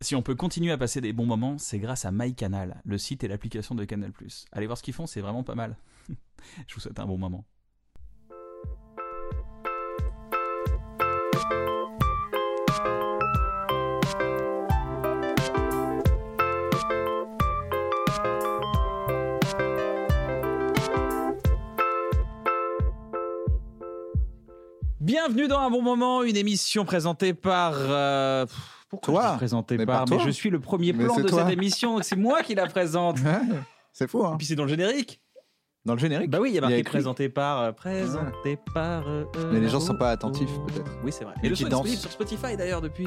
Si on peut continuer à passer des bons moments, c'est grâce à MyCanal, le site et l'application de Canal+. Allez voir ce qu'ils font, c'est vraiment pas mal. Je vous souhaite un bon moment. Bienvenue dans un bon moment, une émission présentée par. euh, pff, pourquoi Toi. je dis présentée Mais par, par Mais toi. je suis le premier Mais plan c'est de toi. cette émission, et c'est moi qui la présente. Ouais, c'est fou, hein Et puis c'est dans le générique. Dans le générique Bah oui, il y a marqué écrit. présenté par. euh, présenté par. euh, Mais les gens euh, sont pas attentifs, peut-être. Oui, c'est vrai. Mais Et le qui son est dansent. Ah disponible sur Spotify d'ailleurs depuis.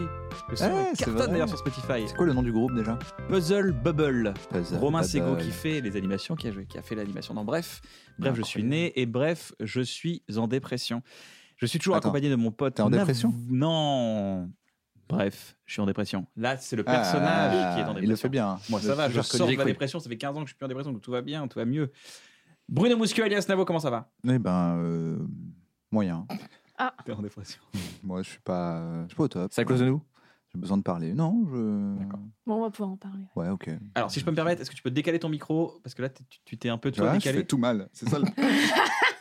Le son Ouais, c'est cartonne vrai. d'ailleurs sur Spotify. C'est quoi le nom du groupe déjà Puzzle Bubble. Puzzle Romain Bubble. Sego qui fait les animations, qui a, joué- qui a fait l'animation dans Bref. Bref, je Incroyable. suis né et bref, je suis en dépression. Je suis toujours Attends, accompagné de mon pote. t'es en Nav- dépression Non. Bref, je suis en dépression. Là, c'est le Ah, personnage qui est en dépression. Il le fait bien. Moi, ça va, je sors de reconnu. la dépression. Ça fait 15 ans que je suis plus en dépression, donc tout va bien, tout va mieux. Bruno Muscu alias Navo, comment ça va Eh ben, euh, moyen. T'es en dépression. Moi, je suis pas, euh, je suis pas au top. C'est à cause de nous J'ai besoin de parler. Non, je. D'accord. Bon, on va pouvoir en parler. Ouais, ok. Alors, si je peux me permettre, est-ce que tu peux décaler ton micro Parce que là, t'es- tu tu t'es un peu Tu toi vois, je décalé. fais tout mal. C'est ça. le-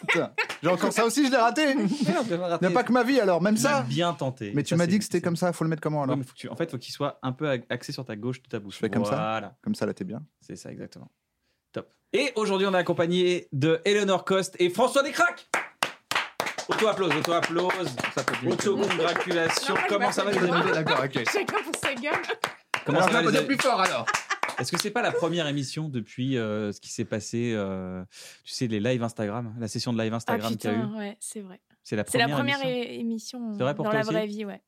Putain. J'ai encore ça aussi, je l'ai raté. Il n'y a pas que ma vie alors, même ça. Bien tenté. Mais tu Ça, m'as c'est- dit que c'était c'est- comme ça. Faut le mettre comment Ouais, alors mais faut que tu- En fait, faut qu'il soit un peu ag- axé sur ta gauche de ta bouche. Oh Je fais comme ça Voilà, Comme ça, là, t'es bien. c'est ça exactement. Top. Et aujourd'hui, on est accompagné de Eleanor Coste et François Descraques. Auto-applause, auto-applause, Ça peut plus. auto-congratulations. Non, moi, je Comment ça va les m'applaudis. amis D'accord, ok. Chacun pour sa gueule. Comment ça va, les amis fort alors. Est-ce que c'est pas la première émission depuis euh, ce qui s'est passé, euh, tu sais, les lives Instagram, la session de live Ah Instagram qu'il y a eu putain, ouais, c'est vrai. C'est la C'est première, la première émission. é- émission C'est vrai pour dans toi la aussi vraie vie, ouais.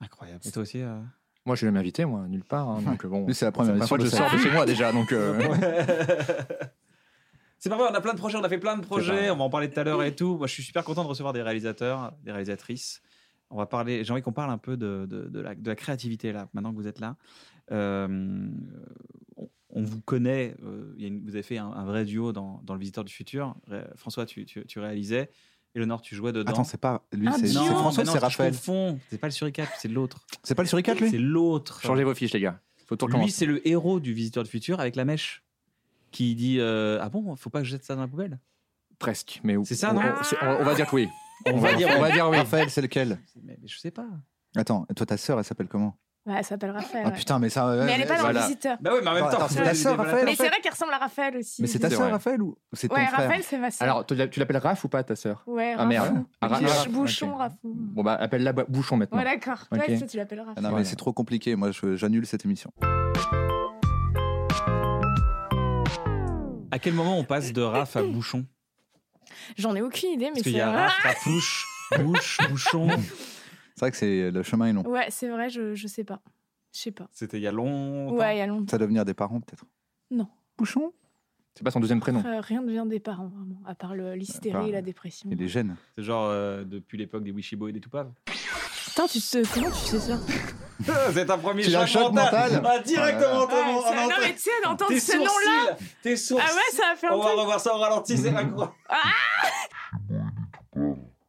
Incroyable. Et toi aussi euh Moi, je suis jamais invité, moi, nulle part. hein, donc, bon, Lui, c'est la première c'est émission la fois que de je sa sors de vie. chez moi déjà, donc. euh, C'est pas vrai, on a plein de projets, on a fait plein de C'est projets, pas- on va en parler tout à l'heure et tout. Moi, je suis super content de recevoir des réalisateurs, des réalisatrices. On va parler, j'ai envie qu'on parle un peu de, de- de la, de la créativité là, maintenant que vous êtes là. Euh, on, on vous connaît, euh, il y a une- vous avez fait un, un vrai duo dans, dans Le Visiteur du Futur. Ré- François, tu, tu, tu réalisais, Eleonore, tu jouais dedans. Attends, c'est pas lui, Ah, c'est c'est non, François, mais non, ou c'est je Raphaël. confonds. C'est pas le Suricat, c'est l'autre. C'est pas le suricat lui C'est l'autre. Changez vos fiches, les gars. Faut tout Lui, recommencer. c'est le héros du Visiteur du Futur avec la mèche qui dit euh, Ah bon, faut pas que je jette ça dans la poubelle Presque. Mais C'est ça, on, non on- c'est- on- on va dire que oui. On va dire, on va dire oui. Raphaël, c'est lequel Mais, mais je sais pas. Attends, toi, ta sœur, elle s'appelle comment Ouais, elle Bah, s'appelle Raphaël. Ah ouais. putain, mais ça. euh, Mais elle est pas dans Voilà. le visiteur. Bah oui, mais en même Attends, temps, attends, faut c'est ta sœur, déballer- Raphaël Mais en c'est fait- vrai qu'elle ressemble à Raphaël aussi. Mais c'est ta C'est sœur, vrai. Raphaël, ou c'est ton Ouais, frère Raphaël, c'est ma sœur. Alors, tu l'a- tu l'appelles Raph ou pas, ta sœur ouais, Ah merde. Rafou. Ah, Ra- Qui est- Ra- Raph, Bouchon, ok. Rafou. Bon, bah, appelle-la Bo- Bouchon maintenant. Ouais, d'accord. Ok. Ouais, toi, tu l'appelles Ah Raphaël. non, mais Voilà. c'est trop compliqué. Moi, je- j'annule cette émission. À quel moment on passe de Raph à Bouchon J'en ai aucune idée, mais Parce qu'il c'est. y a vrai. Raph, Rafouche, Bouche, Bouchon. C'est vrai que c'est le chemin est long. Ouais, c'est vrai, je, je sais pas. Je sais pas. C'était il y a longtemps. Ouais, il y a longtemps. Ça doit venir des parents, peut-être. Non. Bouchon C'est pas son deuxième prénom. Euh, rien ne vient des parents, vraiment. À part le- l'hystérie part- et la dépression. Il est jeune. C'est genre euh, depuis l'époque des Wishibo et des Toupaves. Putain, tu sais... comment tu sais ça c'est un premier Tu l'as choc choc mental Ah, directement, Ouais, en- en c'est- Non, entrée. mais tu sais, d'entendre Tes ce nom-là. sourcils, tes sourcils. Oh Ah ouais, ça va faire On va un revoir ça au ralenti, c'est incroyable.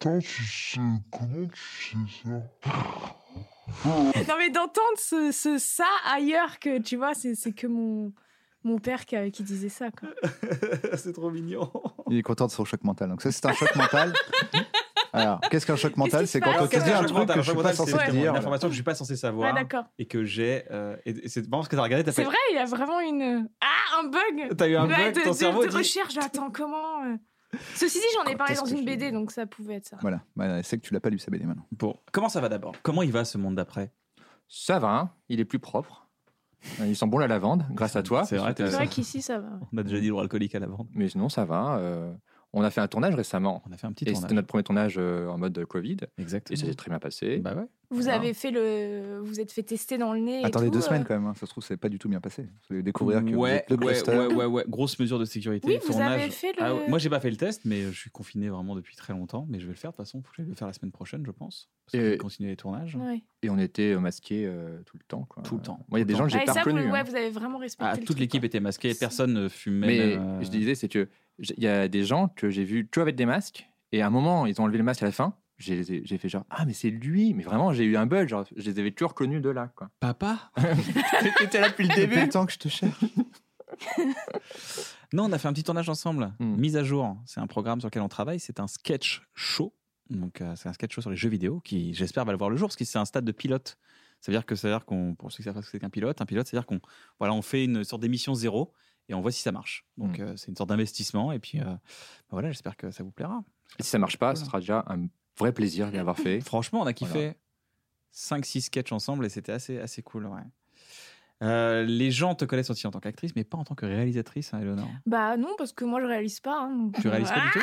Putain, tu sais, comment tu sais ça Non, mais d'entendre ce, ce ça ailleurs que tu vois, c'est c'est que mon, mon père qui, qui disait ça. Quoi. c'est trop mignon. Il est content de son choc mental. Donc, ça, c'est un choc mental. Alors, qu'est-ce qu'un choc mental qui se C'est quand passe on te Qu'est-ce dit que un je truc mental que je Un suis mental, pas censé c'est te une dire. information que je suis pas censé Ouais, savoir Ah, d'accord. et que j'ai. euh, et et c'est marrant parce que t'as regardé, t'as C'est fait. vrai, il y a vraiment une. Ah, un bug T'as eu un Ouais, bug, de, ton de- cerveau de dit. recherche. là, Attends, comment euh. Ceci dit, j'en ai Quand parlé est-ce dans que une je- BD, donc ça pouvait être ça. Euh. Voilà, Voilà, elle sait que tu l'as pas lu, sa BD maintenant. Bon, comment ça va d'abord Comment il va ce monde d'après Ça va, hein, il est plus propre. Euh, Il sent bon la lavande, grâce à toi. C'est vrai, parce que t'as C'est t'as- raison. vrai qu'ici, ça va. ouais. On a déjà dit le alcoolique à la vente. Mais sinon, ça va. euh, On a fait un tournage récemment. On a fait un petit Et tournage. c'était notre premier tournage euh, en mode Covid. Et ça Exactement. s'est très bien passé. Bah ouais. Vous Voilà. avez fait le. Vous êtes fait tester dans le nez. et Attendez tout, deux euh. semaines quand même, hein. ça se trouve, c'est pas du tout bien passé. Vous allez découvrir que vous ouais, êtes le ouais, cluster. ouais, ouais, ouais. Grosse mesure de sécurité. Oui, vous tournage. avez fait le. Ah ouais. Moi, j'ai pas fait le test, mais je suis confiné vraiment depuis très longtemps. Mais je vais le faire de toute façon. Faut que je le faire la semaine prochaine, je pense. Parce que Et- je vais continuer les tournages. Ouais. Et on était euh, masqués euh, tout le temps. quoi. Tout le temps, Moi, il y a tout des le gens que Ah, j'ai et pas ça, vous, reconnus. ouais, hein. vous avez vraiment respecté. Ah, le toute truc, hein. l'équipe quoi. était masquée, personne ne fumait. Mais euh, je disais, c'est que j- il y a des gens que j'ai vus tout avec des masques, et à un moment, ils ont enlevé le masque à la fin. J'ai j'ai fait genre, ah, mais c'est lui. Mais vraiment, j'ai eu un bug. Genre, je les avais tous reconnus de là. Quoi. Papa T'étais là depuis le Depuis début. le temps que je te cherche. Non, on a fait un petit tournage ensemble. Hmm. Mise à jour, c'est un programme sur lequel on travaille. C'est un sketch show. Donc, euh, c'est un sketch show sur les jeux vidéo qui, j'espère, va le voir le jour, parce que c'est un stade de pilote. Ça veut dire que, ça veut dire qu'on, pour ceux qui savent pas ce que c'est qu'un pilote, un pilote, c'est-à-dire qu'on voilà, on fait une sorte d'émission zéro et on voit si ça marche. Donc, Hmm. euh, c'est une sorte d'investissement. Et puis, euh, bah voilà, j'espère que ça vous plaira. Et si ça marche pas, ce sera déjà un vrai plaisir de l'avoir fait. Franchement, on a kiffé 5-6 sketchs ensemble et c'était assez, assez cool. ouais. Euh, les gens te connaissent aussi en tant qu'actrice, mais pas en tant que réalisatrice, hein, Eleonore. Bah non, parce que moi, je réalise pas. hein. Tu réalises pas du tout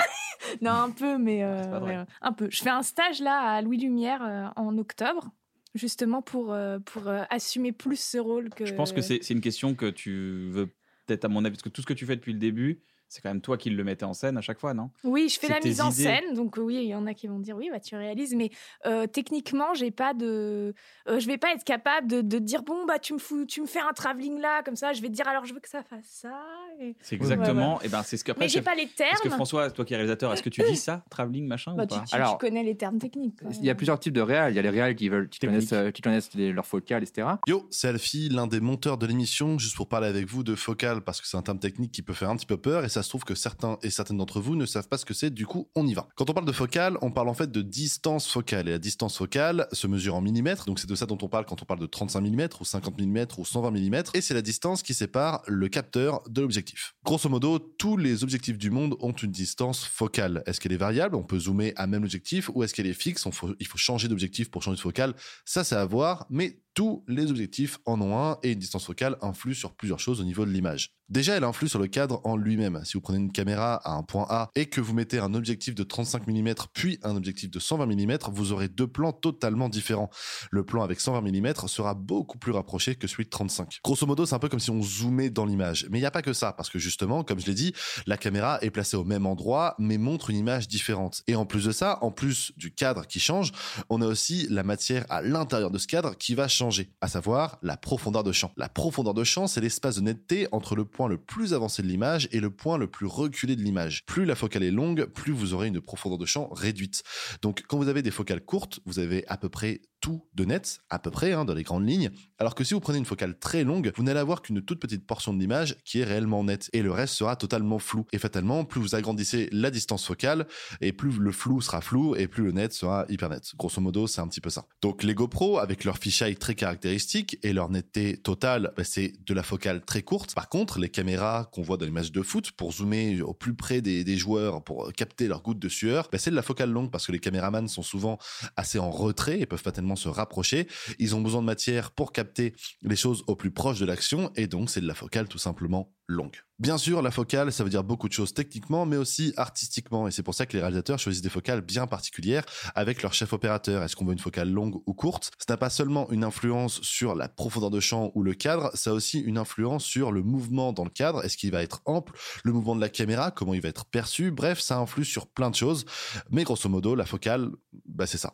Non, un peu, mais, euh, Ah, c'est pas vrai. mais, euh, un peu. Je fais un stage là à Louis Lumière euh, en octobre, justement pour euh, pour euh, assumer plus ce rôle que. Je pense que c'est c'est une question que tu veux peut-être, à mon avis, parce que tout ce que tu fais depuis le début, c'est quand même toi qui le mettais en scène à chaque fois, non Oui, je fais c'est la tes mise en idées. scène, donc euh, oui, il y en a qui vont dire oui, bah tu réalises, mais euh, techniquement, j'ai pas de, euh, je vais pas être capable de, de dire bon bah tu me fous, tu me fais un travelling là comme ça, je vais te dire alors je veux que ça fasse ça. et- C'est Ouais, exactement. Et ben c'est ce qu'après. Mais j'ai c'est- pas les Parce que termes. François, toi qui es réalisateur, est-ce que tu dis ça, travelling machin Bah, ou tu, pas tu- tu Alors, connais les termes techniques. quoi. Il y a plusieurs types de réals. Il y a les réals qui, veulent, qui Technique. connaissent, euh, qui connaissent les- leurs focales, etc. Yo, c'est Alfie, l'un des monteurs de l'émission, juste pour parler avec vous de focal, parce que c'est un terme technique qui peut faire un petit peu peur, et ça se trouve que certains et certaines d'entre vous ne savent pas ce que c'est, du coup, on y va. Quand on parle de focal, on parle en fait de distance focale, et la distance focale se mesure en millimètres, donc c'est de ça dont on parle quand on parle de 35 mm, ou 50 mm, ou 120 mm, et c'est la distance qui sépare le capteur de l'objectif. Grosso modo, tous les objectifs du monde ont une distance focale. Est-ce qu'elle est variable On peut zoomer à même objectif, ou est-ce qu'elle est fixe On faut- Il faut changer d'objectif pour changer de focale. Ça, c'est à voir, mais tous les objectifs en ont un et une distance focale influe sur plusieurs choses au niveau de l'image. Déjà, elle influe sur le cadre en lui-même. Si vous prenez une caméra à un point A et que vous mettez un objectif de 35 mm puis un objectif de 120 mm, vous aurez deux plans totalement différents. Le plan avec 120 mm sera beaucoup plus rapproché que celui de 35. Grosso modo, c'est un peu comme si on zoomait dans l'image. Mais il n'y a pas que ça, parce que justement, comme je l'ai dit, la caméra est placée au même endroit mais montre une image différente. Et en plus de ça, en plus du cadre qui change, on a aussi la matière à l'intérieur de ce cadre qui va changer, à savoir la profondeur de champ. La profondeur de champ, c'est l'espace de netteté entre le point le plus avancé de l'image et le point le plus reculé de l'image. Plus la focale est longue, plus vous aurez une profondeur de champ réduite. Donc quand vous avez des focales courtes, vous avez à peu près tout de net, à peu près, hein, dans les grandes lignes, alors que si vous prenez une focale très longue, vous n'allez avoir qu'une toute petite portion de l'image qui est réellement nette, et le reste sera totalement flou. Et fatalement, plus vous agrandissez la distance focale, et plus le flou sera flou et plus le net sera hyper net. Grosso modo, c'est un petit peu ça. Donc les GoPro, avec leur fisheye très caractéristique et leur netteté totale, bah, c'est de la focale très courte. Par contre, les caméras qu'on voit dans les matchs de foot, pour zoomer au plus près des, des joueurs, pour euh, capter leurs gouttes de sueur, bah, c'est de la focale longue parce que les caméramans sont souvent assez en retrait et peuvent pas tellement se rapprocher. Ils ont besoin de matière pour capter les choses au plus proche de l'action et donc c'est de la focale tout simplement longue. Bien sûr, la focale, ça veut dire beaucoup de choses techniquement, mais aussi artistiquement. Et c'est pour ça que les réalisateurs choisissent des focales bien particulières avec leur chef opérateur. Est-ce qu'on veut une focale longue ou courte Ça n'a pas seulement une influence sur la profondeur de champ ou le cadre, ça a aussi une influence sur le mouvement dans le cadre. Est-ce qu'il va être ample Le mouvement de la caméra, comment il va être perçu Bref, ça influe sur plein de choses. Mais grosso modo, la focale, bah, c'est ça.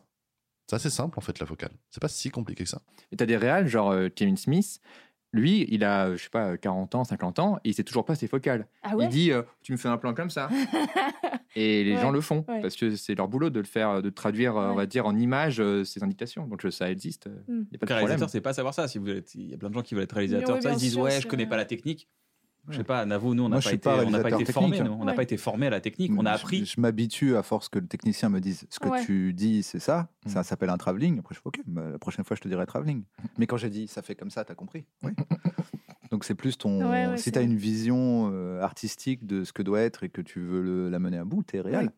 Ça, c'est simple en fait, la focale. C'est pas si compliqué que ça. Et t'as des réals, genre euh, Kevin Smith. Lui, il a, euh, je sais pas, euh, 40 ans, 50 ans, et il sait toujours pas ses focales. Ah ouais. Il dit, euh, tu me fais un plan comme ça. et les Ouais, gens le font, ouais. parce que c'est leur boulot de le faire, de traduire, euh, on Ouais. va dire, en images euh, ces indications. Donc euh, ça existe, il Hmm. n'y a pas de Le problème. réalisateur, c'est pas savoir ça. Si vous êtes- il y a plein de gens qui veulent être réalisateurs, Oui, ça, bien ils disent sûr, ouais, je c'est- connais pas la technique. Je sais Ouais. pas, Navo, nous on Moi, n'a je pas, suis été- pas on n'a pas été réalisateur formés, technique, hein. nous. on n'a Ouais. pas été formés à la technique, on a Je- appris. Je, m'habitue à force que le technicien me dise ce que Ouais. tu dis, c'est ça. Ça Mm. s'appelle un travelling. Après, je fais OK, bah, la prochaine fois, je te dirai travelling. Mais quand j'ai dit ça fait comme ça, t'as compris. Oui. Donc, c'est plus ton. Ouais, ouais, si c'est t'as vrai. une vision euh, artistique de ce que doit être et que tu veux le- la mener à bout, t'es réel.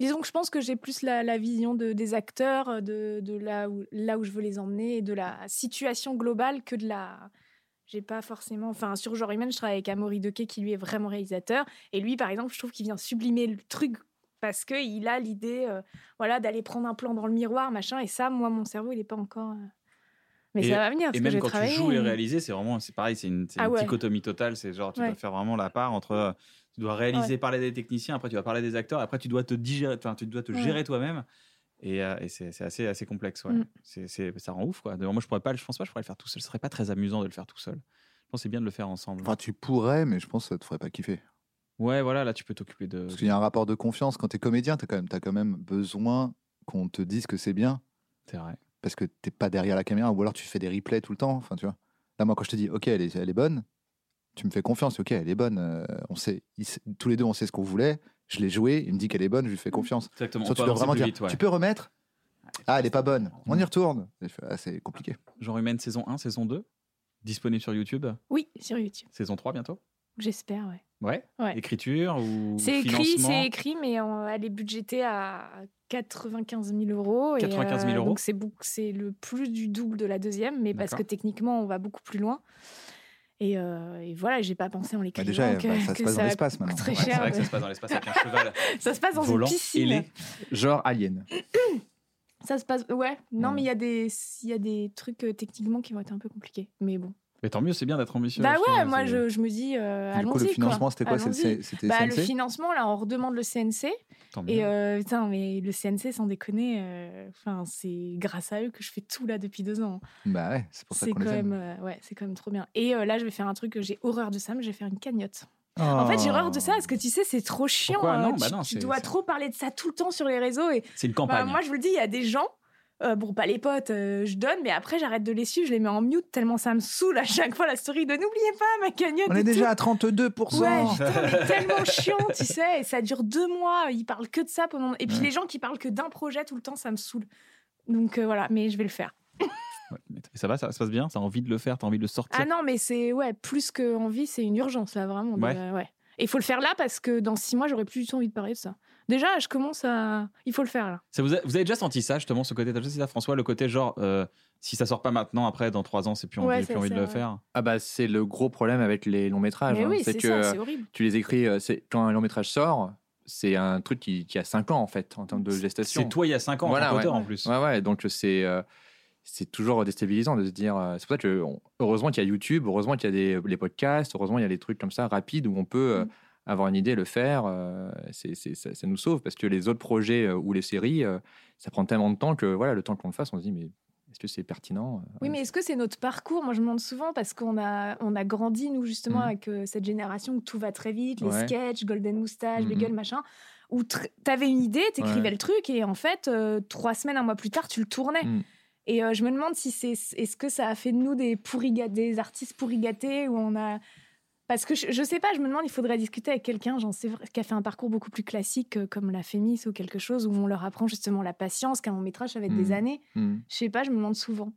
Disons que je pense que j'ai plus la, la vision de, des euh, acteurs, de, de là, où, là où je veux les emmener, et de la situation globale que de la, J'ai pas forcément. Enfin, sur Genre Humaine, je travaille avec Amaury Dequet, qui lui est vraiment réalisateur. Et lui, par exemple, je trouve qu'il vient sublimer le truc parce qu'il a l'idée euh, voilà, d'aller prendre un plan dans le miroir, machin. Et ça, moi, mon cerveau, il n'est pas encore. euh, Mais Et- ça va venir. Parce Et que même j'ai quand travaillé, tu joues et mais- réaliser, c'est vraiment, c'est pareil, c'est une, c'est Ah une ouais. dichotomie totale. C'est genre, tu Ouais. dois faire vraiment la part entre, euh, tu dois réaliser, parler des techniciens, après tu dois parler des acteurs, après tu dois te digérer, enfin, tu dois te Ouais. gérer toi-même. Et, euh, et c'est c'est assez, assez complexe. Ouais. Mm. C'est- c'est- ça rend ouf, quoi. D'ailleurs, moi, je pourrais pas, je pense pas, que je pourrais le faire tout seul. Ce serait pas très amusant de le faire tout seul. Je pense que c'est bien de le faire ensemble. Enfin, tu pourrais, mais je pense que ça te ferait pas kiffer. Euh, Ouais, voilà, là, tu peux t'occuper de. Parce qu'il y a un rapport de confiance. Quand t'es comédien, t'as quand, même- t'as quand même besoin qu'on te dise que c'est bien. C'est vrai. parce que t'es pas derrière la caméra ou alors tu fais des replays tout le temps. Enfin, tu vois. Là, moi, quand je te dis, ok, elle est, elle est bonne, tu me fais confiance. Ok, elle est bonne. euh, on sait, il sait- tous les deux, on sait ce qu'on voulait. Je l'ai joué. Il me dit qu'elle est bonne. Je lui fais confiance. Exactement. Soit on peut tu dois avancer vraiment plus dire, vite, ouais. tu peux remettre. Ah, elle est pas bonne. On y retourne. Et je fais, ah, c'est compliqué. Genre Humaine saison 1, saison 2, disponible sur YouTube, Oui, sur YouTube. saison 3 bientôt. J'espère, ouais. Ouais. Ouais. Écriture ou C'est écrit, financement c'est écrit, mais on- elle est budgétée à 95 000 euros. et, 95 000 euh, euros. Donc c'est beaucoup- c'est le plus du double de la deuxième, mais parce que D'accord. techniquement, on va beaucoup plus loin. Et, euh, et voilà, j'ai pas pensé en Bah, l'écrivant déjà, que, bah, ça se que passe dans va l'espace maintenant. très Ouais, cher. Ah, c'est vrai que ça mais- se passe dans l'espace avec un cheval Ça se passe dans volant une piscine. ailé. Genre Alien. Ça se passe, ouais. Non, Hmm. Ouais. mais il y a des, il y a des trucs euh, techniquement qui vont être un peu compliqués. Mais bon. Mais tant mieux, c'est bien d'être ambitieux. bah je trouve, ouais, moi c'est- je, je me dis, euh, du coup, allons-y, le quoi. financement, c'était quoi C'est- Allons-y. c'est- C'était Bah, le CNC financement, là, on redemande le CNC. Tant Mmh. mieux. Et euh, putain, mais le CNC, sans déconner, euh, enfin, c'est grâce à eux que je fais tout là depuis deux ans. Bah ouais, c'est pour ça C'est qu'on quand les aime. même, euh, ouais, c'est quand même trop bien. Et euh, là, je vais faire un truc que j'ai horreur de ça, mais je vais faire une cagnotte. En fait, j'ai horreur de ça parce que Ah. tu sais, c'est trop chiant. Pourquoi euh, Non, bah tu, non, tu c'est- dois c'est- trop parler de ça tout le temps sur les réseaux. Et C'est une bah, campagne. moi, je vous le dis, il y a des gens. euh, bon, pas les potes, euh, je donne, mais après j'arrête de les suivre, je les mets en mute tellement ça me saoule à chaque fois la story de n'oubliez pas ma cagnotte. Oh. On est et tout. déjà à 32%. Ouais, putain, mais tellement chiant, tu sais. Et ça dure deux mois. Ils parlent que de ça pendant. Et puis Ouais. les gens qui parlent que d'un projet tout le temps, ça me saoule. Donc euh, voilà, mais je vais le faire. Ouais. Et ça va, ça se passe bien, t'as envie de le faire, t'as envie de le sortir. Ah non, mais c'est ouais, plus que envie, c'est une urgence là, vraiment. de- Ouais. euh, ouais. Et il faut le faire là parce que dans six mois, j'aurais plus du tout envie de parler de ça. Déjà, je commence à. Il faut le faire là. Ça vous, a- vous avez déjà senti ça, justement, ce côté, t'as déjà senti ça, François, le côté genre, euh, si ça sort pas maintenant, après, dans trois ans, c'est plus envie, Ouais, j'ai plus ça, envie de c'est le vrai. faire. Ah bah c'est le gros problème avec les longs métrages. mais hein. oui, C'est c'est que ça, euh, c'est horrible. tu les écris, euh, c'est- quand un long métrage sort, c'est un truc qui, qui a 5 ans en fait en termes de gestation. C'est toi il y a cinq ans, Voilà, en tant ouais. qu'auteur, en plus. Ouais ouais, donc c'est euh, c'est toujours déstabilisant de se dire. euh, c'est pour ça que on- heureusement qu'il y a YouTube, heureusement qu'il y a des les podcasts, heureusement il y a des trucs comme ça rapides où on peut euh, Mm. avoir une idée, le faire. euh, c'est- c'est- ça, ça nous sauve parce que les autres projets euh, ou les séries, euh, ça prend tellement de temps que voilà, le temps qu'on le fasse, on se dit mais est-ce que c'est pertinent euh? Oui, mais est-ce que c'est notre parcours Moi, je me demande souvent parce qu'on a, on a grandi, nous, justement, Mhm. avec euh, cette génération où tout va très vite, les Ouais. sketchs, Golden Moustache, Mhm. Beagle, machin, où tr- t'avais une idée, t'écrivais Ouais. le truc et en fait, euh, trois semaines, un mois plus tard, tu le tournais. Mhm. Et euh, je me demande si c'est, est-ce que ça a fait de nous des pourri ga- des artistes pourrigatés où on a. Parce que je, je sais pas, je me demande, il faudrait discuter avec quelqu'un, j'en sais vrai, qui a fait un parcours beaucoup plus classique, euh, comme la Fémis ou quelque chose, où on leur apprend justement la patience, qu'un long métrage, ça va être des Mhm. années. Hmm. Je sais pas, je me demande souvent.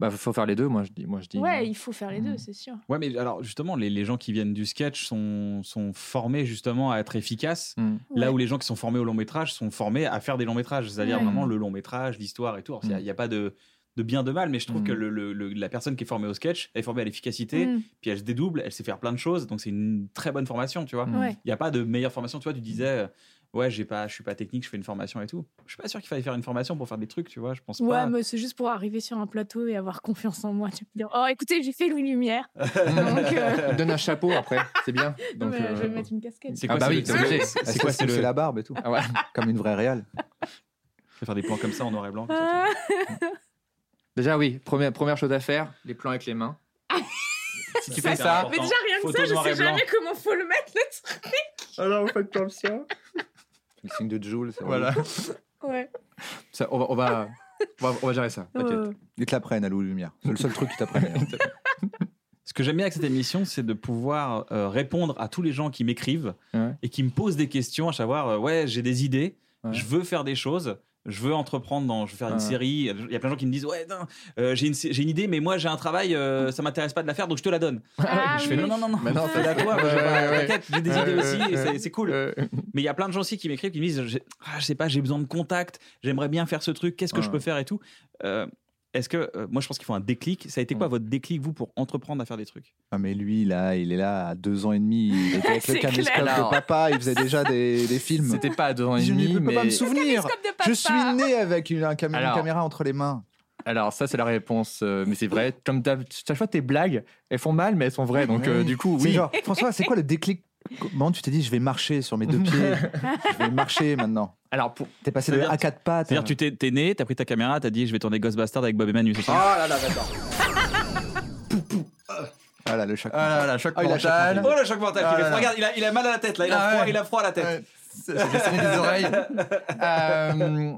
Bah, faut faire les deux, moi je dis. Moi, je dis Ouais, il faut faire les deux, Mm. c'est sûr. Ouais, mais alors, justement, les, les gens qui viennent du sketch sont, sont formés, justement, à être efficaces. Hmm. Là Ouais. où les gens qui sont formés au long métrage sont formés à faire des longs métrages, c'est-à-dire Ouais. vraiment le long métrage, l'histoire et tout. Alors, Il Mm. n'y a, pas de, de bien de mal, mais je trouve Mm. que le- le- le- la personne qui est formée au sketch, elle est formée à l'efficacité, Mm. puis elle se dédouble, elle sait faire plein de choses, donc c'est une très bonne formation, tu vois. Il Mm. Ouais. n'y a pas de meilleure formation, tu vois, tu disais, euh, ouais, j'ai pas, je suis pas technique, je fais une formation et tout. Je suis pas sûr qu'il fallait faire une formation pour faire des trucs, tu vois, je pense Ouais, pas. mais c'est juste pour arriver sur un plateau et avoir confiance en moi. Tu peux dire, oh, écoutez, j'ai fait Louis Lumière. Donc, euh, Donne un chapeau après, c'est bien. non, Donc, mais je vais euh, mettre une casquette. C'est quoi, Ah bah c'est oui, le- t'es obligé. c'est- Ah, C'est quoi, c'est le. la barbe et tout Ah ouais. Comme une vraie réelle. Je vais faire des plans comme ça en noir et blanc. comme ça, Ah, Déjà, oui, première, première chose à faire, les plans avec les mains. si tu fais c'est ça, important. mais déjà, rien que Photo ça, je noir et sais blanc. jamais comment faut le mettre. Le truc. Le signe de Joule, c'est voilà. Ouais. Ça, on, va, on, va, on, va, on va gérer ça, t'inquiète. Euh, Ils te l'apprennent à Louis Lumière. C'est le seul truc qu'ils t'apprennent. Ce que j'aime bien avec cette émission, c'est de pouvoir euh, répondre à tous les gens qui m'écrivent Ouais. et qui me posent des questions, à savoir, euh, ouais, j'ai des idées, Ouais. je veux faire des choses, je veux entreprendre, dans, je veux faire une Ouais. série. Il y a plein de gens qui me disent, ouais, non, euh, j'ai une, sé- j'ai une idée, mais moi j'ai un travail, euh, ça m'intéresse pas de la faire, donc je te la donne. Ah je oui. fais, non, non, non, non, Mais non, fais-la ça- toi, moi, j'ai Ouais, pas- ouais, ouais. t'inquiète, j'ai des Ouais, idées ouais, aussi, ouais. et c'est- c'est cool. Euh, Mais il y a plein de gens aussi qui m'écrivent, qui me disent, j'ai- ah, je sais pas, j'ai besoin de contact, j'aimerais bien faire ce truc, qu'est-ce que je Ouais. peux faire et tout. Euh, est-ce que euh, moi je pense qu'il faut un déclic Ça a été quoi votre déclic vous pour entreprendre à faire des trucs Ah, mais lui, là, il est là à deux ans et demi. Il était avec le C'est caméscope clair. de papa. Il faisait déjà des, des films. C'était pas à deux ans et Je demi, ne peux pas me mais souvenir. Comme de papa. Je suis né avec une, un cam- une Alors. caméra entre les mains. alors ça c'est la réponse. euh, mais c'est vrai, comme t'as- chaque fois tes blagues, elles font mal, mais elles sont vraies. Donc euh, Ouais. du coup, C'est oui. genre, François, c'est quoi le déclic Comment tu t'es dit, je vais marcher sur mes deux pieds Je vais marcher maintenant. Alors pour, T'es passé de C'est-à-dire- à quatre pattes. C'est-à-dire, tu t'es t'es né, t'as pris ta caméra, t'as dit je vais tourner Ghostbusters avec Bob et Manu, c'est ça Ah là, le choc. Euh, ah là là, choc Ah, il a choc mental. Oh le choc mental Ah qu'il là fait. là. Regarde, il a, il a mal à la tête là, il a Ah froid, ouais. il a froid à la tête. Ouais, ça ça fait sonner des oreilles. Euh,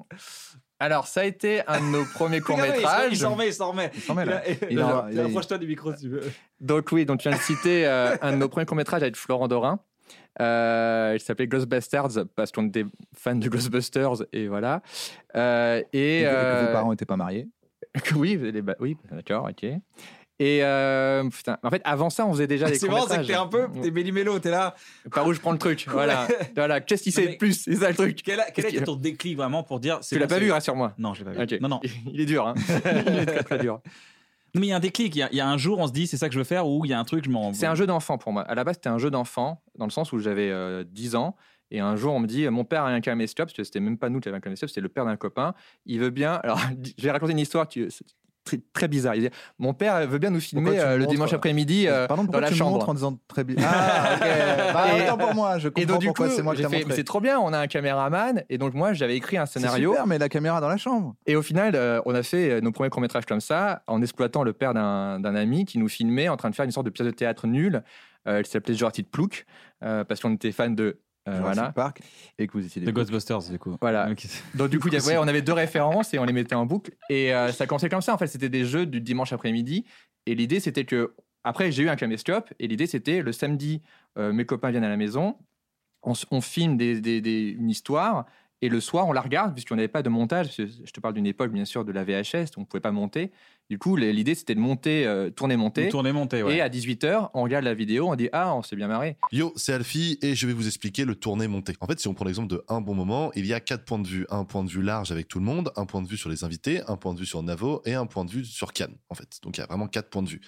alors, ça a été un de nos premiers Regardez, il s'en- Il courts-métrages. s'en remet, il s'en remet. Il s'en met, Il là. a- Il Non, a- non, il a- Approche-toi du micro si tu veux. Donc oui, donc tu viens de citer euh, un de nos premiers courts-métrages avec Florent Dorin. Euh, il s'appelait Ghostbusters parce qu'on était fans de Ghostbusters et voilà. Euh, et Et que euh, vos parents n'étaient pas mariés. oui, vous allez- bah, oui, d'accord, ok. Et euh, putain, en fait, avant ça, on faisait déjà des C'est marrant, c'est que courts-métrages. t'es un peu, t'es Mélimélo, t'es là. Par où je prends le truc Voilà, voilà. Qu'est-ce qu'il sait mais- de plus C'est ça le truc. Quel a, quel a Qu'est-ce été qu'il- ton déclic vraiment pour dire c'est Tu l'as bon, pas c'est- vu, rassure-moi. Non, je l'ai pas vu. Ok. Non, non. Il est dur, hein. Il est très, très dur. Mais il y a un déclic, il y a- il y, a un jour, on se dit c'est ça que je veux faire ou il y a un truc, je m'en. C'est un jeu d'enfant pour moi. À la base, c'était un jeu d'enfant, dans le sens où j'avais euh, 10 ans. Et un jour, on me dit, euh, mon père a un caméscope, parce que c'était même pas nous qui avions un caméscope, c'était le père d'un copain. Il veut bien. Alors, je vais raconter une histoire qui- euh, c'est très, très bizarre. Il dit, mon père veut bien nous filmer Pourquoi tu euh, le montres, dimanche euh, après-midi euh, Pardon, dans pourquoi la tu me chambre. montres en disant très bien Ah, ok. Bah, Et- autant pour moi, je Et comprends donc, du coup, pourquoi c'est moi qui j'ai t'ai fait, mais montré. c'est trop bien, on a un caméraman. Et donc, moi, j'avais écrit un C'est scénario. super, mais la caméra dans la chambre. Et au final, euh, on a fait euh, nos premiers courts-métrages comme ça, en exploitant le père d'un d'un ami qui nous filmait en train de faire une sorte de pièce de théâtre nulle. Euh, elle s'appelait Jurassic Plouk, euh, parce qu'on était fan de. euh, Jurassic voilà. Park. Et que vous étiez De des Ghostbusters du coup. Voilà. Ok. Donc, du coup, il y avait- ouais, on avait deux références et on les mettait en boucle. Et euh, ça commençait comme ça, en fait. C'était des jeux du dimanche après-midi. Et l'idée, c'était que. Après, j'ai eu un caméscope. Et l'idée, c'était le samedi, euh, mes copains viennent à la maison. On, s- on filme des- des- des- une histoire. Et le soir, on la regarde, puisqu'on n'avait pas de montage. parce que Je te parle d'une époque, bien sûr, de la VHS. donc On ne pouvait pas monter. Du coup, les- l'idée, c'était de monter, euh, tourner, monter. Tourner monter, Et ouais. à 18h, on regarde la vidéo. On dit Ah, on s'est bien marré. Yo, c'est Alfie et je vais vous expliquer le tourné monté. En fait, si on prend l'exemple de un bon moment, il y a quatre points de vue. Un point de vue large avec tout le monde, un point de vue sur les invités, un point de vue sur Navo et un point de vue sur Cannes, en fait. Donc, il y a vraiment quatre points de vue.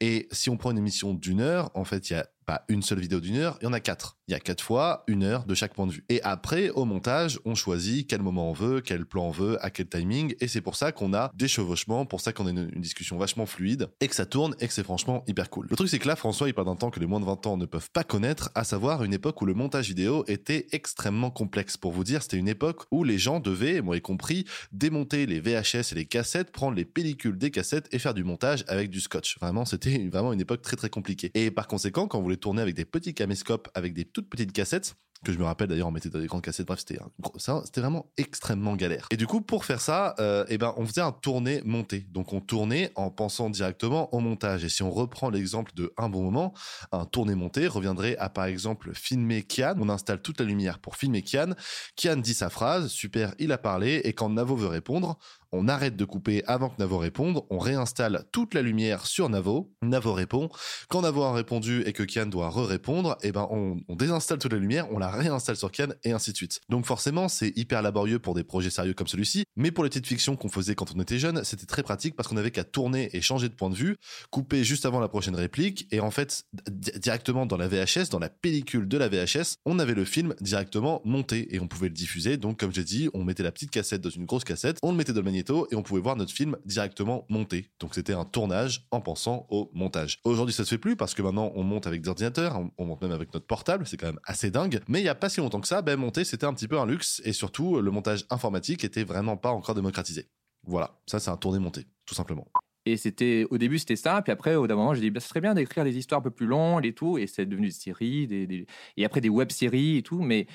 Et si on prend une émission d'une heure, en fait, il y a pas une seule vidéo d'une heure, il y en a quatre. Il y a quatre fois une heure de chaque point de vue. Et après, au montage, on choisit quel moment on veut, quel plan on veut, à quel timing. Et c'est pour ça qu'on a des chevauchements, pour ça qu'on a une, une discussion vachement fluide, et que ça tourne, et que c'est franchement hyper cool. Le truc, c'est que là, François, il parle d'un temps que les moins de 20 ans ne peuvent pas connaître, à savoir une époque où le montage vidéo était extrêmement complexe. Pour vous dire, c'était une époque où les gens devaient, moi y compris, démonter les VHS et les cassettes, prendre les pellicules des cassettes et faire du montage avec du scotch. Vraiment, c'était une- vraiment une époque très très compliquée. Et par conséquent, quand on voulait tourner avec des petits caméscopes, avec des toutes petites cassettes, que je me rappelle d'ailleurs, on mettait dans des grandes cassettes, bref, c'était un gros- ça, c'était vraiment extrêmement galère. Et du coup, pour faire ça, euh, eh ben, on faisait un tourné monté. Donc on tournait en pensant directement au montage. Et si on reprend l'exemple de Un bon moment, un tourné monté reviendrait à par exemple filmer Kian. On installe toute la lumière pour filmer Kian. Kian dit sa phrase, super, il a parlé, et quand Navo veut répondre, on arrête de couper avant que Navo réponde, on réinstalle toute la lumière sur Navo, Navo répond, quand Navo a répondu et que Kian doit re-répondre, eh ben on, on désinstalle toute la lumière, on la réinstalle sur Kian, et ainsi de suite. Donc forcément, c'est hyper laborieux pour des projets sérieux comme celui-ci, mais pour les petites fictions qu'on faisait quand on était jeune, c'était très pratique parce qu'on avait qu'à tourner et changer de point de vue, couper juste avant la prochaine réplique, et en fait, di- directement dans la VHS, dans la pellicule de la VHS, on avait le film directement monté et on pouvait le diffuser. Donc, comme j'ai dit, on mettait la petite cassette dans une grosse cassette, on le mettait dans le magnéto et on pouvait voir notre film directement monté. Donc, c'était un tournage en pensant au montage. Aujourd'hui, ça se fait plus parce que maintenant, on monte avec des ordinateurs, on, on monte même avec notre portable, c'est quand même assez dingue. Mais il y a pas si longtemps que ça, ben, monter, c'était un petit peu un luxe et surtout, le montage informatique était vraiment pas encore démocratisé. Voilà, ça, c'est un tourné monté, tout simplement. Et c'était au début c'était ça, puis après au bout d'un moment j'ai dit bah, ce serait bien d'écrire des histoires un peu plus longues et tout, et c'est devenu des séries, des, des- et après des web-séries et tout, mais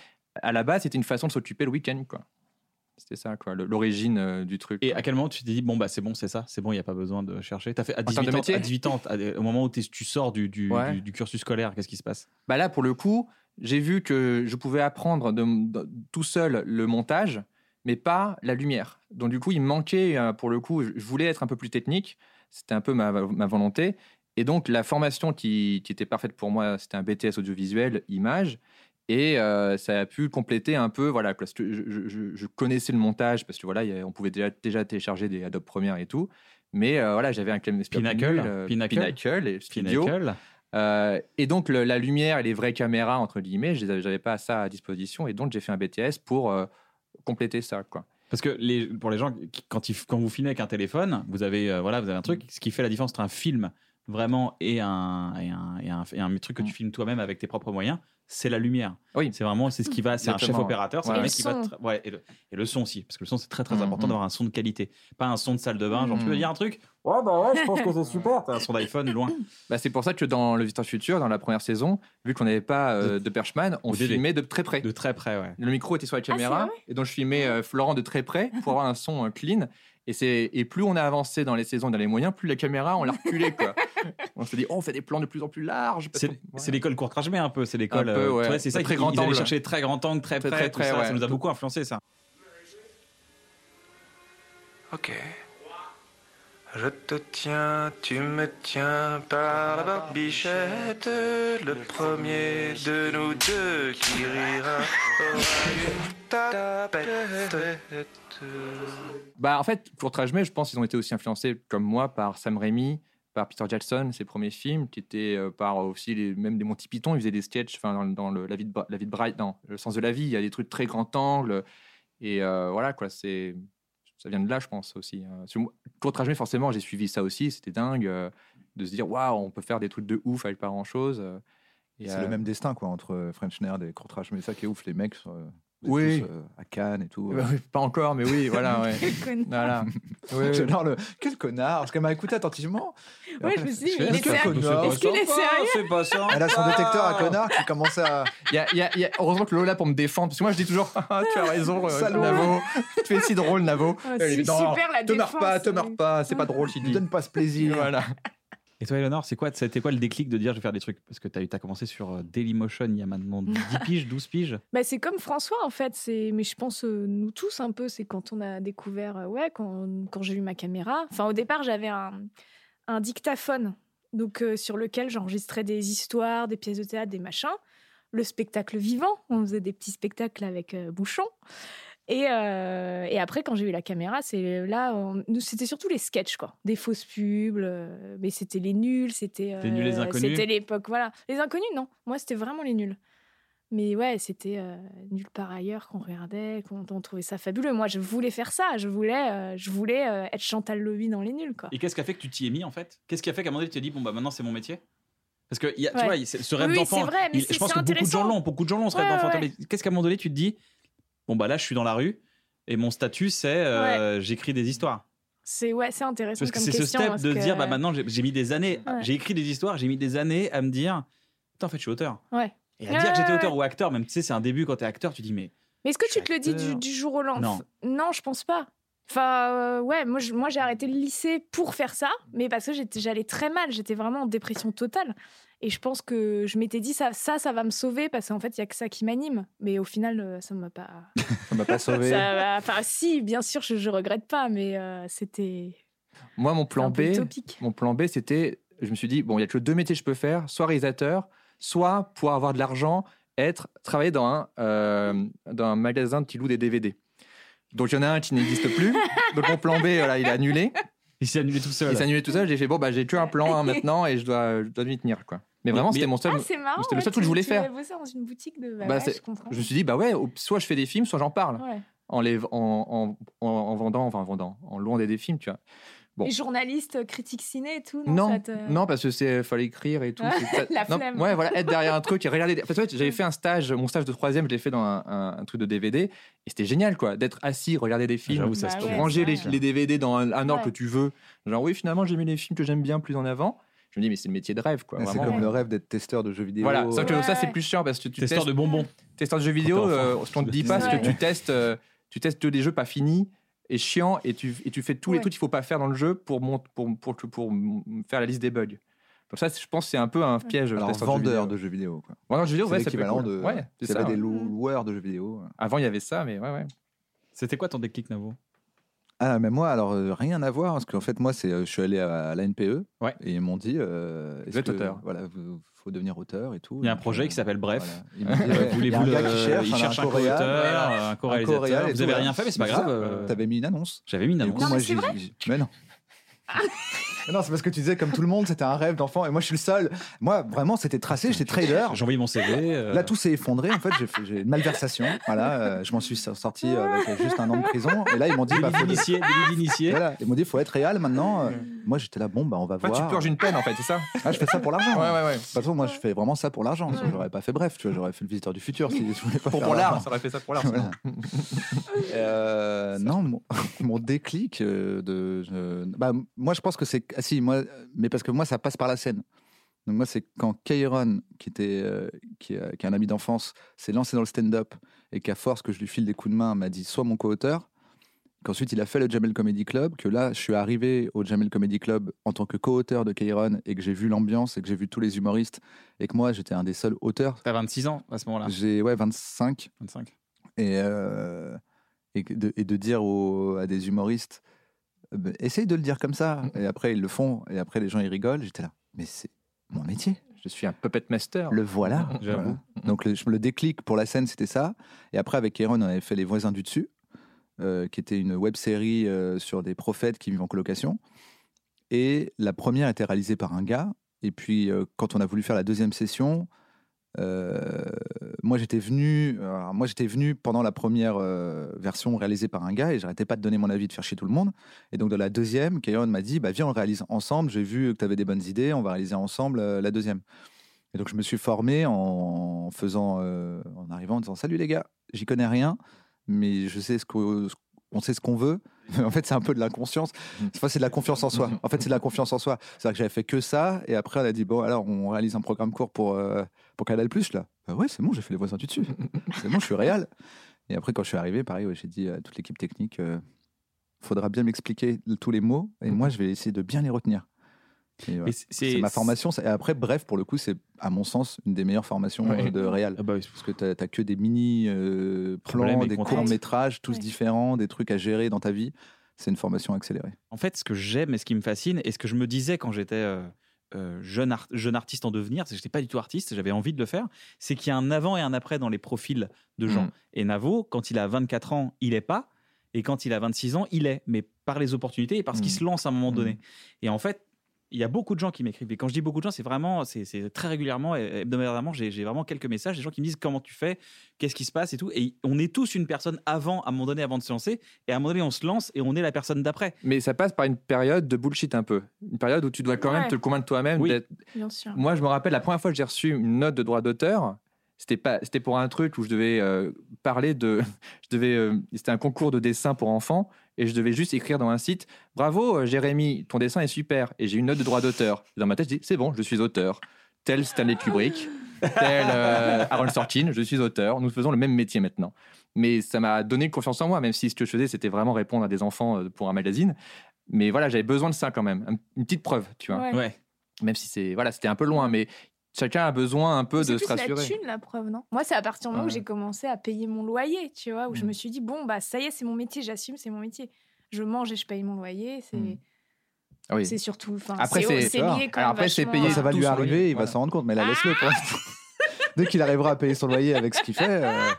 à la base c'était une façon de s'occuper le week-end quoi. C'était ça quoi, le- l'origine euh, du truc. Et quoi. à quel moment tu t'es dit bon bah c'est bon c'est ça c'est bon il y a pas besoin de chercher t'as fait à 18 termes de ans métier à 18 ans à- au moment où t'es- tu sors du, du, Ouais. du- du cursus scolaire qu'est-ce qui se passe Bah là pour le coup j'ai vu que je pouvais apprendre de, de- tout seul le montage, mais pas la lumière. Donc du coup il me manquait euh, pour le coup, je je voulais être un peu plus technique, c'était un peu ma, ma volonté. Et donc la formation qui, qui était parfaite pour moi, c'était un BTS audiovisuel, image. Et euh, ça a pu compléter un peu, voilà, parce que je, je- je- je connaissais le montage, parce que voilà, il y a- on pouvait déjà, déjà télécharger des Adobe Premiere et tout. Mais euh, voilà, j'avais un Claymation Pinnacle, hein. Pinnacle. Pinnacle et Studio. Pinnacle. Euh, et donc le- la lumière et les vraies caméras entre guillemets, je les avais- j'avais pas ça à disposition et donc j'ai fait un BTS pour euh, compléter ça quoi. Parce que les, pour les gens, qui- quand, ils, quand vous filmez avec un téléphone, vous avez, euh, voilà, vous avez un truc. Ce qui fait la différence entre un film vraiment et un, et un, et un, et un truc que tu filmes toi-même avec tes propres moyens, c'est la lumière. Oui. C'est vraiment c'est ce qui va, c'est un Exactement, chef ouais. opérateur, c'est Ouais. un Et mec le qui va. son. tra- ouais, et, le, et le son aussi, parce que le son c'est très très Mhm. important d'avoir un son de qualité, pas un son de salle de bain. Genre tu Mhm. veux dire un truc Ouais bah ouais, je pense que c'est super. T'as un son d'iPhone loin. Bah, c'est pour ça que dans le Visiteur Futur, dans la première saison, vu qu'on n'avait pas euh, de Perchman, on Ou DD. filmait de très près. De très près, ouais. Le micro était sur la Ah, c'est caméra vrai et donc je filmais euh, Florent de très près pour avoir un son euh, clean. Et, c'est- et plus on a avancé dans les saisons, dans les moyens, plus la caméra on l'a reculée quoi. on s'est dit oh, on fait des plans de plus en plus larges. parce C'est qu'on- c'est voilà. l'école courtrage mais un peu, c'est l'école. Un peu, euh, ouais. tu vois, c'est ça, Très ils, grand ils allaient angle. chercher très grand angle, très Très, près, très, tout très, ça, ouais. ça nous a beaucoup influencé ça. Ok. Je te tiens, tu me tiens par la barbichette. Le premier de nous deux qui rira aura une tapette. Bah, en fait, pour Trajmé, je pense qu'ils ont été aussi influencés, comme moi, par Sam Raimi, par Peter Jackson, ses premiers films, qui étaient euh, par aussi les, même des Monty Python, ils faisaient des sketchs enfin, dans, dans le, la, vie de, Bra- la vie de Brian, dans le sens de la vie, il y a des trucs très grand angle. Et euh, voilà, quoi, c'est. Ça vient de là, je pense aussi. Euh, sur- Pour Trajmé, forcément, j'ai suivi ça aussi, c'était dingue euh, de se dire, waouh, on peut faire des trucs de ouf avec pas euh, grand chose. C'est le même destin, quoi, entre euh, French Nerd et Court Trash. Mais ça qui est ouf, les mecs, sont, euh, vous êtes Oui. tous, euh, à Cannes et Eh tout. ben pas encore, mais oui, voilà, ouais. Quel connard. voilà. Ouais, ouais. J'adore le. Quel connard Parce qu'elle m'a écouté attentivement. Et Ouais, après, je me elle suis dit, fait, mais il est quel sérieux connard Est-ce qu'il est sérieux C'est pas ça. Elle a son détecteur Ah. à connard qui commence à. Y a- y a- y a- heureusement que Lola pour me défendre, parce que moi je dis toujours Ah, Tu as raison, euh, Salaud. Navo, tu es si drôle, Navo. Ah, Elle c'est est- Non, super la Te défense. euh, ah. marre pas, te marre pas, c'est pas drôle, Ne Sylvie. donne pas ce plaisir. Voilà. Et toi, Eleanor, c'est quoi, c'était quoi le déclic de dire je vais faire des trucs Parce que tu as, commencé sur euh, Dailymotion il y a maintenant 10 piges, 12 piges. Bah, c'est comme François en fait, c'est mais je pense euh, nous tous un peu, c'est quand on a découvert euh, ouais quand, quand j'ai eu ma caméra. Enfin au départ j'avais un, un dictaphone donc euh, sur lequel j'enregistrais des histoires, des pièces de théâtre, des machins, le spectacle vivant, on faisait des petits spectacles avec euh, Bouchon. Et, euh, et après quand j'ai eu la caméra, c'est là on- nous, c'était surtout les sketchs quoi, des fausses pubs, euh, mais c'était les nuls, c'était Les nuls, les euh, inconnus. c'était l'époque voilà. Les inconnus non, moi c'était vraiment les nuls. Mais ouais, c'était euh, nulle part ailleurs qu'on regardait, qu'on on trouvait ça fabuleux. Moi, je voulais faire ça. Je voulais, euh, je voulais euh, être Chantal Lobby dans les nuls, quoi. Et qu'est-ce qui a fait que tu t'y es mis en fait Qu'est-ce qui a fait qu'à un moment donné tu t'es dit bon bah maintenant c'est mon métier Parce que il y a, tu Ouais. vois, il- c'est- ce rêve Oui, d'enfant, c'est vrai, mais il- c'est- je pense c'est que beaucoup de gens intéressant. l'ont, beaucoup de gens l'ont ce Ouais, rêve d'enfant. ouais. Mais Qu'est-ce qu'à un moment donné tu te dis bon bah là je suis dans la rue et mon statut c'est euh, j'écris des histoires. C'est ouais, c'est intéressant Parce que comme c'est question. ce step parce de que- dire bah maintenant j'ai j'ai mis des années, Ouais. j'ai écrit des histoires, j'ai mis des années à me dire putain en fait je suis auteur. Ouais. Et à dire que Ouais, j'étais ouais, auteur ou acteur, même tu sais c'est un début quand t'es acteur tu dis mais Mais est-ce que tu te le dis du, Acteur. du jour au lendemain Non. je pense pas. Enfin, euh, ouais, moi, je- moi, j'ai arrêté le lycée pour faire ça, mais parce que j'étais- j'allais très mal, j'étais vraiment en dépression totale. Et je pense que je m'étais dit, ça, ça, ça va me sauver, parce qu'en fait, il y a que ça qui m'anime. Mais au final, euh, ça m'a pas. Ça m'a pas sauvé. Ça va- Enfin, si, bien sûr, je, je regrette pas, mais euh, c'était Moi, mon plan un peu B, utopique. mon plan B, c'était je me suis dit, bon, il y a que deux métiers que je peux faire soit réalisateur, soit pour avoir de l'argent, être travailler dans un, euh, dans un magasin qui loue des DVD. Donc il y en a un qui n'existe plus. Donc mon plan B, voilà, il est annulé. il s'est annulé tout seul. Il s'est annulé tout seul. J'ai fait bon bah j'ai que un plan hein, maintenant et je dois, je dois m'y tenir quoi. Mais Mais- vraiment mais- c'était mon seul. Ah, c'est marrant. c'était le ouais, seul truc que je tu- voulais tu faire. vas bosser dans une boutique de. Bah, Bah, ouais, c'est- je comprends. je me suis dit bah ouais, au- soit je fais des films, soit j'en parle Ouais. en les en, en, en- en vendant, enfin en vendant, en louant des, des films tu vois. Bon. Et journaliste, euh, critique ciné et tout. Non, Non, ça te- non parce que c'est euh, fallait écrire et tout. c'est- La non, flemme. Ouais voilà être derrière un truc et regarder. des- Parce que ouais, j'avais fait un stage, mon stage de troisième, je l'ai fait dans un, un- un truc de DVD et c'était génial quoi, d'être assis, regarder des Ah, films. J'avoue ça se Bah trouve. ouais. ranger les, c'est vrai. les DVD dans un, un ordre Ouais. que tu veux. Genre oui finalement j'ai mis les films que j'aime bien plus en avant. Je me dis mais c'est le métier de rêve quoi. Mais C'est vraiment. comme le rêve d'être testeur de jeux vidéo. Voilà, sauf que Ouais, ça c'est ouais. plus chiant parce que tu testes, Testeur de bonbons. testeur de jeux vidéo, Quand t'es enfant, euh, ce qu'on te dit tu pas, testes. c'est que tu Ouais. testes, euh, tu testes que des jeux pas finis et chiants et tu, et tu fais tous les Ouais. trucs qu'il faut pas faire dans le jeu pour, mon- pour, pour, pour, m- faire la liste des bugs. Donc ça, c'est- je pense que c'est un peu un piège. le Alors, testeur vendeur de de jeux jeux vidéo. vidéo. quoi. Vendeur de jeux vidéo, C'est ouais, ça peut être l'équivalent cool. de. Ouais, c'est c'est ça, pas des ouais. lou- Mm. loueurs de jeux vidéo. Avant, il y avait ça, mais ouais, ouais. C'était quoi ton déclic Navo Ah, mais moi, alors, euh, rien à voir, parce qu'en fait, moi, c'est, euh, je suis allé à, l'ANPE Ouais. et ils m'ont dit. euh, est-ce êtes que- auteur. Voilà, vous- faut devenir auteur et tout. Il y a un Donc, projet euh, qui s'appelle Bref. voilà. Il me dit, ouais, il y a Euh, Voulez-vous un gars le- qui cherche, hein, il un cherche un coréal, co-auteur, un un coréal co-réalisateur. et Vous tout, avez ouais. rien fait, mais c'est pas bizarre, grave. euh, euh, T'avais mis une annonce. J'avais mis une Et du annonce. coup, moi, mais Ah, c'est j'ai- vrai j'ai- mais non. Mais non, c'est parce que tu disais, comme tout le monde, c'était un rêve d'enfant. Et moi, je suis le seul. Moi, vraiment, c'était tracé. J'étais trader. J'ai envoyé mon CV. euh, Là, tout s'est effondré. En fait, j'ai fait- j'ai une malversation. Voilà, euh, je m'en suis sorti avec juste un an de prison. Et là, ils m'ont dit, délit bah, faut d'initié, délit d'initié. voilà, ils m'ont dit, faut être réel maintenant. Euh, Moi, j'étais là, bon, bah, on va Enfin, voir. tu purges une peine en fait, c'est ça Ah, je fais ça pour l'argent. Ouais, ouais, ouais. De toute façon, moi, je fais vraiment ça pour l'argent. Sinon, J'aurais pas fait bref, tu vois, j'aurais fait le visiteur du futur si je voulais pas Pour, faire pour l'art, l'argent. ça aurait fait ça pour l'art. Voilà. Euh, non, mon, mon déclic euh, de, je- bah, moi je pense que c'est ah, si moi, euh, mais parce que moi ça passe par la scène. Donc moi c'est quand Kairon, qui était euh, qui, est- qui est un ami d'enfance, s'est lancé dans le stand-up et qu'à force que je lui file des coups de main, m'a dit sois mon co-auteur. Qu'ensuite il a fait le Jamel Comedy Club, que là je suis arrivé au Jamel Comedy Club en tant que co-auteur de Kairon et que j'ai vu l'ambiance et que j'ai vu tous les humoristes et que moi j'étais un des seuls auteurs. T'as 26 ans à ce moment-là, J'ai ouais 25 25. et, euh, et, que de, et de dire aux- à des humoristes euh, ben, essaye de le dire comme ça et après ils le font et après les gens ils rigolent j'étais là mais c'est mon métier je suis un Puppet Master. le voilà J'avoue. Voilà. donc le, je- le déclic pour la scène c'était ça et après avec Kéron on avait fait Les voisins du dessus euh, qui était une web série euh, sur des prophètes qui vivent en colocation et la première était réalisée par un gars et puis euh, quand on a voulu faire la deuxième session euh, moi j'étais venu alors, moi j'étais venu pendant la première euh, version réalisée par un gars et j'arrêtais pas de donner mon avis de faire chier tout le monde et donc dans la deuxième Kéron m'a dit bah viens on le réalise ensemble j'ai vu que tu avais des bonnes idées on va réaliser ensemble euh, la deuxième et donc je me suis formé en faisant euh, en arrivant en disant salut les gars j'y connais rien mais je sais ce qu'on on sait ce qu'on veut en fait c'est un peu de l'inconscience Enfin, c'est de la confiance en soi. En fait, c'est de la confiance en soi. C'est-à-dire que j'avais fait que ça, et après, on a dit, bon, alors, on réalise un programme court pour, euh, pour Canal Plus, là. Bah ouais, c'est bon, j'ai fait les voisins du dessus. C'est bon, je suis réel. Et après, quand je suis arrivé, pareil, ouais, j'ai dit à toute l'équipe technique, euh, faudra bien m'expliquer tous les mots, et moi, je vais essayer de bien les retenir. Et voilà. Mais C'est ma formation. Et après, bref, pour le coup, c'est, à mon sens, une des meilleures formations Ouais. euh, de réel. Ah bah oui, Parce que tu n'as que des mini-plans, Problèmes et des contraintes. courts-métrages, tous Ouais. différents, des trucs à gérer dans ta vie. C'est une formation accélérée. En fait, ce que j'aime et ce qui me fascine, et ce que je me disais quand j'étais euh, euh, jeune, art- jeune artiste en devenir, c'est que j'étais pas du tout artiste, j'avais envie de le faire, c'est qu'il y a un avant et un après dans les profils de gens. Mm. Et Navo, quand il a 24 ans, il est pas, et quand il a 26 ans, il est, mais par les opportunités et parce qu'il Mm. se lance à un moment Mm. donné. Et en fait, il y a beaucoup de gens qui m'écrivent. Et quand je dis beaucoup de gens, c'est vraiment, c'est c'est très régulièrement, et hebdomadairement, j'ai j'ai vraiment quelques messages, des gens qui me disent comment tu fais, qu'est-ce qui se passe et tout. Et on est tous une personne avant, à un moment donné, avant de se lancer. Et à un moment donné, on se lance et on est la personne d'après. Mais ça passe par une période de bullshit un peu. Une période où tu dois quand même Ouais. te le convaincre toi-même. Oui. d'être- Bien sûr. Moi, je me rappelle la première fois que j'ai reçu une note de droit d'auteur. C'était pas, c'était pour un truc où je devais euh, parler de, je devais, euh, c'était un concours de dessin pour enfants et je devais juste écrire dans un site. Bravo euh, Jérémy, ton dessin est super. Et j'ai une note de droit d'auteur. Dans ma tête, je dis c'est bon, je suis auteur. Tel Stanley Kubrick, tel euh, Aaron Sorkin, je suis auteur. Nous faisons le même métier maintenant. Mais ça m'a donné confiance en moi, même si ce que je faisais, c'était vraiment répondre à des enfants euh, pour un magazine. Mais voilà, j'avais besoin de ça quand même, Un- une petite preuve, tu vois Ouais. Ouais. même si c'est voilà, c'était un peu loin, mais chacun a besoin un peu C'est de se plus la rassurer. thune, la preuve, non Moi, c'est à partir du moment Ouais. où j'ai commencé à payer mon loyer, tu vois, où je Mm. me suis dit, bon, bah, ça y est, c'est mon métier, j'assume, c'est mon métier. Je mange et je paye mon loyer, c'est Mm. Ah oui. c'est surtout. enfin, Après, c'est c'est- c'est Alors, lié quand alors même après, c'est vachement euh, payé, à- Et ça va tout lui son arriver, loyer, il va voilà. s'en rendre compte, mais là, laisse-le pour l'instant. Dès qu'il arrivera à payer son loyer avec ce qu'il fait, euh,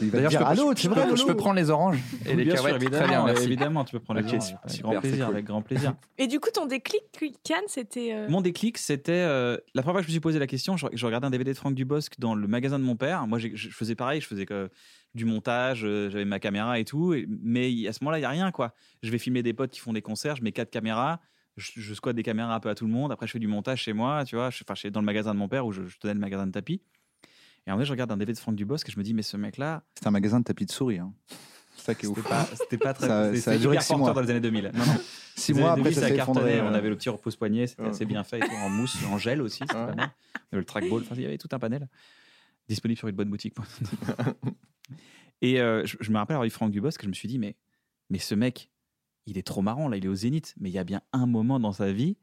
il va D'ailleurs, je dire peux- Allô, je c'est peux- vrai, je peux Lolo prendre les oranges et les Bien sûr, cacahuètes. évidemment, Très bien, merci. évidemment, tu peux prendre Ok, les gens, super, avec super, grand c'est plaisir, cool. avec grand plaisir. Et du coup, ton déclic, Cannes, c'était. euh, Mon déclic, c'était euh, la première fois que je me suis posé la question. Je, je regardais un DVD de Franck Dubosc dans le magasin de mon père. Moi, j'ai- je faisais pareil, je faisais que du montage, euh, j'avais ma caméra et tout. et- mais il- à ce moment-là, il y a rien quoi. Je vais filmer des potes qui font des concerts, je mets quatre caméras, je, je squatte des caméras un peu à tout le monde. Après, je fais du montage chez moi, tu vois, je- enfin, chez- dans le magasin de mon père où je, je tenais le magasin de tapis. Et en vrai, je regarde un DVD de Franck Dubosc et je me dis, mais ce mec-là, C'est un magasin de tapis de souris. hein. C'est ça qui est c'était ouf. pas, c'était pas très. Ça- c'était ça a duré hyper que six porteur mois. dans les années 2000. Non, non. Six Les mois années après, 2000, ça s'est effondré. cartonnait, On euh. avait le petit repose poignet, c'était Ouais. assez bien fait, et tout, en mousse, en gel aussi, c'était Ouais. pas mal. Il y avait Le trackball, enfin, il y avait tout un panel disponible sur une bonne boutique. et euh, je, je me rappelle avoir eu Franck Dubosc, que je me suis dit, mais, mais ce mec, il est trop marrant là, il est au zénith, mais il y a bien un moment dans sa vie,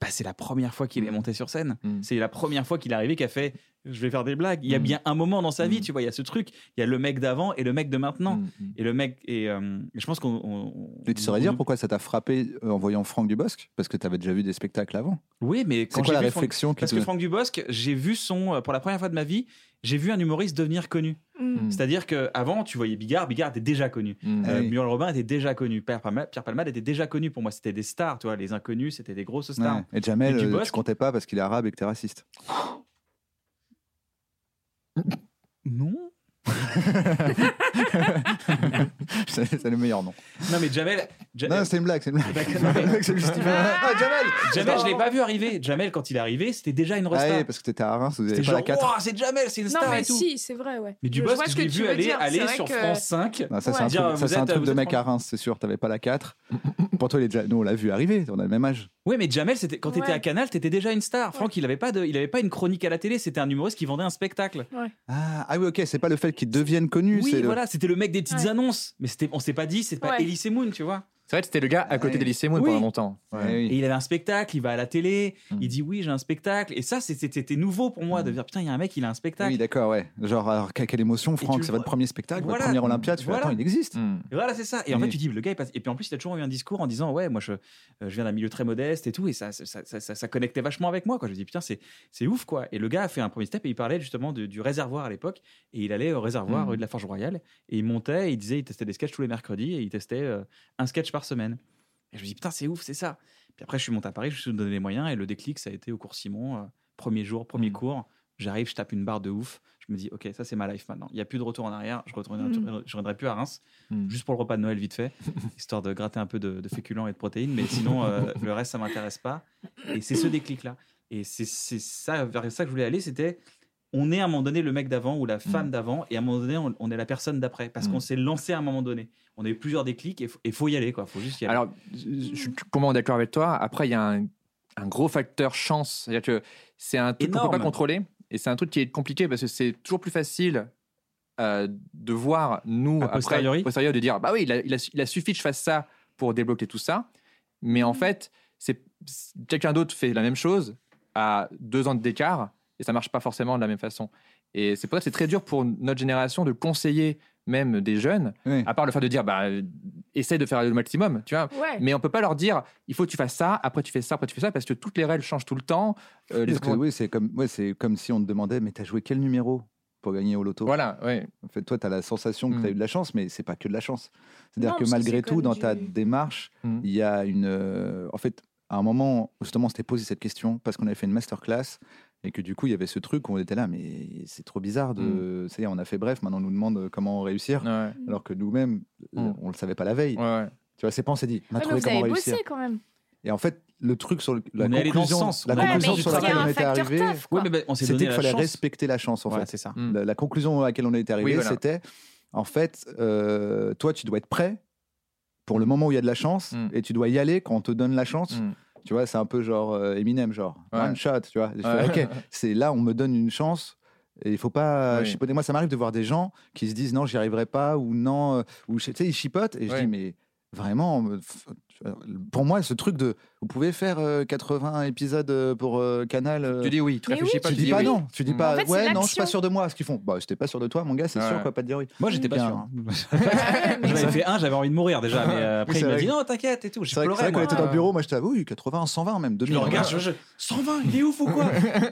bah, c'est la première fois qu'il est monté sur scène, Mm. c'est la première fois qu'il est arrivé, qu'il a fait je vais faire des blagues. Il y a Mm. bien un moment dans sa vie, Mm. tu vois, il y a ce truc, il y a le mec d'avant et le mec de maintenant. Mm. Et le mec, et euh, je pense qu'on. on- Mais tu on- saurais on- dire pourquoi ça t'a frappé euh, en voyant Franck Dubosc Parce que t'avais déjà vu des spectacles avant. Oui, mais C'est quand quoi j'ai la vu Franck- réflexion qui Parce te... que Franck Dubosc, j'ai vu son. euh, Pour la première fois de ma vie, j'ai vu un humoriste devenir connu. Mm. Mm. C'est-à-dire qu'avant, tu voyais Bigard, Bigard était déjà connu. Mm. Hmm. Ah Euh, oui. Muriel Robin était déjà connu. Pierre Palmade, Pierre Palmade était déjà connu pour moi. C'était des stars, tu vois. Les inconnus, c'était des grosses Ouais. stars. Et Jamel, Et euh, Dubosc tu comptais pas parce qu'il est arabe et que t'es raciste. Non. c'est c'est le meilleur nom. Non, mais Jamel. Ja- Non, c'est une blague, c'est une blague. Bah, que- Le mec, c'est juste, il fait, Ah, Jamel Jamel, je l'ai pas vu arriver. Jamel, quand il est arrivé, c'était déjà une Ah resta. oui, parce que t'étais à Reims, vous avez c'était pas genre, la 4. Ouah, c'est Jamel, c'est une Non, star mais et tout. si, c'est vrai, ouais. Mais du Je boss, vois ce je que l'ai tu vu veux aller, dire, aller c'est vrai sur que- France 5. Non, ça, c'est Ouais. un Dire, truc, ça, vous c'est un êtes- truc vous de êtes mec à euh, Reims, c'est sûr. T'avais pas la 4. Pour toi, il est déjà... nous, on l'a vu arriver, on a le même âge. Oui, mais Jamel, c'était quand t'étais Ouais. à Canal, t'étais déjà une star. Franck, il avait pas de, il avait pas une chronique à la télé. C'était un humoriste qui vendait un spectacle. Ah, ah oui, ok, c'est pas le fait qu'ils deviennent connus, oui, c'est le- voilà, c'était le mec des petites Ouais. annonces. Mais c'était, on s'est pas dit, c'est pas Ouais. Elie Semoun, tu vois. C'est vrai que c'était le gars à côté Ouais. des lycées Moon Oui. pendant longtemps. Ouais, oui. Et il avait un spectacle, il va à la télé, Mm. il dit oui, j'ai un spectacle. Et ça, c'est- c'était c'était nouveau pour Mm. moi de dire putain, il y a un mec, il a un spectacle. Oui, d'accord, ouais. Genre, alors, que- quelle émotion, tu Franck, le c'est votre vois- premier spectacle, Voilà. votre première Olympiade. Tu fais, Voilà. attends, il existe. Mm. Et voilà, c'est ça. Et en Oui. fait, tu dis, le gars, il passe. Et puis en plus, il a toujours eu un discours en disant, ouais, moi, je, euh, je viens d'un milieu très modeste et tout. Et ça, ça, ça, ça- ça connectait vachement avec moi. Quoi. Je me dis, putain, c'est c'est ouf, quoi. Et le gars a fait un premier step et il parlait justement de- du réservoir à l'époque. Et il allait au réservoir Mm. rue de la Forge Royale. Et il montait, et il disait, il testait des sketchs tous les mercredis et il testait euh, un sketch par semaine. Et je me dis, putain, c'est ouf, c'est ça. Puis après, je suis monté à Paris, je me suis donné les moyens. Et le déclic, ça a été au cours Simon, euh, premier jour, premier Mm. cours. J'arrive, je tape une barre de ouf. Je me dis, OK, ça, c'est ma life maintenant. Il n'y a plus de retour en arrière. Je retournerai, Mm. je reviendrai plus à Reims Mm. juste pour le repas de Noël vite fait, histoire de gratter un peu de, de féculents et de protéines, mais sinon euh, le reste ça m'intéresse pas. Et c'est ce déclic là, et c'est c'est ça vers ça que je voulais aller, c'était on est à un moment donné le mec d'avant ou la femme d'avant, et à un moment donné on, on est la personne d'après, parce Mm. qu'on s'est lancé à un moment donné. On a eu plusieurs déclics et il faut y aller quoi, faut juste y aller. Alors, je je suis complètement d'accord avec toi. Après, il y a un, un gros facteur chance. C'est-à-dire que c'est un truc qu'on ne peut Énorme. pas contrôler. Et c'est un truc qui est compliqué parce que c'est toujours plus facile euh, de voir, nous, A après, posteriori. a posteriori, de dire bah oui, il a, il a- il a suffi que je fasse ça pour débloquer tout ça. Mais Mm. en fait, c'est c'est- quelqu'un d'autre fait la même chose à deux ans d'écart et ça marche pas forcément de la même façon. Et c'est pour ça que c'est très dur pour notre génération de conseiller même des jeunes, Oui. à part le fait de dire bah, euh, essaye de faire le maximum, tu vois. Ouais. Mais on peut pas leur dire, il faut que tu fasses ça, après tu fais ça, après tu fais ça, parce que toutes les règles changent tout le temps. euh, les Parce que, secondes- oui, c'est comme, ouais, c'est comme si on te demandait, mais t'as joué quel numéro pour gagner au loto Voilà, ouais. En fait, toi, tu as la sensation que Mm. tu as eu de la chance, mais c'est pas que de la chance. C'est-à-dire Non, que parce que malgré c'est tout, comme dans du- ta démarche, Mm. il y a une. euh, en fait, à un moment, justement, on s'était posé cette question parce qu'on avait fait une masterclass et que du coup, il y avait ce truc où on était là, mais c'est trop bizarre de. Mm. C'est-à-dire, on a fait bref, maintenant on nous demande euh, comment réussir, Ouais, alors que nous-mêmes, euh, Mm. on le savait pas la veille. ouais, ouais. Tu vois, c'est pas on s'est dit, on a Ouais, mais trouvé Ah vous comment avez réussir. bossé quand même. Et en fait, le truc sur le, la On est allé dans ce conclusion, sens, la on est allé conclusion dans ce sur sens. laquelle Il y a on un était facteur arrivé, taf, quoi. Ouais, mais, bah, on s'est c'était donné qu'il la fallait chance. respecter la chance en Voilà, fait. c'est ça. Mm. La, la conclusion à laquelle on est arrivé, Oui, voilà. c'était en fait, euh, toi, tu dois être prêt pour le moment où il y a de la chance Mm. et tu dois y aller quand on te donne la chance. Mm. Tu vois, c'est un peu genre euh, Eminem, genre Ouais. one shot, tu vois. Et je fais, Ouais. ok, c'est là, on me donne une chance. Et il faut pas Oui. chipoter. Moi, ça m'arrive de voir des gens qui se disent non, j'y arriverai pas ou non, euh, ou tu sais, ils chipotent. Et je Ouais. dis, mais vraiment, euh, f- pour moi, ce truc de vous pouvez faire euh, 80 épisodes euh, pour euh, Canal. euh, Tu dis oui, tu Mais réfléchis oui. pas, tu dis pas oui. non, tu dis Mm. pas En fait, c'est ouais, non, je suis l'action. pas sûr de moi. Ce qu'ils font, bah, j'étais pas sûr de toi, mon gars, c'est Ouais. sûr, quoi, pas te dire oui. Moi j'étais pas Bien. sûr. hein. J'en avais fait ah, un, j'avais envie de mourir déjà, mais euh, après Oui, c'est il m'a vrai. dit non, t'inquiète et tout. J'ai C'est vrai, que- c'est pleuré. vrai qu'on moi. était dans le bureau, moi j'étais à oui, 80, 120 même, 2000. Je le regarde, je, je- 120, il est ouf ou quoi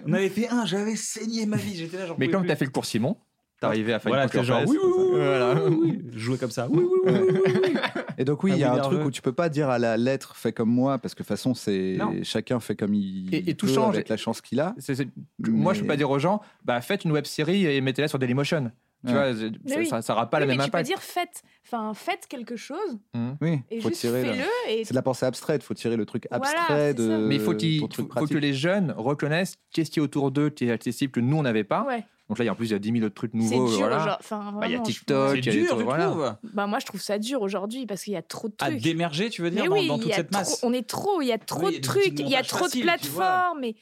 On avait fait un, j'avais saigné ma vie, j'étais là genre. Mais comme tu as fait le cours Simon, tu arrivé à faire Voilà, une Euh, c'était coiffure genre presse, oui, oui, oui, oui, voilà. oui, oui. Je jouais comme ça. Oui, oui, oui, oui, oui, oui. Et donc oui, Ah il y a oui, un nerveux. truc où tu peux pas dire à la lettre fais comme moi parce que de toute façon c'est Non. chacun fait comme il Et- et tout peut change. avec la chance qu'il a. C'est- c'est- Moi, je peux Mais- pas dire aux gens, bah faites une web série et mettez-la sur Dailymotion. Tu Ouais. vois, c'est- Mais ça- oui. ça ça aura pas Oui, le même mais tu peux impact. dire faites, enfin faites quelque chose Hmm. Oui, et faut juste tirer. là. fais-le et C'est de la pensée abstraite, faut tirer le truc Voilà, abstrait c'est de ça. Mais il faut, qu'il- ton faut- truc faut que pratique. les jeunes reconnaissent qu'est-ce qui est autour d'eux qui est accessible que nous on n'avait pas. ouais. Donc là, il y a en plus il y a 10 000 autres trucs C'est nouveaux. dur voilà. genre enfin Bah, il y a vraiment, je- TikTok, C'est il y a des dur, trucs- tu voilà. trouves Bah moi je trouve ça dur aujourd'hui parce qu'il y a trop de À trucs. Ah, démerger, tu veux dire, Mais dans, oui, dans il toute y a cette trop- masse on est trop, il y a trop Oui, il y a de des trucs, petits il y a montages trop de faciles, tu vois. plateformes et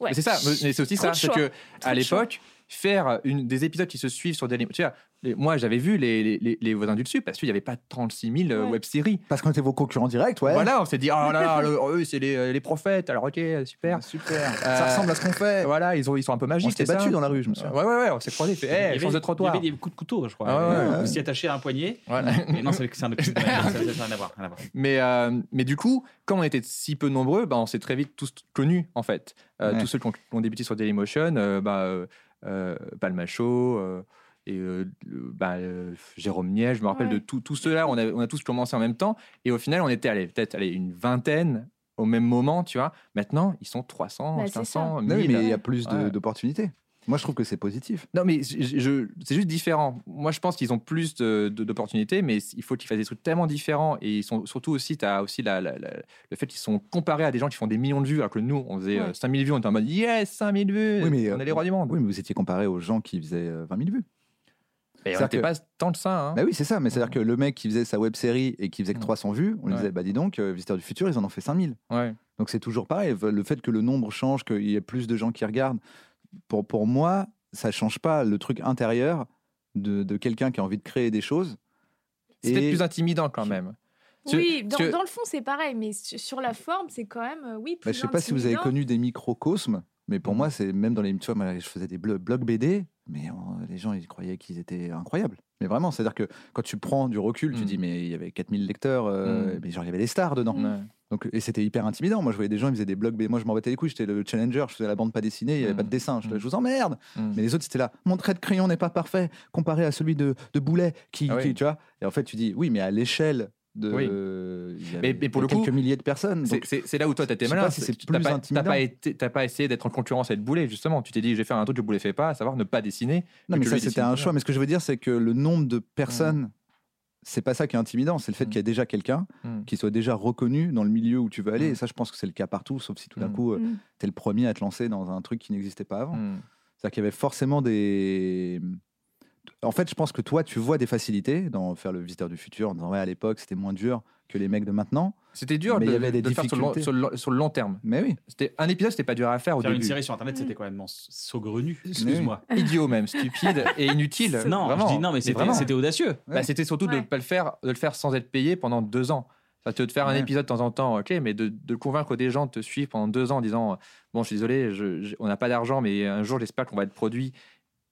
ouais. Mais c'est ça, mais mais c'est aussi Trop ça, de c'est choix. que Trop à de l'époque, faire une, des épisodes qui se suivent sur Dailymotion, tu vois, les- moi, j'avais vu les, les- les, les voisins du dessus parce qu'il n'y avait pas 36 000 Ouais. web-séries. Parce qu'on était vos concurrents directs, ouais. Voilà, on s'est dit, oh là là, le- eux, c'est les, les prophètes, alors ok, super. Super. Euh, Ça ressemble à ce qu'on fait. Voilà, ils, ont, ils sont un peu On magiques. s'était c'est ça battu dans la rue, je me Ouais, souviens. ouais, ouais, on s'est croisés. Fait, Eh, Il y hey, avait- change de trottoir. Il y avait des coups de couteau, je crois. Ah ouais, Euh, ouais. Vous s'y attachez à un poignet. Voilà. Mais non, c'est c'est un c'est- ça- ça- ça n'a rien à voir, rien à voir. Mais, euh, mais du coup, comme on était si peu nombreux, bah, on s'est très vite tous connus, en fait. Euh, Ouais. Tous ceux qui ont, qui ont débuté sur Dailymotion, euh, bah, euh, euh, Palmachot, euh, et euh, le- bah, euh, Jérôme Niel, je me rappelle Ouais. de tout- tous ceux-là, on a, on a tous commencé en même temps. Et au final, on était allez, peut-être allez, une vingtaine au même moment, tu vois. Maintenant, ils sont 300, Bah, c'est 500, Non, 1000. mais il y a plus de- Ouais. d'opportunités. Moi, je trouve que c'est positif. Non, mais je- je- je- c'est juste différent. Moi, je pense qu'ils ont plus de- de- d'opportunités, mais il faut qu'ils fassent des trucs tellement différents. Et ils sont surtout aussi, tu as aussi la- la- la- le fait qu'ils sont comparés à des gens qui font des millions de vues, alors que nous, on faisait Ouais. 5000 vues, on était en mode yes, 5000 vues, Oui, mais, on euh, est les rois du monde. Oui, mais vous étiez comparé aux gens qui faisaient euh, 20 000 vues. Mais on c'est-à-dire n'était que- pas tant de ça. hein. Bah oui, c'est ça. Mais c'est-à-dire que le mec qui faisait sa web série et qui faisait que Mm. 300 vues, on lui Ouais. disait, bah dis donc, euh, Visiteurs du futur, ils en ont fait 5000. Ouais. Donc c'est toujours pareil. Le fait que le nombre change, qu'il y ait plus de gens qui regardent, pour, pour moi, ça change pas le truc intérieur de, de quelqu'un qui a envie de créer des choses. C'était Et- plus intimidant quand même. Parce que- Oui, dans, parce que- dans le fond, c'est pareil, mais su- sur la forme, c'est quand même, euh, oui, Bah, plus je sais pas si vous avez intimidant. connu des microcosmes, mais Mhm. pour moi, c'est même dans les. Tu vois, moi, je faisais des blo- blogs BD, mais on- les gens, ils croyaient qu'ils étaient incroyables. Mais vraiment, c'est-à-dire que quand tu prends du recul, tu Mm. dis, mais il y avait 4000 lecteurs, euh, Mm. mais genre, il y avait des stars dedans. Ouais. Donc, et c'était hyper intimidant. Moi, je voyais des gens, ils faisaient des blogs BD. Moi, je m'en battais les couilles, j'étais le challenger, je faisais la bande pas dessinée, il n'y avait Mm. pas de dessin. Je, Mm. je vous emmerde. Mm. Mais les autres, c'était là, mon trait de crayon n'est pas parfait comparé à celui de, de Boulet, qui, Ah oui. qui- Tu vois Et en fait, tu dis, oui, mais à l'échelle de. Oui. il y Mais- avait mais pour le quelques coup, milliers de personnes. C'est- donc- C'est c'est là où toi, t'as été je sais malin. pas si c'est c'est que T'as plus pas, t'as intimidant. pas, été- t'as pas essayé d'être en concurrence avec Boulet, justement. Tu t'es dit, je vais faire un truc que Boulet fait pas, à savoir ne pas dessiner. Non, mais que lui ça, dessine c'était un bien. choix. Mais ce que je veux dire, c'est que le nombre de personnes, Mmh. c'est pas ça qui est intimidant. C'est le fait Mm. qu'il y ait déjà quelqu'un Mm. qui soit déjà reconnu dans le milieu où tu veux aller. Mm. Et ça, je pense que c'est le cas partout, sauf si tout d'un Mm. coup, tu Mm. t'es le premier à te lancer dans un truc qui n'existait pas avant. Mm. C'est-à-dire qu'il y avait forcément des. En fait, je pense que toi, tu vois des facilités dans faire le visiteur du futur en disant ouais, à l'époque, c'était moins dur que les mecs de maintenant. C'était dur Mais de, il y avait des de le faire sur le, long, difficultés. sur le long- sur le long terme. Mais oui. C'était un épisode, c'était pas dur à faire au Faire une début. série sur Internet, c'était quand même saugrenu. Excuse-moi. Idiot même, stupide et inutile. Non, vraiment. je dis non, mais c'était vraiment. c'était audacieux. Bah, c'était surtout de Ouais. ne pas le faire, de le faire sans être payé pendant deux ans. Ça te de faire un Ouais. épisode de temps en temps, ok, mais de, de convaincre des gens de te suivre pendant deux ans en disant euh, bon, je suis désolé, je- je- on n'a pas d'argent, mais un jour j'espère qu'on va être produit.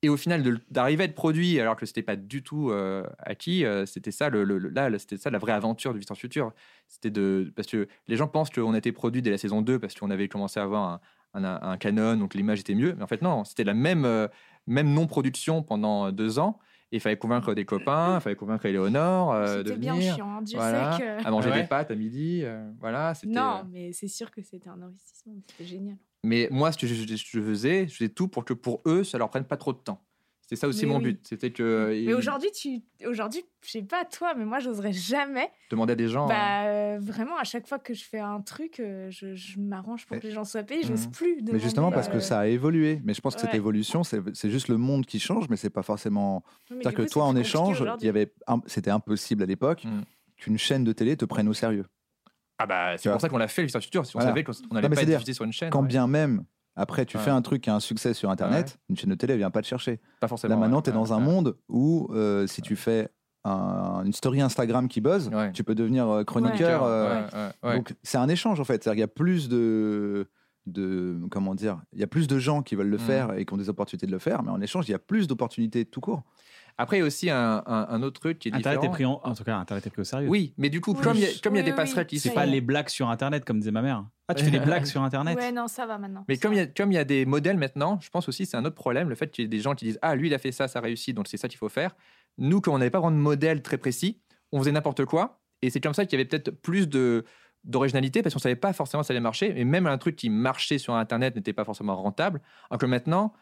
Et au final, de- d'arriver à être produit alors que c'était pas du tout euh, acquis, euh, c'était ça le, le- le- là, le- c'était ça la vraie aventure du Victor Futur. C'était de parce que les gens pensent qu'on a été produit dès la saison 2 parce qu'on avait commencé à avoir un, un- un canon, donc l'image était mieux. Mais en fait, non, c'était la même euh, même non production pendant deux ans. Et Il fallait convaincre des copains, il fallait convaincre Éléonore euh, de C'était venir. bien chiant, hein, Dieu voilà, sait que. à manger Ah ouais. des pâtes à midi, euh, voilà. c'était, euh, Non, mais c'est sûr que c'était un investissement, mais c'était génial. Mais moi, ce que je, je- je faisais, je faisais tout pour que pour eux, ça leur prenne pas trop de temps. C'était ça aussi Mais mon oui. but. C'était Euh, que Mm. Mais ils aujourd'hui, tu, aujourd'hui, je sais pas toi, mais moi, j'oserais jamais. demandaient à des gens. hein. hein. Bah, euh, vraiment, à chaque fois que je fais un truc, euh, je, je m'arrange pour Mais- Mm. que les gens soient payés. J'ose Mhm. plus. euh, Mais justement, parce que ça a évolué. Mais je pense que cette ouais. évolution, c'est c'est juste le monde qui change, mais c'est pas forcément C'est-à-dire que toi, en échange, il y avait, un- c'était impossible à l'époque Mm. qu'une chaîne de télé te prenne au sérieux. ah bah, tu c'est pour vois. ça qu'on l'a fait, le Victor Futur. Si on Voilà. savait qu'on mais allait pas être c'est-à-dire, diffusé sur une chaîne. Quand ouais. bien même, après, tu Ouais. fais un truc qui a un succès sur Internet, une chaîne de télé vient pas te chercher. Pas forcément. Là, maintenant, ouais, tu es ouais, dans un ouais. monde où euh, si tu fais un- une story Instagram qui buzz, Ouais. tu peux devenir euh, chroniqueur. Cœur, euh, ouais, ouais, ouais. Donc, c'est un échange, en fait. C'est-à-dire qu'il y a plus de. De, comment dire, il y a plus de gens qui veulent le Mm. faire et qui ont des opportunités de le faire, mais en échange, il y a plus d'opportunités tout court. Après, il y a aussi un, un- un autre truc qui est Internet est différent. pris en, en tout cas, Internet est pris au sérieux. Oui, mais du coup, Oui. comme il y a, comme il y a Oui, des oui, passerelles qui se ça C'est y pas est. les blagues sur Internet comme disait ma mère. Ah, tu fais des blagues sur Internet. Ouais, non, ça va maintenant. Mais Ça comme il, va. y a, comme il y a des modèles maintenant, je pense aussi que c'est un autre problème, le fait qu'il y ait des gens qui disent Ah, lui, il a fait ça, ça réussit, donc c'est ça qu'il faut faire. Nous, quand on n'avait pas vraiment de modèle très précis, on faisait n'importe quoi. Et c'est comme ça qu'il y avait peut-être plus de d'originalité parce qu'on savait pas forcément si ça allait marcher. Et même un truc qui marchait sur Internet n'était pas forcément rentable. Alors que maintenant,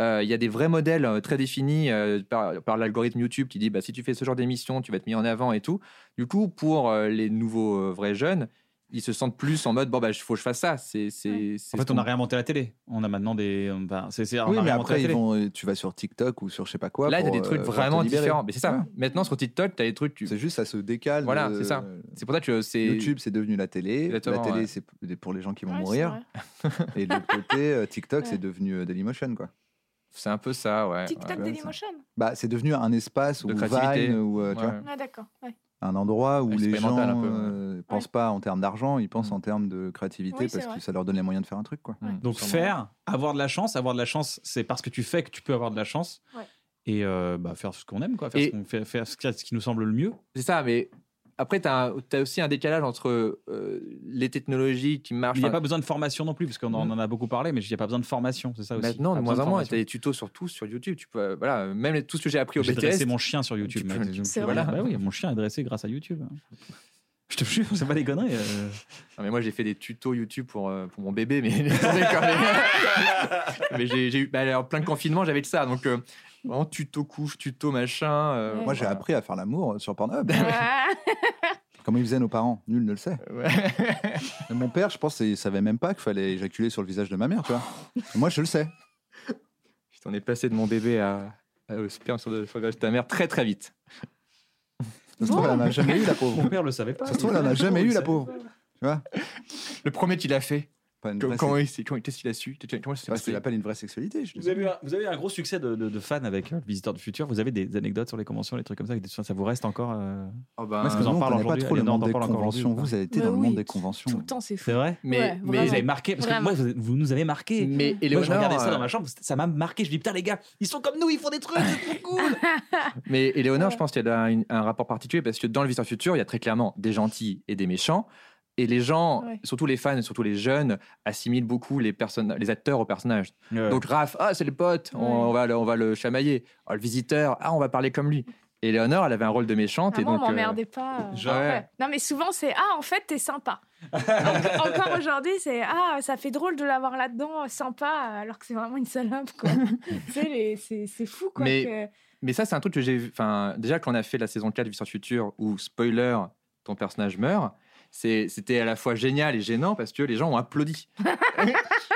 euh, il y a des vrais modèles euh, très définis euh, par, par l'algorithme YouTube qui dit bah, si tu fais ce genre d'émission, tu vas être mis en avant et tout. Du coup, pour euh, les nouveaux euh, vrais jeunes, ils se sentent plus en mode bon, bah, faut que je fasse ça. C'est, c'est, c'est En fait, ce on qu'on- a réinventé la télé. On a maintenant des. euh, ben, c'est- c'est- on oui, a mais réinventé la après, ils télé. vont, euh, tu vas sur TikTok ou sur je sais pas quoi. Là, t'as pour, des euh, trucs pour te vraiment libérer. différents. Mais c'est ça. Ouais. Maintenant, sur TikTok, t'as des trucs. tu- C'est juste, ça se décale. Voilà, de- c'est ça. C'est pour ça que c'est. YouTube, c'est devenu la télé. Exactement, la télé, ouais. c'est p- pour les gens qui vont Ouais, c'est mourir. vrai. Et de l'autre côté, euh, TikTok, Ouais. c'est devenu euh, Dailymotion, quoi. C'est un peu ça, ouais. TikTok ouais. Dailymotion Bah, c'est devenu un espace De ou créativité. Vine ou euh, tu vois, Ouais. Ah, d'accord. ouais. un endroit où les gens Expérimental un peu, ouais. euh, pensent pas en termes d'argent, ils pensent en termes de créativité Oui, c'est parce vrai. que ça leur donne les moyens de faire un truc quoi. Mm. Donc Sûrement. faire, avoir de la chance, avoir de la chance, c'est parce que tu fais que tu peux avoir de la chance. Ouais. Et euh, bah, faire ce qu'on aime, quoi. Faire, Et- ce qu'on fait- faire ce qui- ce qui nous semble le mieux. C'est ça, mais après, tu as, aussi un décalage entre euh, les technologies qui marchent. Il n'y a enfin, pas besoin de formation non plus, parce qu'on en, on en a beaucoup parlé, mais il n'y a pas besoin de formation, c'est ça aussi. Maintenant, Pas de besoin moins en moins, formation. tu as des tutos sur tout sur YouTube. Tu peux, euh, voilà, euh, même les- tout ce que j'ai appris au J'ai dressé BTS. mon chien sur YouTube. Tu peux- mec. C'est Voilà. vrai. Bah oui, mon chien est dressé grâce à YouTube. Je te jure, c'est pas des conneries. euh. Non, mais moi, j'ai fait des tutos YouTube pour, euh, pour mon bébé, mais laisse tomber, quoi, mais- mais j'ai j'ai eu, bah, en plein confinement, j'avais que ça. Donc, euh, vraiment, tuto couche, tuto machin. euh, Ouais. Moi, j'ai voilà. appris à faire l'amour sur Pornhub. Ah, Comment ils faisaient nos parents Nul ne le sait. Ouais. Mais Mon père, je pense, il savait même pas qu'il fallait éjaculer sur le visage de ma mère, tu vois. Et Moi, je le sais. On est passé de mon bébé à, à- au sperme sur le foie gras de ta mère très très vite. Ça se trouve, elle en a jamais eu, la pauvre. Mon père le savait pas. Ça se trouve, elle en a jamais eu, la pauvre. Le premier qu'il a fait, Pas une co- vraie comment sex- il s'est- comment- qu'est-ce qu'il a su Comment ça s'est Tu vois, ce passé qu'il appelle une vraie sexualité. je le Vous sais. avez, eu un, vous avez eu un gros succès de, de- de fans avec euh, le Visiteur du Futur. Vous avez des anecdotes sur les conventions, les trucs comme ça, avec des- ça vous reste encore. euh, Oh, ben, Moi, ce Ah, que Vous en nous, on parle connaît pas aujourd'hui, trop il y en le a monde encore des encore conventions. aujourd'hui, Vous avez été Mais dans le oui, monde des tout- tout conventions. le temps, c'est fou. C'est vrai mais, Ouais, Mais vraiment. vous avez marqué, parce que Vraiment. moi, vous, vous nous avez marqué. mais Moi, je Eleonore, regardais ça euh, dans ma chambre, ça m'a marqué. Je dis putain, les gars, ils sont comme nous, ils font des trucs, c'est trop cool. Mais Éléonore, Ouais. je pense qu'elle a une- un rapport particulier parce que dans le Visiteur Futur, il y a très clairement des gentils et des méchants. Et les gens, Ouais. surtout les fans, surtout les jeunes, assimilent beaucoup les, personnes, les acteurs aux personnages. Euh, Donc Raph, ah, c'est le pote, on, Ouais. on va, le- on va le chamailler. Ah, le visiteur, ah, on va parler comme lui. Et Éléonore, elle avait un rôle de méchante. Ah, et moi, on donc, euh, m'emmerdait pas. euh, genre- ouais. Non, mais souvent, c'est Ah, en fait, t'es sympa. Enco- Encore aujourd'hui, c'est Ah, ça fait drôle de l'avoir là-dedans, euh, sympa, alors que c'est vraiment une salope, quoi. Tu sais, les- c'est c'est fou, quoi. Mais- que- Mais ça, c'est un truc que j'ai vu. Enfin, déjà, quand on a fait la saison 4 du Visiteur Futur, où, spoiler, ton personnage meurt, c'est- c'était à la fois génial et gênant parce que les gens ont applaudi. Ouais,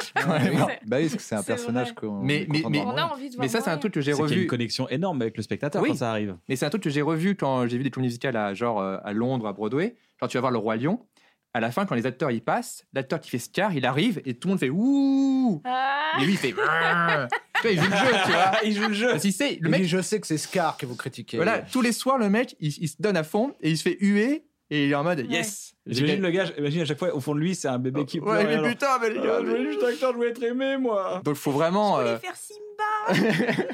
C'est- Bah oui, parce que c'est un c'est personnage vrai. qu'on. Mais- est content mais- de voir On a envie de voir. Mais ça, c'est un mourir. truc que j'ai C'est qu'il y a revu. une connexion énorme avec le spectateur Oui. quand ça arrive. Mais c'est un truc que j'ai revu quand j'ai vu des comédies musicales à, genre, euh, à Londres, à Broadway. Genre, tu vas voir Le Roi Lion. À la fin, quand les acteurs y passent, l'acteur qui fait Scar, il arrive et tout le monde fait Ouh Ah, Et lui, il fait Brrr Tu vois, il joue le jeu, tu vois. il joue le jeu. Parce qu'il sait, le Il dit, mec, je sais que c'est Scar que vous critiquez. voilà, tous les soirs, le mec, il, il se donne à fond et il se fait huer et il est en mode Yes J'imagine le gars, j'imagine à chaque fois, au fond de lui, c'est un bébé qui pleure. Ouais, mais alors, putain, mais les Ah, gars, je voulais juste acteur, je voulais être aimé, moi. Donc, faut je vraiment. voulais euh, faire Simba.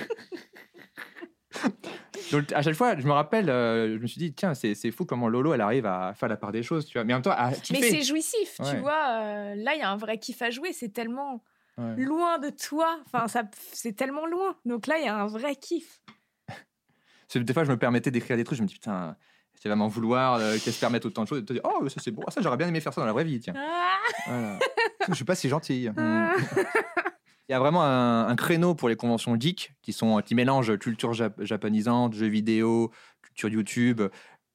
Donc, à chaque fois, je me rappelle, euh, je me suis dit, tiens, c'est c'est fou comment Lolo, elle arrive à faire la part des choses, tu vois. Mais en même temps, à Mais kiffer. c'est jouissif, tu Ouais. vois. euh, là, il y a un vrai kiff à jouer. C'est tellement Ouais. loin de toi. Enfin, ça, c'est tellement loin. Donc là, il y a un vrai kiff. C'est- Des fois, je me permettais d'écrire des trucs, je me dis, putain, c'est vraiment vouloir euh, qu'elle se permette autant de choses. Et te dire, oh, ça c'est beau, Ah, ça j'aurais bien aimé faire ça dans la vraie vie, tiens. Ah, Voilà. Je suis pas si gentille. Mm. Il y a vraiment un, un créneau pour les conventions geek qui, sont, qui mélangent culture jap- japonisante, jeux vidéo, culture YouTube,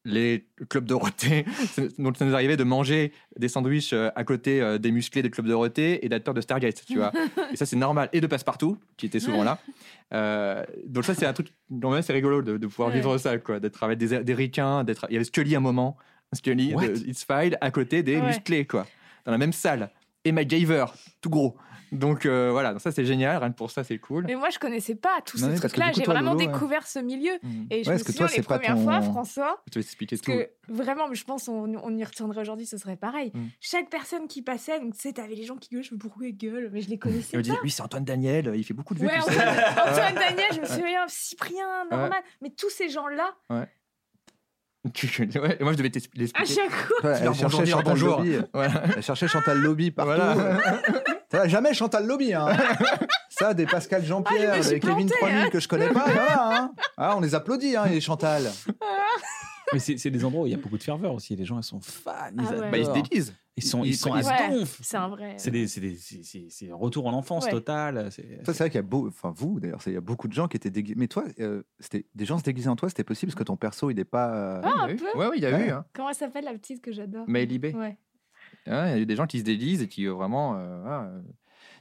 les clubs Dorothée. C'est- Donc, ça nous arrivait de manger des sandwichs euh, à côté euh, des musclés des clubs Dorothée et d'acteurs de Stargate, tu vois. Et ça, c'est normal. Et de Passepartout, qui était souvent là. Euh, donc, ça, c'est un truc. Non, mais c'est rigolo de, de pouvoir Ouais. vivre ça, quoi. D'être avec des, des ricains. d'être- Il y avait Scully un moment. Scully, What de It's File, à côté des Ouais. musclés, quoi. Dans la même salle. Et MacGyver, tout gros. Donc euh, voilà, donc ça c'est génial, rien que pour ça c'est cool. Mais moi, je connaissais pas tous Non, mais ces parce que trucs-là. du coup, J'ai toi, vraiment Lolo, ouais. découvert ce milieu. Mm. Et je Ouais, me parce que toi, souviens, les c'est pas premières ton- fois, François, Je vais t'expliquer Parce tout. que vraiment, mais je pense on, on y retournerait aujourd'hui, ce serait pareil. Mm. Chaque personne qui passait, donc tu sais, t'avais les gens qui gueulent, je me bourrais gueule, mais je les Il connaissais me pas. disait, lui c'est Antoine Daniel, il fait beaucoup de vues. Ouais, tu sais. Antoine, Antoine Daniel, je me souviens, Cyprien, Norman, mais tous ces gens-là, Ouais, et moi je devais t'expli- à l'expliquer. chaque coup, Ouais, leur Elle cherchait bonjour, Chantal bonjour. Lobby. Voilà. Elle cherchait Chantal Lobby partout. Voilà. Ça va jamais Chantal Lobby. Hein. Ça, des Pascal Jean-Pierre, Ah, je me suis des Kevin plantée, 3000 que je connais pas. voilà, hein. Ah, on les applaudit, hein, et Chantal. Mais c'est c'est des endroits où il y a beaucoup de ferveur aussi. Les gens, ils sont fans. Ils, Ah ouais. adorent. Bah, il se déguise. Ils sont, ils- ils sont ils- à Ouais. donf. c'est un vrai. C'est des- c'est des- c'est- c'est- c'est un retour en enfance Euh, Ouais. total. C'est Ça, c'est vrai qu'il y a beau, enfin vous d'ailleurs, c'est- il y a beaucoup de gens qui étaient déguisés. Mais toi, euh, c'était des gens se déguisaient en toi, c'était possible parce que ton perso, il n'est pas. euh, Ah, Ouais, un il y a eu. peu. Ouais, ouais, il y a Ouais. eu. Hein. Comment elle s'appelle la petite que j'adore Maëlie B. Ouais. Hein, il y a eu des gens qui se déguisent et qui euh, vraiment. euh, ah, euh,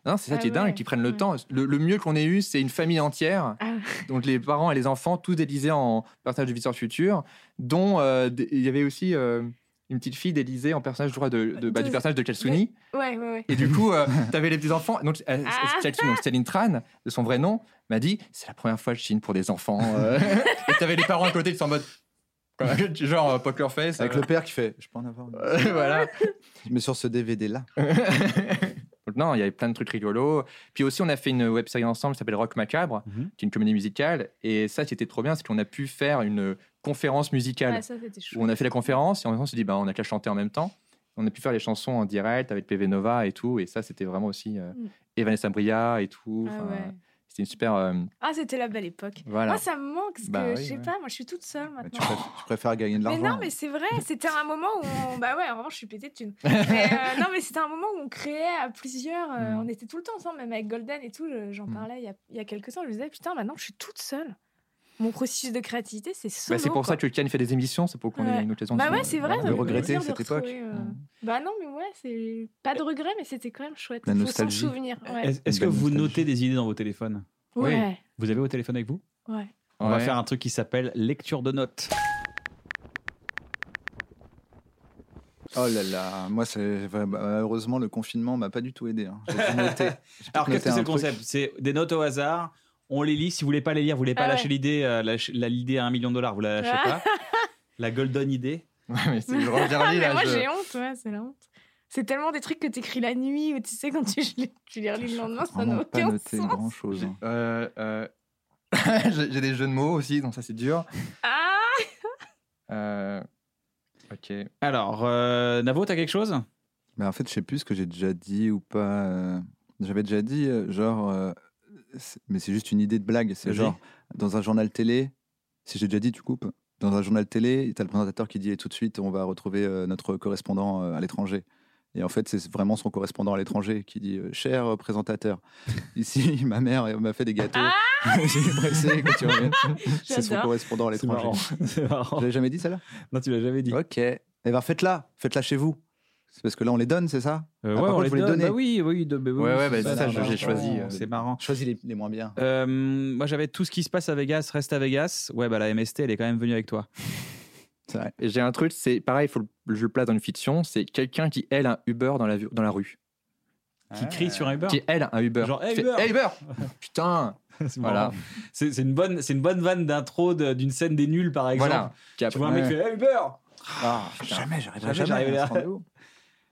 Non, c'est ça Ah qui est dingue, ouais, qui prennent le ouais. temps. Le, le mieux qu'on ait eu, c'est une famille entière, Ah. donc les parents et les enfants, tous déguisés en personnages du Visiteur Futur, dont euh, des- il y avait aussi euh, une petite fille d'Élysée en personnage droit de, de- bah, De- du personnage de Kalsuni. Ouais, ouais, ouais. Et du coup, euh, t'avais les petits enfants. Donc, euh, Ah, Chelsea, donc Céline Tran, de son vrai nom, m'a dit c'est la première fois que je signe pour des enfants. euh. et t'avais les parents à côté qui sont en mode quoi, genre euh, poker face. Avec euh, le père qui fait Je peux en avoir une euh, voilà. Mais sur ce DVD-là. Donc non, il y avait plein de trucs rigolos. Puis aussi, on a fait une web série ensemble qui s'appelle Rock Macabre, Mhm. qui est une comédie musicale. Et ça, c'était trop bien, c'est qu'on a pu faire une conférence musicale Ah, ça, c'était où chouette. on a fait la conférence et en même temps, on s'est dit bah on a qu'à chanter en même temps. On a pu faire les chansons en direct avec PV Nova et tout. Et ça, c'était vraiment aussi euh, Mm. et Vanessa Bria et tout. Ah, Enfin, ouais. C'était une super. euh, Ah, c'était la belle époque. hein. voilà. Moi, ça me manque, parce Bah que oui, je sais ouais. Bah, pas, moi, je suis toute seule Mais maintenant. tu, préfères, tu préfères gagner de Ah Mais l'argent. non, mais c'est vrai, c'était un moment où on... Bah ouais, en revanche, je suis pété de thunes. Mais, euh, non, mais c'était un moment où on créait à plusieurs, euh, Mm. on était tout le temps ensemble, même avec Golden et tout, je- j'en Mm. parlais il y, a, il y a quelques temps, je me disais, putain, maintenant, je suis toute seule. Mon processus de créativité, c'est solo. Bah, c'est pour ça que Ken fait des émissions, c'est pour qu'on ait Ouais. une occasion Bah de ouais, c'est vrai, voilà, ça de me fait regretter plaisir de cette époque. retrouver, euh, Mm. Bah non, mais ouais, c'est pas de regret, mais c'était quand même chouette. La Faut s'en nostalgie. souvenir. Ouais. Est-ce est-ce que Belle vous nostalgie. notez des idées dans vos téléphones Oui. ouais. Vous avez vos téléphones avec vous ouais. On va Ouais. faire un truc qui s'appelle lecture de notes. Oh là là, moi, c'est- bah, heureusement, le confinement m'a pas du tout aidé. hein. J'ai tout noté. J'ai tout Alors qu'est-ce noté que c'est un le truc. concept C'est des notes au hasard. On les lit. Si vous voulez pas les lire, vous voulez pas Ah ouais. lâcher l'idée. euh, lâche- la- L'idée à un million de dollars, vous la lâchez Ah. pas. La golden idée. Ouais, mais c'est- je reviens mais là, moi je- j'ai honte, ouais, c'est la honte. C'est tellement des trucs que t'écris la nuit ou tu sais quand tu, tu les relis le lendemain, ça Vraiment n'a pas aucun noté hein. sens. grand chose. Euh, euh, J'ai j'ai des jeux de mots aussi, donc ça c'est dur. Ah Euh, Ok. Alors, euh, Navo, t'as quelque chose Mais en fait, je sais plus ce que j'ai déjà dit ou pas. euh, J'avais déjà dit, euh, genre, euh, c'est- mais c'est juste une idée de blague. C'est Vas-y. genre, dans un journal télé, si j'ai déjà dit, tu coupes. Dans un journal télé, t'as le présentateur qui dit, et tout de suite, on va retrouver euh, notre correspondant euh, à l'étranger. Et en fait, c'est vraiment son correspondant à l'étranger qui dit, euh, cher euh, présentateur, ici, ma mère euh, m'a fait des gâteaux. j'ai pressé que tu reviennes. C'est son J'adore. correspondant à C'est l'étranger. marrant. C'est marrant. Je l'avais jamais dit, celle-là Non, tu l'as jamais dit. Euh, Ok. Eh ben, faites-la. Faites-la chez vous. C'est parce que là, on les donne, c'est ça Euh, ouais, Ah, par on contre, les vous les donne. donnez. Bah oui, oui, de- bah oui, Ouais, ouais, bah, c'est ça, je- j'ai choisi, marrant. euh, C'est marrant. Choisis les, les moins bien. Euh, moi, j'avais tout ce qui se passe à Vegas. Reste à Vegas. Ouais, bah la MST, elle est quand même venue avec toi. Et J'ai un truc, c'est pareil, faut le, je le place dans une fiction, c'est quelqu'un qui hèle un Uber dans la, vu- dans la rue. Ah. Qui crie sur Uber. Qui hèle un Uber. Genre, Qui Hey, fait, Uber Hey, Uber Putain C'est Voilà. marrant. C'est c'est une bonne, c'est une bonne vanne d'intro de- d'une scène des nuls, par exemple. Voilà. Qui a- Tu vois un mec qui fait Hey, Uber. Ah, jamais, j'arriverai Jamais j'arriverai à à- ce rendez-vous.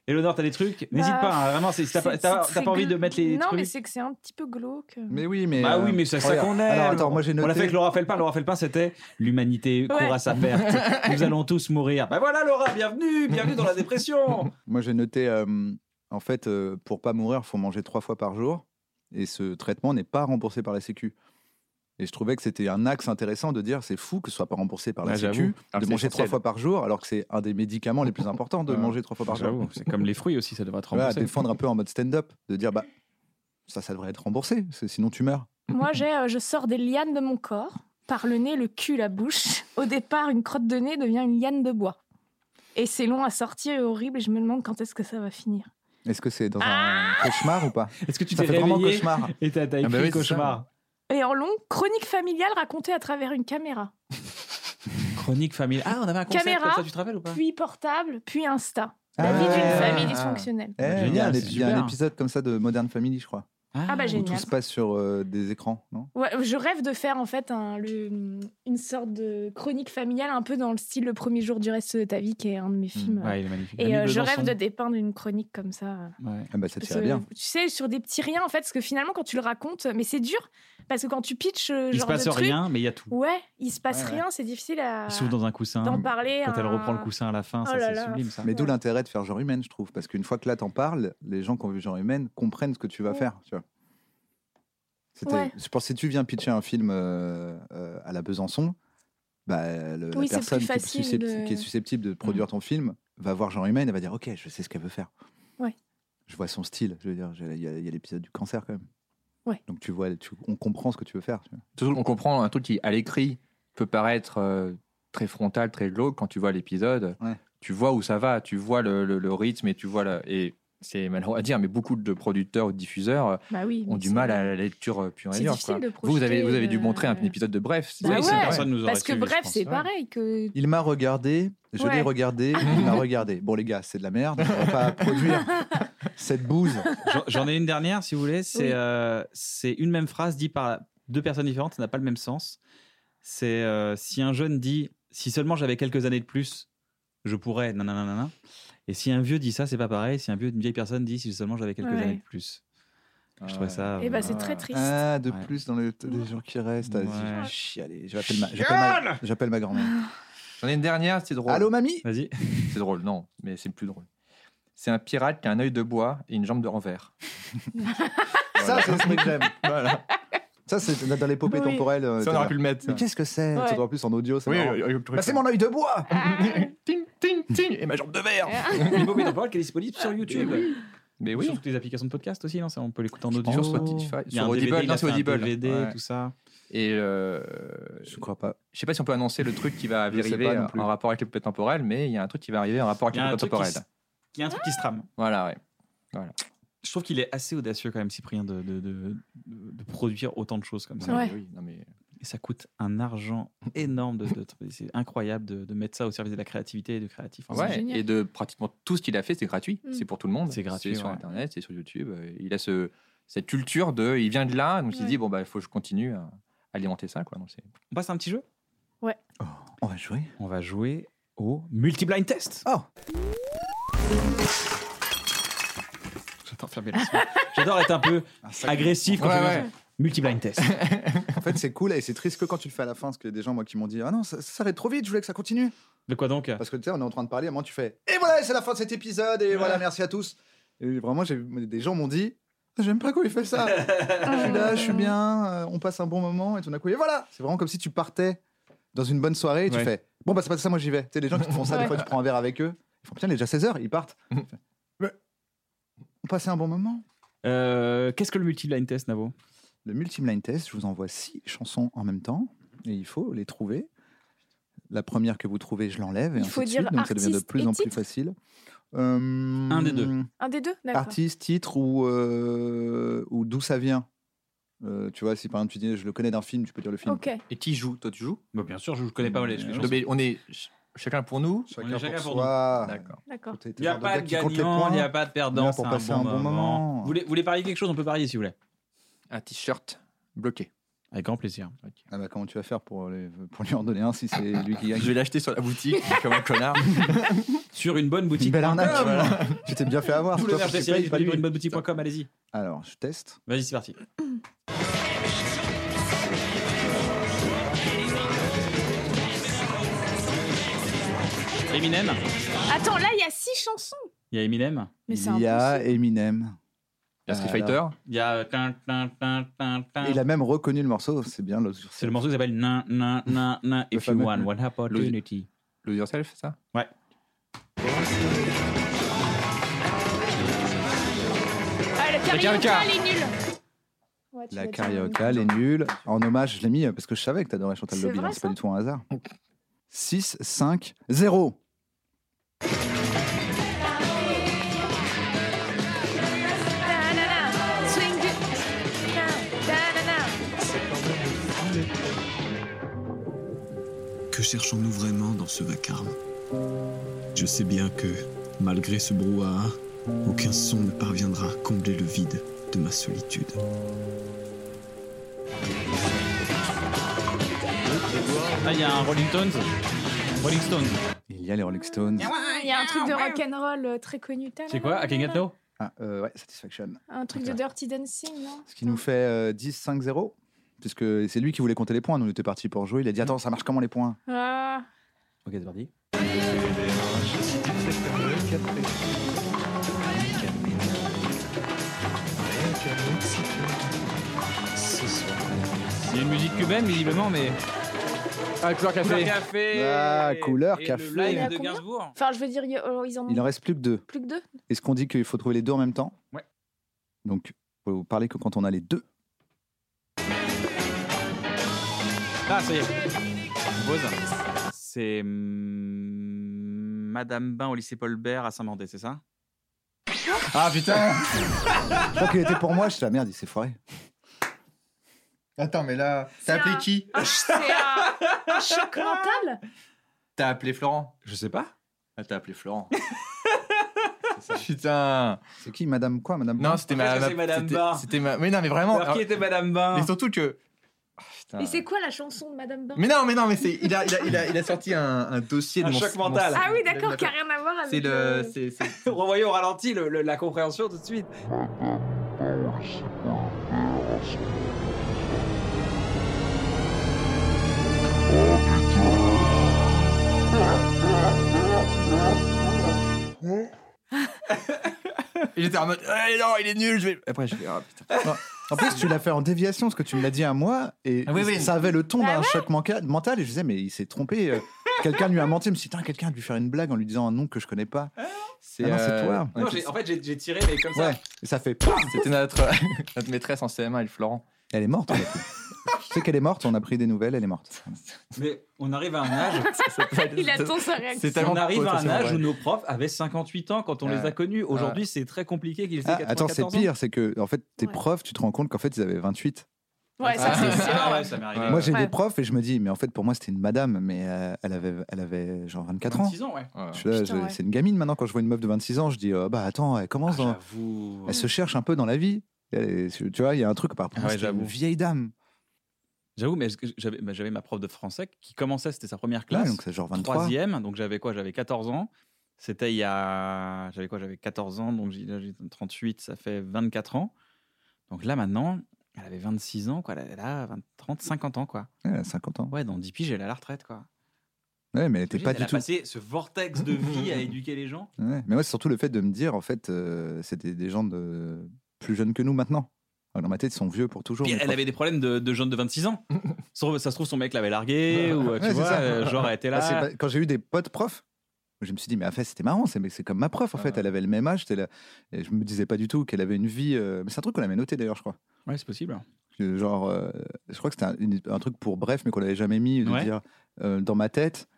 Éléonore, t'as des trucs N'hésite Bah, pas, hein, vraiment, c'est- si t'as C'est- pas, t'as- c'est t'as pas très envie de gl- mettre les Non, mais trucs. c'est que c'est un petit peu glauque. Mais oui, mais. Ah euh, oui, mais c'est ça regarde. qu'on aime. Alors, attends, moi j'ai On noté. l'a fait avec Laura Felpin. Laura Felpin, c'était l'humanité court Ouais. à sa perte. Nous allons tous mourir. Bah voilà, Laura, bienvenue, bienvenue dans la dépression. Moi j'ai noté, euh, en fait, euh, pour pas mourir, faut manger trois fois par jour. Et ce traitement n'est pas remboursé par la Sécu. Et je trouvais que c'était un axe intéressant de dire c'est fou que ce soit pas remboursé par la Ouais, Sécu j'avoue. Alors de que manger c'est trois essentiel. fois par jour, alors que c'est un des médicaments les plus importants de Ouais. manger trois fois par jour. J'avoue, c'est comme les fruits aussi, ça devrait être Voilà, à remboursé. défendre un peu en mode stand-up, de dire bah ça, ça devrait être remboursé, c'est- sinon tu meurs. Moi j'ai, euh, je sors des lianes de mon corps, par le nez, le cul, la bouche. Au départ, une crotte de nez devient une liane de bois. Et c'est long à sortir et horrible, et je me demande quand est-ce que ça va finir. Est-ce que c'est dans un cauchemar ou pas Est-ce que tu Ça t'es fait vraiment réveillé cauchemar. et t'as t'as Ah écrit bah oui, c'est ça. cauchemar Et en long, chronique familiale racontée à travers une caméra, Chronique familiale. Ah, on avait un concept Caméra, comme ça, tu te rappelles ou pas puis portable, puis Insta. La vie Ah. d'une famille Ah. dysfonctionnelle. Eh, Génial, il y a un c'est ép- il y a un super. épisode comme ça de Modern Family, je crois. Ah bah Où tout génial. se passe sur euh, des écrans, non Ouais, je rêve de faire en fait un- le- une sorte de chronique familiale un peu dans le style Le premier jour du reste de ta vie qui est un de Mm. mes films. Ouais, il est magnifique. Et Camille euh, je Besançon. rêve de dépeindre une chronique comme ça. Ouais. Ah bah ça Ce- tirait bien. Tu sais, sur des petits riens en fait, parce que finalement quand tu le racontes, mais c'est dur parce que quand tu pitches euh, Il se genre passe de truc, rien, mais il y a tout. ouais, il se passe Ouais, ouais. rien, c'est difficile à Il s'ouvre dans un coussin. d'en parler. Quand elle à- reprend le coussin à la fin, Oh ça là c'est là. sublime ça. Mais d'où Ouais. l'intérêt de faire genre humaine, je trouve, parce qu'une fois que là t'en parles, les gens qui ont vu genre humaine comprennent ce que tu vas Ouais. faire, tu vois. C'était- Ouais. Je pense que si tu viens pitcher un film euh, euh, à la Besançon, bah, le- la Oui, c'est plus personne qui est, facile suscept- de- Mmh. qui est susceptible de produire ton film va voir genre humaine et va dire ok, je sais ce qu'elle veut faire. Ouais. Je vois son style, je veux dire, j'ai- il y a, il y a l'épisode du cancer quand même. Ouais. Donc tu vois, tu- on comprend ce que tu veux faire. tu vois. Surtout, on comprend un truc qui, à l'écrit, peut paraître euh, très frontal, très glauque. Quand tu vois l'épisode, Ouais. tu vois où ça va, tu vois le, le- le rythme et tu vois la... Et c'est malheureux à dire, mais beaucoup de producteurs ou de diffuseurs euh, Bah oui. ont mais du c'est- mal à la lecture euh, pure et C'est dure. difficile quoi. de Vous, vous avez, vous projeter, avez dû euh, montrer un épisode de Bref. c'est- Bah c'est ouais. vrai. nous aurait Parce que suivi, je bref, pense. c'est ouais. pareil que. Il m'a regardé, je Ouais. l'ai regardé, il m'a regardé. Bon, les gars, c'est de la merde, on va pas produire cette bouse. J'en- J'en ai une dernière, si vous voulez. C'est Oui. euh, c'est une même phrase dite par deux personnes différentes, ça n'a pas le même sens. C'est euh, si un jeune dit si seulement j'avais quelques années de plus, je pourrais, nanana. nanana. Et si un vieux dit ça, c'est pas pareil. Si un vieux, une vieille personne dit si seulement j'avais quelques Ouais. années de plus, je trouvais ça. Eh euh, ben, c'est très triste. Ah, de Ouais. plus dans le, les gens qui restent. Ah, Ouais. je vais chialer. Je vais appeler ma- J'appelle ma, j'appelle ma grand-mère. J'en ai une dernière, c'est drôle. Allô, mamie Vas-y. C'est drôle, non, mais c'est le plus drôle. C'est un pirate qui a un œil de bois et une jambe de renvers. Ça, c'est ce que j'aime. Voilà. Ça, c'est dans l'épopée Oui. temporelle. euh, Ça, on t'es aurait là. pu le mettre. ça. Mais qu'est-ce que c'est Ouais. Surtout en plus en audio, c'est Oui, marrant. oui, oui, le truc. Bah, c'est mon œil de bois Ting, ting, ting, et ma jambe de verre. Ah. Une bobine de parole qui est disponible sur YouTube. Mais Ah, Sur oui. toutes les applications de podcast aussi, non Ça, On peut l'écouter en Je audio. pense sur Spotify, Il y a sur un DVD, Audible, il non, a c'est fait un Audible. DVD, Ouais. tout ça. Et euh, je Je crois pas. sais pas si on peut annoncer le truc qui va Je sais arriver pas non plus. en rapport avec l'épopée temporelle, mais il y a un truc qui va arriver en rapport avec Il y a un l'épopée truc qui temporelle. se- Il y a un truc qui se trame. Voilà, ouais. Je trouve qu'il est assez audacieux quand même, Cyprien, de, de, de, de produire autant de choses comme ça. Non, Ouais. Ah, mais oui, non, mais- Et ça coûte un argent énorme. De, de- c'est incroyable de, de mettre ça au service de la créativité et du créatif. C'est Ouais, génial. et de pratiquement tout ce qu'il a fait, c'est gratuit. Mm. C'est pour tout le monde. C'est gratuit, sur ouais. Internet, c'est sur YouTube. Euh, Il a ce, cette culture de. Il vient de là, donc il se Ouais. dit bon, bah, il faut que je continue à alimenter ça. Quoi. Donc, c'est- On passe à un petit jeu On va jouer. On va jouer au multi-blind test. Oh. J'adore fermer la soirée. J'adore être un peu agressif quand Ouais, on ouais. multi-blind test. En fait, c'est cool et c'est triste que quand tu le fais à la fin, parce que des gens, moi, qui m'ont dit Ah non, ça, ça s'arrête trop vite, je voulais que ça continue. De quoi donc Parce que tu sais, on est en train de parler, à un moment, tu fais Et voilà, c'est la fin de cet épisode, et voilà, merci à tous. Et vraiment, j'ai- des gens m'ont dit Ah, J'aime pas quand il fait ça. je suis là, je suis bien, euh, on passe un bon moment, et tout d'un coup, et voilà C'est vraiment comme si tu partais dans une bonne soirée et tu Ouais. fais Bon, bah, c'est pas ça, moi, j'y vais. Tu sais, les gens qui te font ça, des Ouais. fois, tu prends un verre avec eux, ils font Putain, il est déjà 16h, ils partent. Mhm. Tu fais, Mais on passait un bon moment. Euh, Qu'est-ce que le multi-blind test, Navo Le multi-blind test, je vous envoie six chansons en même temps et il faut les trouver. La première que vous trouvez, je l'enlève et Il ainsi faut de dire suite. Donc ça devient de artiste plus et en plus titre. facile. Euh, Un des deux. Un des deux D'accord. Artiste, titre ou, euh, ou d'où ça vient. Euh, tu vois, si par exemple tu dis je le connais d'un film, tu peux dire le film. Ok. Et qui joue Toi, tu joues Bien sûr, je connais pas mal les- les chansons. Non, mais On est ch- chacun pour nous. On est chacun pour soi. D'accord. D'accord. T'es- t'es Il n'y a genre de gars pas de qui compte les gagnant, il points. n'y a pas de On est perdant. là pour c'est passer un un bon bon moment. Vous voulez, vous voulez parier quelque chose On peut parier si vous voulez. Un t-shirt bloqué. Avec grand plaisir. Ah bah, comment tu vas faire pour, les- pour lui en donner un si c'est lui qui gagne Je vais l'acheter sur la boutique comme un connard. Sur une bonne Une boutique. belle arnaque. Tu t'es bien fait avoir. Tout toi, le merch parce que des tu payes, séries pas disponible lui. sur une bonne boutique.com. Allez-y. Alors, je teste. Vas-y, c'est parti. Eminem Attends, là, il y a six chansons. Il y a Eminem. Mais c'est Il y a Eminem. Il y a Street Ah, Fighter. Il y a. euh, tin, tin, tin, tin, tin. Il a même reconnu le morceau, c'est bien. le- Ah. C'est le morceau qui s'appelle Na Na Na Na Le If You fameux- Want One Opportunity. Lose Yourself, c'est ça Ouais. Ah, la carioca, elle est nulle. Ouais, tu La l'as dit en carioca, même les temps. nuls. En hommage, je l'ai mis parce que je savais que t'adorais Chantal C'est Lobby, vrai, hein, c'est pas du ça tout un hasard. 6, 5, 0. Na, na, na, swing du- na, na, na, na. Que cherchons-nous vraiment dans ce vacarme Je sais bien que, malgré ce brouhaha, aucun son ne parviendra à combler le vide de ma solitude. Ah, il y a un Rolling Stones. Rolling Stones. Il y a les Ah. Rolling Stones. Il y a un truc de rock'n'roll euh, très connu. Ta, C'est na, quoi na, Hacking na, It na. Low Ah, euh, ouais, Satisfaction. Un truc de Dirty Dancing, non Ce qui nous fait euh, 10, 5, 0. Puisque c'est lui qui voulait compter les points. Nous, on était partis pour jouer. Il a dit Attends, ça marche comment les points Ah, Ok, c'est parti. Il y a une musique cubaine, visiblement, mais. Ah, couleur Couleur café. café Ah, couleur Et café. Le Il y en live a de combien Gainsbourg. Enfin, je veux dire, il y a- oh, ils en Il en ont reste plus que deux. plus que deux. Est-ce qu'on dit qu'il faut trouver les deux en même temps Ouais. Donc, faut vous parler que quand on a les deux. Ah, ça y est. Je pose. C'est. hum, Madame Bain au lycée Paul Bert à Saint-Mandé, c'est ça Ah putain Je crois qu'il était pour moi, je suis la merde, il s'est foiré. Attends, mais là, C'est t'as appelé un- qui Ah, C'est un, un choc mental T'as appelé Florent Je sais pas. Ah, t'as appelé Florent. Putain C'est qui, madame quoi Madame Non, c'était ma, Après, c'est ma- Madame c'était- Barre. C'était ma. Mais non, mais vraiment. euh, Alors, qui était Madame Bain Mais surtout que. Ah, putain. Et c'est quoi la chanson de Madame Bain Mais non, mais non, mais c'est. Il a, il a, il a, il a sorti un, un dossier Un de mon choc mon- mental. Ah oui, il a- d'accord, il a- qui n'a rien à voir avec. C'est le. euh, c'est- c'est- Revoyez au ralenti le- le- la compréhension tout de suite. Et J'étais en mode. Ah, non, il est nul, je vais. Après, je vais. Ah putain. En plus, tu l'as fait en déviation, parce que tu me l'as dit à moi, et Ah oui, oui. ça avait le ton Bah d'un choc manca- mental, et je disais, mais il s'est trompé. euh, Quelqu'un lui a menti, je me suis dit, Tain, quelqu'un a dû faire une blague en lui disant un nom que je connais pas. C'est Ah non, c'est toi. on Non, était- j'ai- en fait, j'ai j'ai tiré, mais comme ça. Ouais, et ça fait pam C'était notre, notre maîtresse en CM1, elle, Florent. Elle est morte, en fait. Je sais qu'elle est morte, on a pris des nouvelles, elle est morte. Mais on arrive à un âge. Il attend sa réaction. C'est tellement on arrive à un potentiellement âge vrai. où nos profs avaient 58 ans quand on les Ouais. a connus. Aujourd'hui, c'est très compliqué qu'ils aient Ah, 94 attends, c'est ans. pire, c'est que, en fait, tes Ouais. profs, tu te rends compte qu'en fait, ils avaient 28. Ouais, ça c'est Ah. sûr. Ah ouais, ça m'est arrivé. Ouais. Moi, j'ai Ouais. des profs, et je me dis, mais en fait, pour moi, c'était une madame, mais euh, elle, avait, elle avait genre 24 ans. 26 ans, ouais. Ouais. Je suis là, Putain, je- ouais. C'est une gamine maintenant, quand je vois une meuf de 26 ans, je dis, euh, bah attends, elle commence dans- Ah, J'avoue. Elle se cherche un peu dans la vie. Elle est- tu vois, il y a un truc par rapport Ah ouais, à une j'avoue. vieille dame. J'avoue, mais est-ce que j'avais bah, j'avais ma prof de français qui commençait, c'était sa première Là, classe. donc c'est genre 23. troisième, donc j'avais quoi J'avais 14 ans. C'était il y a. J'avais quoi J'avais 14 ans, donc j'ai là, j'ai 38, ça fait 24 ans. Donc là, maintenant, elle avait 26 ans, quoi. Elle a 20, 30, 50 ans, quoi. Ouais, elle a 50 ans. Ouais, dans 10 piges, elle est à la retraite, quoi. Ouais, mais elle était T'imagines, pas elle du a tout. passé ce vortex de vie à éduquer les gens. Ouais. Mais moi, c'est surtout le fait de me dire, en fait, euh, c'était des gens de... plus jeunes que nous maintenant. Alors, dans ma tête, ils sont vieux pour toujours. Puis mes elle profs. avait des problèmes de, de jeunes de 26 ans. Sauf- ça se trouve, son mec l'avait largué, ou euh, tu Ouais, c'est vois, ça. euh, genre, elle était là. Bah, c'est pas- Quand j'ai eu des potes profs, je me suis dit, mais en fait, c'était marrant, c'est mais c'est comme ma prof, Ah en fait. Elle avait le même âge, j'étais là. Et je me disais pas du tout qu'elle avait une vie. euh, Mais c'est un truc qu'on avait noté d'ailleurs, je crois. Ouais, c'est possible. Que Genre, euh, je crois que c'était un, une- un truc pour bref, mais qu'on n'avait jamais mis, de Ouais. dire euh, dans ma tête.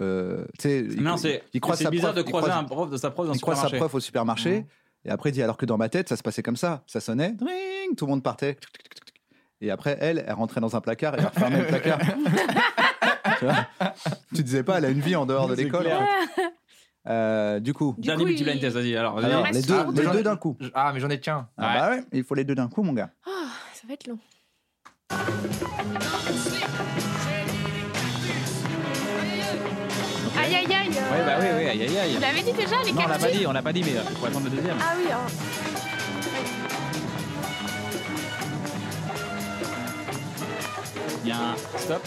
euh, tu sais, il- Non, c'est il croise c'est sa bizarre prof, de il croiser croise- un prof de sa prof dans il un croise sa supermarché. prof au supermarché Mhm. et après il dit alors que dans ma tête ça se passait comme ça ça sonnait dring, tout le monde partait et après elle elle rentrait dans un placard et elle refermait le placard tu, vois tu disais pas elle a une vie en dehors de C'est l'école clair. en fait. Euh, du coup Du Dernier coup, multiple il- test, vas-y. Alors, vas-y. alors, reste les sur deux, les deux. deux d'un coup Je- Ah, mais j'en ai qu'un. ah bah ouais il faut les deux d'un coup mon gars Oh, ça va être long. Aïe aïe aïe euh, Ouais, bah oui, oui, aïe, aïe, aïe. Vous l'avez dit déjà les Non, on l'a pas cactus dit, on l'a pas dit, mais euh, faut attendre le deuxième. Ah oui, hein. Il y a un stop.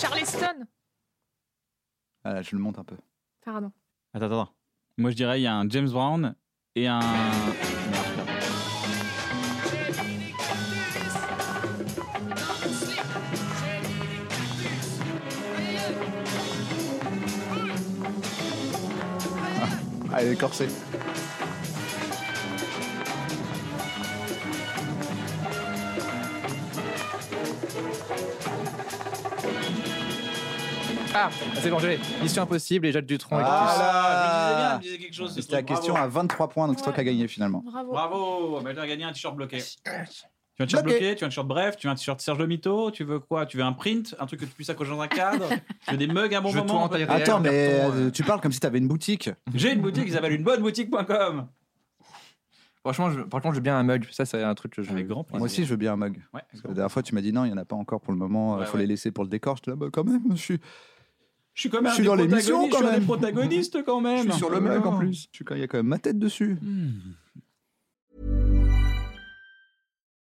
Charleston Ah, je le monte un peu Pardon. Attends, attends. attends. Moi, je dirais, il y a un James Brown et un. Ah. Merde, je perds. ah elle est corsée Ah, c'est bon, je l'ai. Mission impossible et Jacques Dutronc. Ah là et Je me disais bien, je me disais quelque chose. ce c'était la truc. question à Bravo. 23 points donc c'est toi Ouais. qui as gagné finalement Bravo. Bravo, mais t'as gagné un t-shirt bloqué. Tu veux un t-shirt Bloqué. bloqué. tu veux un t-shirt bref, tu veux un t-shirt Serge Le Mito, tu veux quoi Tu veux un print, un truc que tu puisses accrocher dans un cadre Tu veux des mugs à un bon Je veux tout moment en taille réelle. attends un mais carton, euh, euh. tu parles comme si t'avais une boutique J'ai une boutique qui s'appelle unebonneboutique.com. Franchement, je- par contre, je veux bien un mug. Ça, c'est un truc que je. Avec grand plaisir. moi aussi je veux bien un mug Ouais, La dernière fois, tu m'as dit non, il n'y en a pas encore pour le moment, il Ouais, faut ouais. les laisser pour le décor. Je te dis, bah, quand même, je suis, je suis quand même Je suis un dans des l'émission, protagonistes, quand je suis un des même. protagonistes quand je même. suis sur le mug en plus. Je suis quand- Il y a quand même ma tête dessus. Hmm.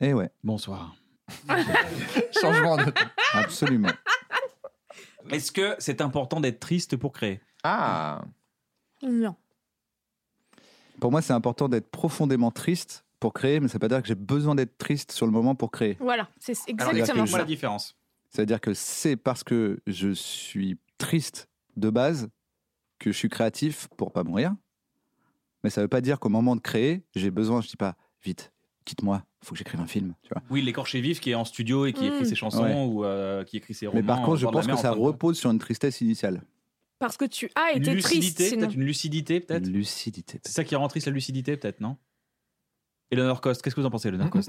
Et ouais, Bonsoir. Changement de. absolument. Est-ce que c'est important d'être triste pour créer Ah Non. Pour moi, c'est important d'être profondément triste pour créer, mais ça ne veut pas dire que j'ai besoin d'être triste sur le moment pour créer. Voilà, c'est Alors, exactement explique-moi ça. la différence. Ça veut dire que c'est parce que je suis triste de base que je suis créatif pour pas mourir. Mais ça ne veut pas dire qu'au moment de créer, j'ai besoin, je dis pas vite, quitte-moi, faut que j'écrive un film, tu vois. Oui, l'écorché vif qui est en studio et qui écrit Mm. ses chansons Ouais. ou euh, qui écrit ses romans. Mais par contre, au je bord de la pense mer que en ça train de- repose sur une tristesse initiale. Parce que tu as Une été triste. lucidité, sinon. peut-être une lucidité, peut-être. Lucidité. C'est ça qui rend triste la lucidité, peut-être, non Et Leonard Cost, qu'est-ce que vous en pensez, Leonard Cost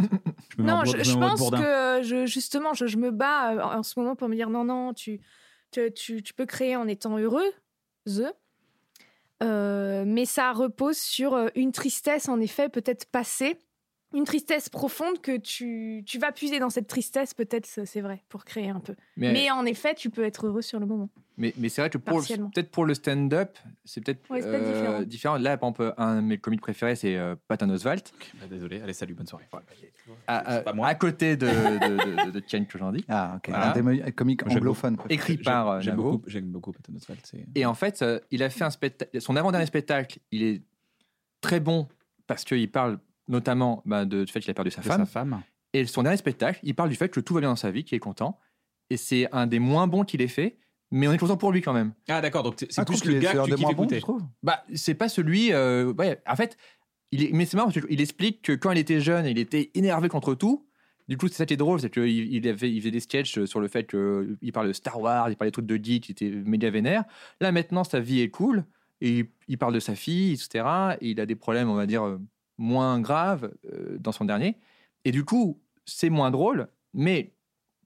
Je me mets en Non, bourre- je, me je mets en pense bourdin. que je, justement, je, je me bats euh, en, en ce moment pour me dire non, non, tu, tu, tu- tu peux créer en étant heureux, the. Euh, mais ça repose sur euh, une tristesse, en effet, peut-être passée, une tristesse profonde que tu, tu vas puiser dans cette tristesse, peut-être, c'est c'est vrai, pour créer un peu. Mais- Mais, en effet, tu peux être heureux sur le moment. Mais, mais c'est vrai que pour Partiellement. peut-être pour le stand-up, c'est peut-être euh, Ouais, c'est peut-être différent. Là, par exemple, un de mes comiques préférés, c'est euh, Patton Oswalt. Bah, désolé, allez, salut, bonne soirée. à, à- à côté de, de, de, de Ken Kojandi. Ah, ok. Voilà. Un des meilleurs comiques J'aime anglophones. quoi. Écrit par euh, J'aime Navo. beaucoup, j'aime beaucoup Patton Oswalt. c'est- Et en fait, euh, il a fait un spectacle. Son avant-dernier spectacle, il est très bon parce qu'il parle notamment bah, de, du fait qu'il a perdu sa de femme. sa femme. Et son dernier spectacle, il parle du fait que tout va bien dans sa vie, qu'il est content. Et c'est un des moins bons qu'il ait fait, mais on est content pour lui quand même. Ah, d'accord, donc c'est c'est Ah, plus cool, le gars c'est un que tu des kiffes moins bons, écouter. je trouve. Bah, c'est pas celui. euh, ouais, en fait, il est, mais c'est marrant parce qu'il explique que quand il était jeune, il était énervé contre tout. Du coup, c'est ça qui est drôle, c'est qu'il il avait- il faisait des sketchs euh, sur le fait qu'il parle de Star Wars, il parlait de trucs de geek, il était média vénère. Là, maintenant, sa vie est cool, et il, il parle de sa fille, etc. Et il a des problèmes, on va dire, euh, moins graves euh, dans son dernier. Et du coup, c'est moins drôle, mais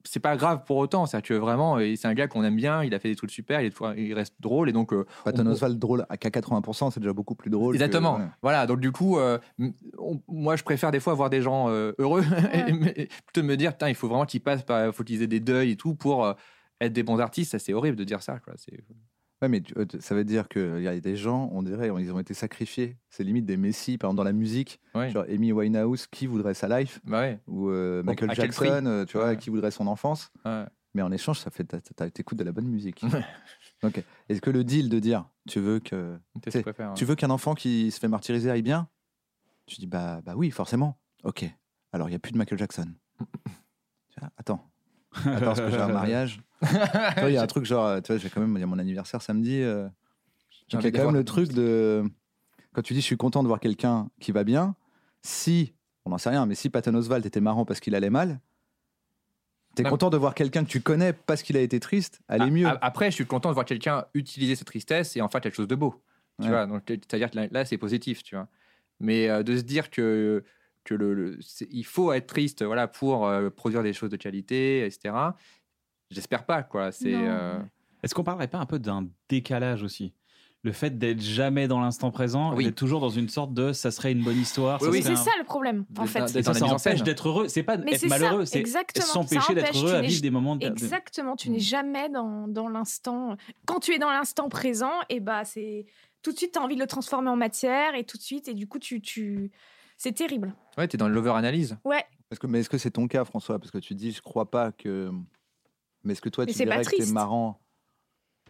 c'est pas grave pour autant. C'est-à-dire que vraiment, euh, c'est un gars qu'on aime bien, il a fait des trucs super, il, est- il reste drôle, et donc euh, Patton on- Oswalt drôle à qu'à 80%, c'est déjà beaucoup plus drôle. que- Exactement. ouais. Voilà. Donc du coup, euh, m- on- moi, je préfère des fois voir des gens euh, heureux et me- et plutôt de me dire, putain, il faut vraiment qu'ils passent, par, faut qu'ils aient des deuils et tout pour euh, être des bons artistes. Ça, c'est horrible de dire ça. Quoi. C'est- Ouais, mais tu- euh, tu- ça veut dire qu'il y a des gens, on dirait, on- ils ont été sacrifiés. C'est limite des messies, par exemple dans la musique, Ouais. genre Amy Winehouse, qui voudrait sa life, Bah ouais. ou euh, Bon, Michael à quel Jackson, prix euh, tu vois, Ouais. qui voudrait son enfance. ouais. Mais en échange, ça fait, t'as- t'as- t'écoutes de la bonne musique. Donc, est-ce que le deal de dire, tu veux que, Qu'est-ce que tu sais, tu préfères, tu hein veux qu'un enfant qui se fait martyriser aille bien Tu dis, bah, bah oui, forcément. Ok. Alors, il n'y a plus de Michael Jackson. Tu vois, Attends. Attends, parce que j'ai un mariage. Tu vois, Il y a un truc genre, euh, tu vois, j'ai quand même, il y a mon anniversaire samedi. euh, J'ai donc il y envie a quand d'avoir- même le truc de. Quand tu dis je suis content de voir quelqu'un qui va bien, si, on n'en sait rien, mais si Patton Oswald était marrant parce qu'il allait mal, t'es Non. content de voir quelqu'un que tu connais parce qu'il a été triste, aller A- mieux. a- Après, je suis content de voir quelqu'un utiliser cette tristesse et en faire quelque chose de beau. Tu Ouais. vois, donc c'est-à-dire que là, là, c'est positif, tu vois. Mais euh, de se dire que que le, le- c'est- il faut être triste, voilà, pour euh, produire des choses de qualité, etc. J'espère pas, quoi. C'est Non. euh, Est-ce qu'on parlerait pas un peu d'un décalage aussi Le fait d'être jamais dans l'instant présent, Oui. d'être toujours dans une sorte de ça serait une bonne histoire. Oui, ça oui. Mais serait c'est un- ça le problème, en Des- fait. des- Et ça, ça dans la mise en empêche scène. d'être heureux. C'est pas Mais être c'est ça, malheureux, c'est exactement. s'empêcher Ça d'être empêche, heureux tu à n'es- vivre des moments. de- de- Exactement, tu Mm. n'es jamais dans, dans l'instant. Quand tu es dans l'instant présent, et bah c'est tout de suite, tu as envie de le transformer en matière, et tout de suite, et du coup, tu. tu... C'est terrible. ouais, t'es dans l'over-analyse. Ouais, Est-ce que- mais est-ce que c'est ton cas, François Parce que tu dis je crois pas que. Mais est-ce que toi Mais tu c'est pas dirais que t'es triste. marrant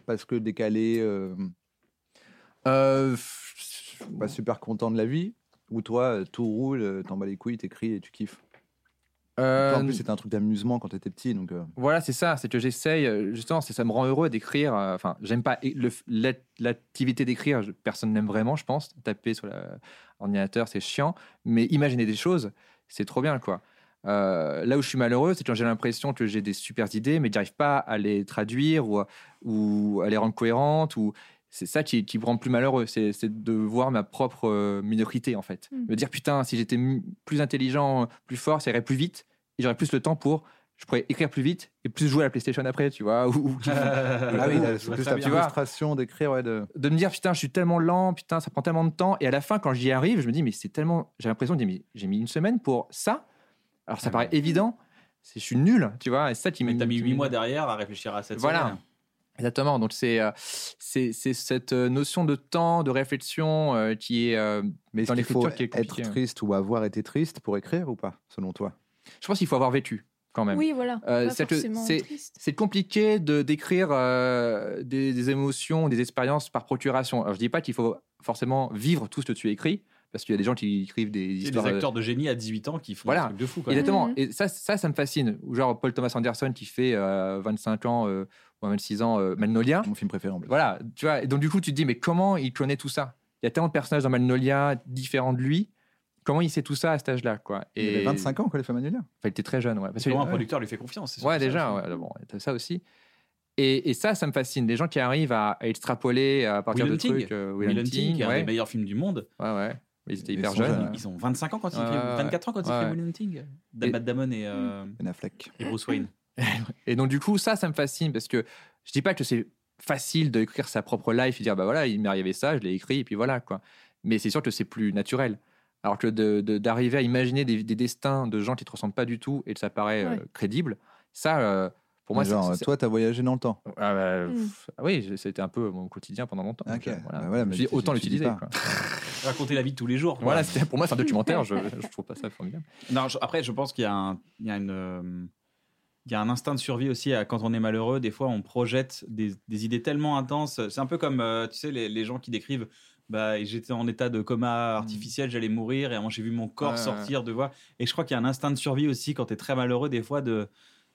parce que décalé, euh, Euh, pas super content de la vie Ou toi, euh, tout roule, euh, t'en bats les couilles, t'écris et tu kiffes Toi, Euh, En plus, c'était un truc d'amusement quand t'étais petit, donc. euh, Voilà, c'est ça, c'est que j'essaye, euh, justement, c'est- ça me rend heureux d'écrire. euh, Enfin, j'aime pas et le f- la- l'activité d'écrire, je- personne n'aime vraiment, je pense. Taper sur l'ordinateur, c'est chiant, mais imaginer des choses, c'est trop bien, quoi. Euh, là où je suis malheureux, c'est quand j'ai l'impression que j'ai des super idées, mais que j'arrive pas à les traduire ou, à- ou à les rendre cohérentes. Ou c'est ça qui, qui me rend plus malheureux, c'est c'est de voir ma propre euh, médiocrité en fait. Mm. Me dire putain, si j'étais m- plus intelligent, plus fort, ça irait plus vite et j'aurais plus le temps pour je pourrais écrire plus vite et plus jouer à la PlayStation après, tu vois. Ou, ou- Ah oui, ou- là, je c'est vois plus très la bien. frustration d'écrire, ouais, de. de me dire putain, je suis tellement lent, putain, ça prend tellement de temps. Et à la fin, quand j'y arrive, je me dis mais c'est tellement, j'ai l'impression de dire mais j'ai mis une semaine pour ça. Alors ça Ah paraît évident, c'est je suis nul, tu vois. Et c'est ça qui Mais t'as mis qui- 8 mois derrière à réfléchir à cette Voilà. semaine. Exactement. Donc c'est euh, c'est c'est cette euh, notion de temps, de réflexion euh, qui est euh, Mais est-ce dans qu'il faut l'écriture qui est hein. être compliquée. triste ou avoir été triste pour écrire ou pas, selon toi Je pense qu'il faut avoir vécu. quand même. Oui, voilà. Euh, Pas c'est que forcément c'est- triste. c'est compliqué de décrire euh, des, des émotions, des expériences par procuration. Alors, je dis pas qu'il faut forcément vivre tout ce que tu écris, parce qu'il y a des gens qui écrivent des Il y a histoires. des euh, acteurs de génie à 18 ans qui font voilà, des trucs de fou. Quand même. Exactement. Et ça, ça, ça me fascine. Ou Genre Paul Thomas Anderson qui fait euh, 25 ans euh, ou 26 ans euh, Magnolia. Mon film préféré en plus. Voilà, tu vois. Et donc du coup, tu te dis, mais comment il connaît tout ça Il y a tellement de personnages dans Magnolia différents de lui. Comment il sait tout ça à cet âge-là, quoi Il avait 25 ans, quoi, les femmes annulaires. Enfin, il était très jeune, ouais. C'est Parce que- vraiment un ouais. producteur lui fait confiance. c'est surtout Ouais, ça, déjà, je ouais, trouve. alors bon, t'as ça aussi. Et, et ça, ça me fascine. Les gens qui arrivent à, à extrapoler à partir Will de Hunting, trucs. euh, Will Will Hunting, Hunting, qui est un ouais. des meilleurs films du monde. Ouais, ouais. Ils étaient Ils hyper sont jeunes. jeunes. ouais. Ils ont 25 ans quand ils Ouais, écrivent, ouais, 24 ans quand ils ouais. écrivent Will Hunting. Dan- Et- Matt Damon et, euh, Ben Affleck. et Bruce Wayne. Et donc, du coup, ça, ça me fascine parce que je dis pas que c'est facile d'écrire sa propre life et dire, bah voilà, il m'est arrivé ça, je l'ai écrit, et puis voilà, quoi. Mais c'est sûr que c'est plus naturel. Alors que de- de- d'arriver à imaginer des, des destins de gens qui te ressemblent pas du tout et que ça paraît euh, Ouais. crédible, ça, euh, pour moi, c'est- genre, c'est. toi, t'as voyagé dans le temps. Ah, bah, Mm. pff, ah oui, je- c'était un peu mon quotidien pendant longtemps. Hmm. Ok. Donc, euh, voilà. Bah voilà, Je me mais suis dit, tu- autant tu dis l'utiliser. pas. quoi. Raconter la vie de tous les jours. quoi. Voilà, c'était- pour moi, c'est un documentaire, je, je trouve pas ça formidable. Non, je- après, je pense qu'il y a un, il y a une, euh, il y a un instinct de survie aussi à- quand on est malheureux. Des fois, on projette des, des idées tellement intenses. C'est un peu comme, euh, tu sais, les, les gens qui décrivent. Bah, j'étais en état de coma artificiel, j'allais mourir, et à un moment, j'ai vu mon corps Ouais, ouais, sortir de voix. Et je crois qu'il y a un instinct de survie aussi quand tu es très malheureux, des fois, de,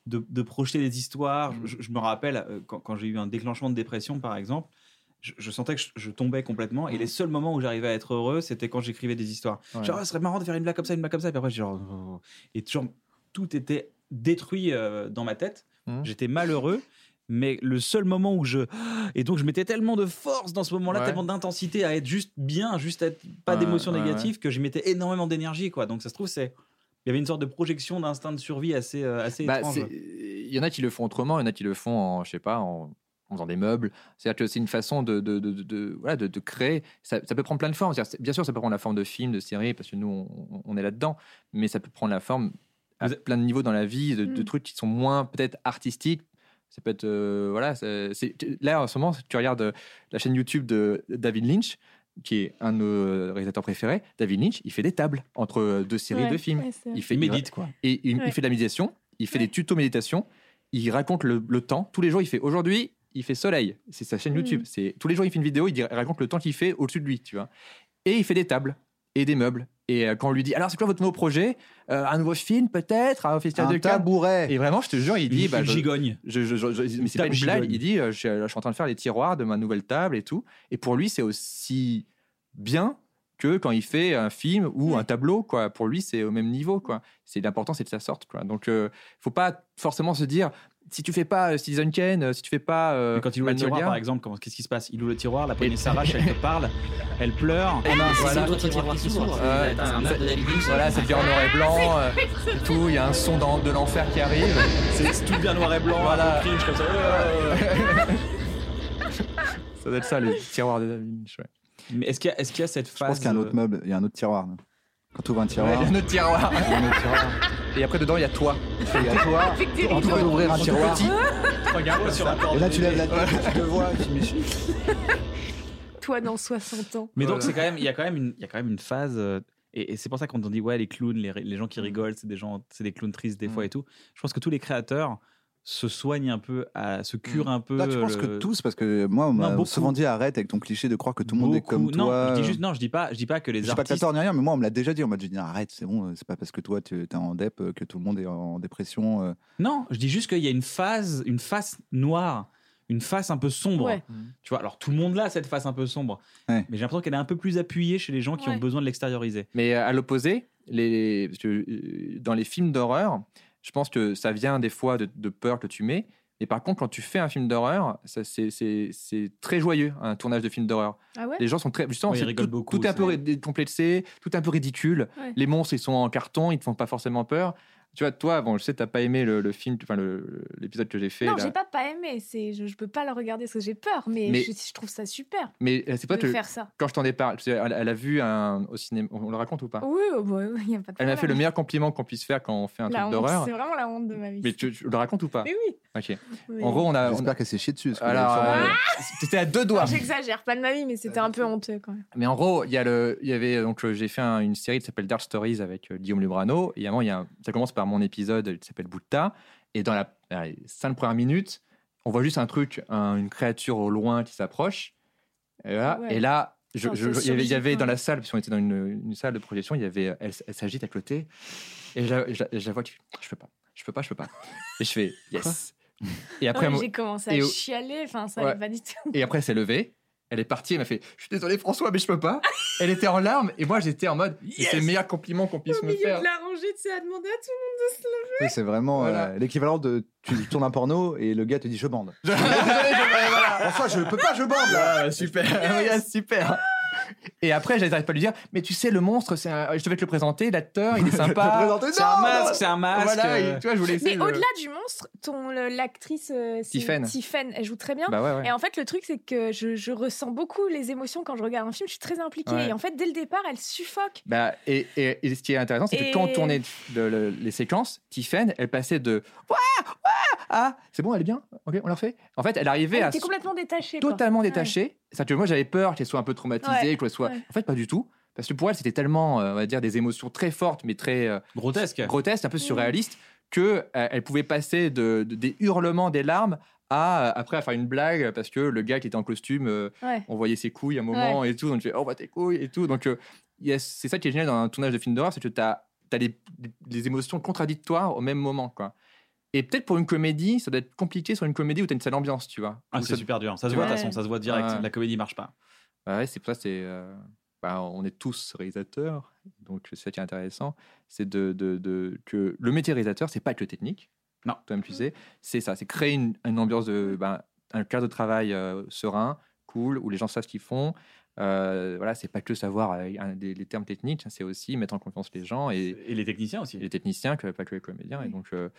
de, de projeter des histoires. Mm. Je, je- je me rappelle euh, quand, quand j'ai eu un déclenchement de dépression, par exemple, je, je sentais que je, je tombais complètement. Mm. Et les seuls moments où j'arrivais à être heureux, c'était quand j'écrivais des histoires. Ouais. Genre, Ah, ce serait marrant de faire une blague comme ça, une blague comme ça. Et puis après, j'ai genre, oh. et genre, tout était détruit euh, dans ma tête. Mhm. J'étais malheureux. Mais le seul moment où je. Et donc, je mettais tellement de force dans ce moment-là, Ouais. tellement d'intensité à être juste bien, juste à être pas Ouais, d'émotion ouais, négative, que j'y mettais énormément d'énergie, quoi. Donc, ça se trouve, c'est. Il y avait une sorte de projection d'instinct de survie assez, euh, assez Bah, étrange. c'est- il y en a qui le font autrement, il y en a qui le font en, je sais pas, en, en faisant des meubles. C'est-à-dire que c'est une façon de, de, de, de- de- voilà, de, de créer. Ça, ça peut prendre plein de formes. C'est-à-dire, c'est- Bien sûr, ça peut prendre la forme de film, de série, parce que nous, on, on est là-dedans. Mais ça peut prendre la forme à Vous plein de niveaux dans la vie, de, de Mm. trucs qui sont moins peut-être artistiques. Ça peut être. euh, voilà. ça- c'est- là, en ce moment, tu regardes euh, la chaîne YouTube de David Lynch, qui est un de nos euh, réalisateurs préférés. David Lynch, il fait des tables entre euh, deux séries, Ouais, deux films. ouais, c'est vrai. il fait, Il médite, quoi. et il, il Ouais. fait de la méditation, il fait Ouais. des tutos méditation, il raconte le, le temps. Tous les jours, il fait aujourd'hui, il fait soleil. C'est sa chaîne YouTube. Mhm. C'est Tous les jours, il fait une vidéo, il, dit- il raconte le temps qu'il fait au-dessus de lui, tu vois. Et il fait des tables et des meubles. Et euh, quand on lui dit, alors c'est quoi votre nouveau projet Euh, Un nouveau film peut-être Un festival de Un câbles tabouret. Et vraiment, je te jure, il Une- dit, bah, une je- gigogne. je, je- je- je- mais c'est pas table une blague. gigogne. Il dit, euh, je, suis- je suis en train de faire les tiroirs de ma nouvelle table et tout. Et pour lui, c'est aussi bien que quand il fait un film ou un tableau. Quoi. Pour lui, c'est au même niveau. Quoi. C'est l'important, c'est de sa sorte. Quoi. Donc, euh, faut pas forcément se dire si tu fais pas euh, Citizen Kane, euh, si tu fais pas. euh, Mais quand il ouvre le Magnolia, tiroir, par exemple, comment- qu'est-ce qui se passe Il ouvre le tiroir, la poignée s'arrache, elle te parle, elle pleure. voilà. Euh, voilà, c'est bien en noir et blanc, euh, et tout. Il y a un son d'en- de l'enfer qui arrive. C'est c'est tout bien noir et blanc, Voilà. un peu cringe comme ça. Euh, euh, euh. Ça doit être ça, le tiroir de David Lynch. ouais. Mais est-ce qu'il y, a- est-ce qu'il y a cette Je phase euh, pense qu'il y a un autre meuble, il y a un autre tiroir. là. Quand tu ouvres un Ouais, tiroir, il y a notre tiroir. il y a un autre tiroir. Et après, dedans, il y a toi. Il y a toi, Oh. en train d'ouvrir un tiroir. Regarde sur un corps Et de là, tu bébé. lèves la tête, tu te vois, tu me suis. Toi dans 60 ans. Mais donc, Voilà. c'est quand même, il y a quand même une, il y a quand même une phase. euh, Et, et c'est pour ça qu'on on dit ouais les clowns, les, les gens qui rigolent, c'est des gens, c'est des clowns tristes des fois Mm. et tout. Je pense que tous les créateurs se soignent un peu, à, se curent un peu. Là, tu penses euh, le- que tous, parce que moi, on m'a beaucoup. souvent dit arrête avec ton cliché de croire que tout le monde est beaucoup- comme non, toi. euh. je dis juste non, je dis pas, je dis pas que les Je sais pas que artistes. t'as tort ni rien, mais moi, on me l'a déjà dit. On m'a déjà dit arrête, c'est bon, euh, c'est pas parce que toi, tu t'es en dep euh, que tout le monde est en dépression. euh. Non, je dis juste qu'il y a une phase, une face noire, une face un peu sombre. Ouais. Mhm. Tu vois, alors tout le monde l'a cette face un peu sombre, Ouais. mais j'ai l'impression qu'elle est un peu plus appuyée chez les gens qui Ouais. ont besoin de l'extérioriser. Mais euh, à l'opposé, les, parce que, euh, dans les films d'horreur, je pense que ça vient des fois de, de peur que tu mets. Mais par contre, quand tu fais un film d'horreur, ça, c'est- c'est c'est très joyeux, un tournage de film d'horreur. Ah ouais Les gens sont très. Justement, Oui, ils c'est rigolent tout, beaucoup, tout est un peu c'est- ri- complexé, tout est un peu ridicule. Ouais. Les monstres, ils sont en carton, ils te font pas forcément peur. Tu vois, toi, bon, je sais, t'as pas aimé le, le film, enfin, le- l'épisode que j'ai fait. Non, là. j'ai pas pas aimé. C'est je, je peux pas le regarder parce que j'ai peur, mais, Mais- je, je trouve ça super Mais euh, c'est de pas que. faire ça. Quand je t'en ai parlé, parce qu'elle- elle a vu un, au cinéma, on on le raconte ou pas Oui, il y a pas de Ah. Elle m'a fait le problème. meilleur compliment qu'on puisse faire quand on fait La un truc honte, d'horreur. C'est vraiment la honte de ma vie. Mais tu, tu le racontes ou pas Mais Bah, oui. Ok. oui. En gros, Euh, on a. on a- J'espère qu'elle s'est chiée dessus. parce que Alors, sûrement, euh, c'était à deux doigts. J'exagère, pas de ma vie, mais c'était Euh, un peu honteux quand même. Mais en gros, il y a le, il y avait donc euh, j'ai fait un- une série qui s'appelle Dark Stories avec euh, Guillaume Lebrano. Et évidemment, il y a un- ça commence par mon épisode qui s'appelle Bouddha. Et dans la allez, cinq premières minutes, on voit juste un truc, un- une créature au loin qui s'approche. Et, voilà. Ouais. Et là, je- Putain, je- c'est il y avait- il y avait surgiquant. dans la salle, puisqu'on était dans une, une salle de projection, il y avait, elle, s- elle s'agite à côté. Et je la, je la- je la vois qui fait, je peux pas, je peux pas, je peux pas. Et je fais yes. Et Ouais, moi- j'ai commencé à et au- chialer, enfin ça Ouais. allait pas du tout. et après, elle s'est levée. Elle est partie, elle m'a fait Je suis désolé, François, mais je peux pas. elle était en larmes, et moi, j'étais en mode Mais C'est le meilleur compliment qu'on puisse Au me milieu faire. de la rangée, tu sais, à demander à tout le monde de se lever. Oui, c'est vraiment Voilà. euh, l'équivalent de tu tournes un porno et le gars te dit je bande. François, je peux pas, je bande. Ah, super, yes, super. Et après, j'arrête pas de lui dire Mais tu sais, le monstre, c'est un- je devais te le présenter, l'acteur, il est te sympa. présenter, C'est un masque, c'est un masque. Voilà, euh. et tu vois, je voulais Mais essayer de- au-delà du monstre, ton le- l'actrice euh, c'est Tiffaine. Tiffaine, elle joue très bien. Bah ouais, ouais. hein, Et en fait, le truc c'est que je, je ressens beaucoup les émotions quand je regarde un film. Je suis très impliquée. Ouais. Et en fait, dès le départ, elle suffoque. Bah, et, et- et ce qui est intéressant, c'est Et- que quand on tournait de- le- les séquences, Tiffen, elle passait de Ouah, ouah, ah, c'est bon, elle est bien, ok, on la refait. En fait, elle arrivait Elle à était s- complètement détachée. quoi. totalement Ouais. détachée. Ça, que moi, j'avais peur qu'elle soit un peu traumatisée, Ouais, qu'elle soit. ouais. En fait, pas du tout. Parce que pour elle, c'était tellement, euh, on va dire, des émotions très fortes, mais très euh, grotesques, un Mm. peu surréalistes, que euh, elle pouvait passer de, de- des hurlements, des larmes, à euh, après à faire une blague parce que le gars qui était en costume, euh, Ouais. on voyait ses couilles à un moment et tout, donc tu fais oh bah tes couilles et tout, donc euh, il y a- c'est ça qui est génial dans un tournage de film d'horreur, c'est que tu as, des, des émotions contradictoires au même moment, quoi. Et peut-être pour une comédie, ça doit être compliqué sur une comédie où tu as une sale ambiance, tu vois. Ah, Où c'est ça- super dur. Ça se voit, de toute façon, ça se voit direct. Ouais. La comédie marche pas. Bah ouais, c'est pour ça, c'est. euh, bah, on est tous réalisateurs, donc c'est ça qui est intéressant. C'est de, de- de- que le métier réalisateur, c'est pas que technique. Non. Toi-même, tu sais. C'est ça, c'est créer une, une ambiance de. bah, un cadre de travail euh, serein, cool, où les gens savent ce qu'ils font. Euh, voilà, c'est pas que savoir euh, un- des- les termes techniques, hein, c'est aussi mettre en confiance les gens et, et les techniciens aussi. Les techniciens, que, pas que les comédiens. Et donc, euh,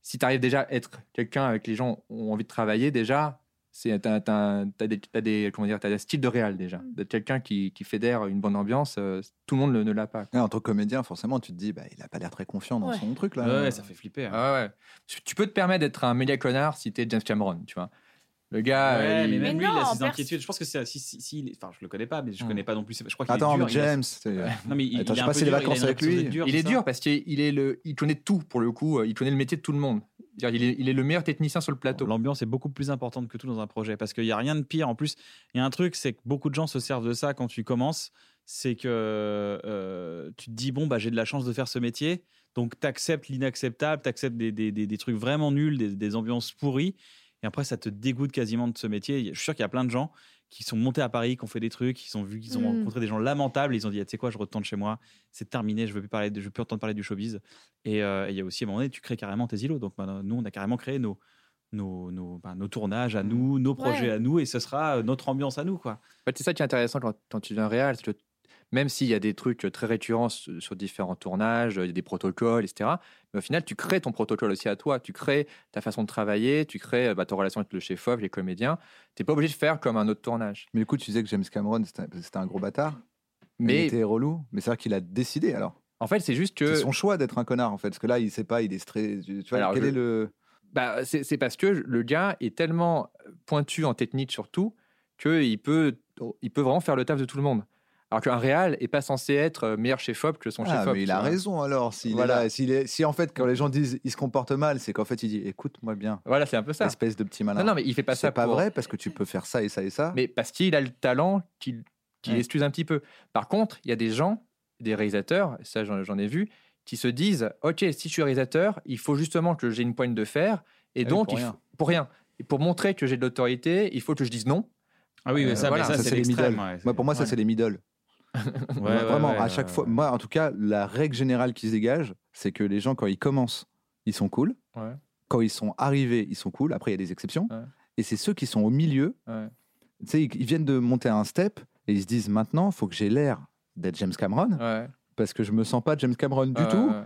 si tu arrives déjà à être quelqu'un avec les gens ont envie de travailler, déjà, c'est t'as, t'as- t'as des, t'as des comment dire, t'as des styles de réal déjà. D'être quelqu'un qui, qui fédère une bonne ambiance, euh, tout le monde ne, ne l'a pas. Et en tant que comédien, forcément, tu te dis bah il a pas l'air très confiant dans Ouais. son truc là. Ouais, ça fait flipper. hein. Ah ouais. Parce que Tu peux te permettre d'être un méga connard si t'es James Cameron, tu vois. Le gars, Ouais, euh, mais il- même lui, il a ses perso- inquiétudes. Je pense que c'est. Si, si, si, il est- enfin, je le connais pas, mais je connais pas non plus. Je crois qu'il est Attends, dur, mais il a- James, c'est- Non, mais il, Attends, il j'ai est un passé peu les dur, il a vacances une avec réputation lui. d'être dur, il c'est est ça dur parce qu'il est le, il connaît tout pour le coup. euh, Il connaît le métier de tout le monde. C'est-à-dire, Il est, il est le meilleur technicien sur le plateau. L'ambiance est beaucoup plus importante que tout dans un projet parce qu'il n'y a rien de pire. En plus, il y a un truc, c'est que beaucoup de gens se servent de ça quand tu commences. C'est que euh, tu te dis, bon, bah, j'ai de la chance de faire ce métier. Donc, tu acceptes l'inacceptable, tu acceptes des, des- des- des trucs vraiment nuls, des, des ambiances pourries. Et après, ça te dégoûte quasiment de ce métier. Je suis sûr qu'il y a plein de gens qui sont montés à Paris, qui ont fait des trucs, qui sont vus, qu'ils ont Mm. rencontré des gens lamentables. et Ils ont dit, Ah, tu sais quoi, je retourne chez moi, c'est terminé, je veux plus parler, de- je veux plus entendre parler du showbiz. Et euh, et il y a aussi à un moment donné, tu crées carrément tes îlots. Donc maintenant, nous, on a carrément créé nos nos, nos, bah, nos tournages à nous, nos projets Ouais. à nous, et ce sera euh, notre ambiance à nous, quoi. En fait, c'est ça qui est intéressant quand, quand tu deviens réel, c'est que même s'il y a des trucs très récurrents euh, sur, sur différents tournages, il y a des protocoles, etc., mais au final, tu crées ton protocole aussi à toi, tu crées ta façon de travailler, tu crées euh, bah, ton relation avec le chef-op, les comédiens. Tu n'es pas obligé de faire comme un autre tournage. Mais du coup, tu disais que James Cameron c'était c'était un gros bâtard. Mais- il était relou, mais c'est vrai qu'il a décidé alors. En fait, c'est juste que c'est son choix d'être un connard en fait, parce que là, il sait pas, il est stressé. Tu vois, Alors, quel je- est le Bah, c'est c'est parce que le gars est tellement pointu en technique surtout qu'il peut, il peut vraiment faire le taf de tout le monde. Alors qu'un réal est pas censé être euh, meilleur chef-op que son Ah, chef-op. mais il tu a vois. raison alors. S'il est Voilà. là, s'il est- si en fait, quand les gens disent il se comporte mal, c'est qu'en fait, il dit écoute-moi bien. Voilà, c'est un peu ça. Espèce de petit malin. Non, non, mais il fait pas ça C'est pas pour- vrai parce que tu peux faire ça et ça et ça. Mais parce qu'il a le talent qu'il qu'il Ouais. excuse un petit peu. Par contre, il y a des gens, des réalisateurs, ça j'en j'en ai vu, qui se disent Ok, si je suis réalisateur, il faut justement que j'ai une poigne de fer. Et Ah oui, donc, pour il rien. faut- pour rien. Et pour montrer que j'ai de l'autorité, il faut que je dise non. Ah oui, mais Euh, ça, mais voilà. ça, c'est les l'extrême. middle. ouais, moi, pour moi, ça, ouais. c'est les middle. Ouais, ouais, vraiment, ouais, à ouais, chaque ouais. fois. Moi, en tout cas, la règle générale qui se dégage, c'est que les gens, quand ils commencent, ils sont cool. Ouais. Quand ils sont arrivés, ils sont cool. Après, il y a des exceptions. Ouais. Et c'est ceux qui sont au milieu. Ouais. Tu sais, ils ils viennent de monter un step et ils se disent maintenant, faut que j'ai l'air d'être James Cameron Ouais. parce que je me sens pas James Cameron du Ouais, tout. ouais.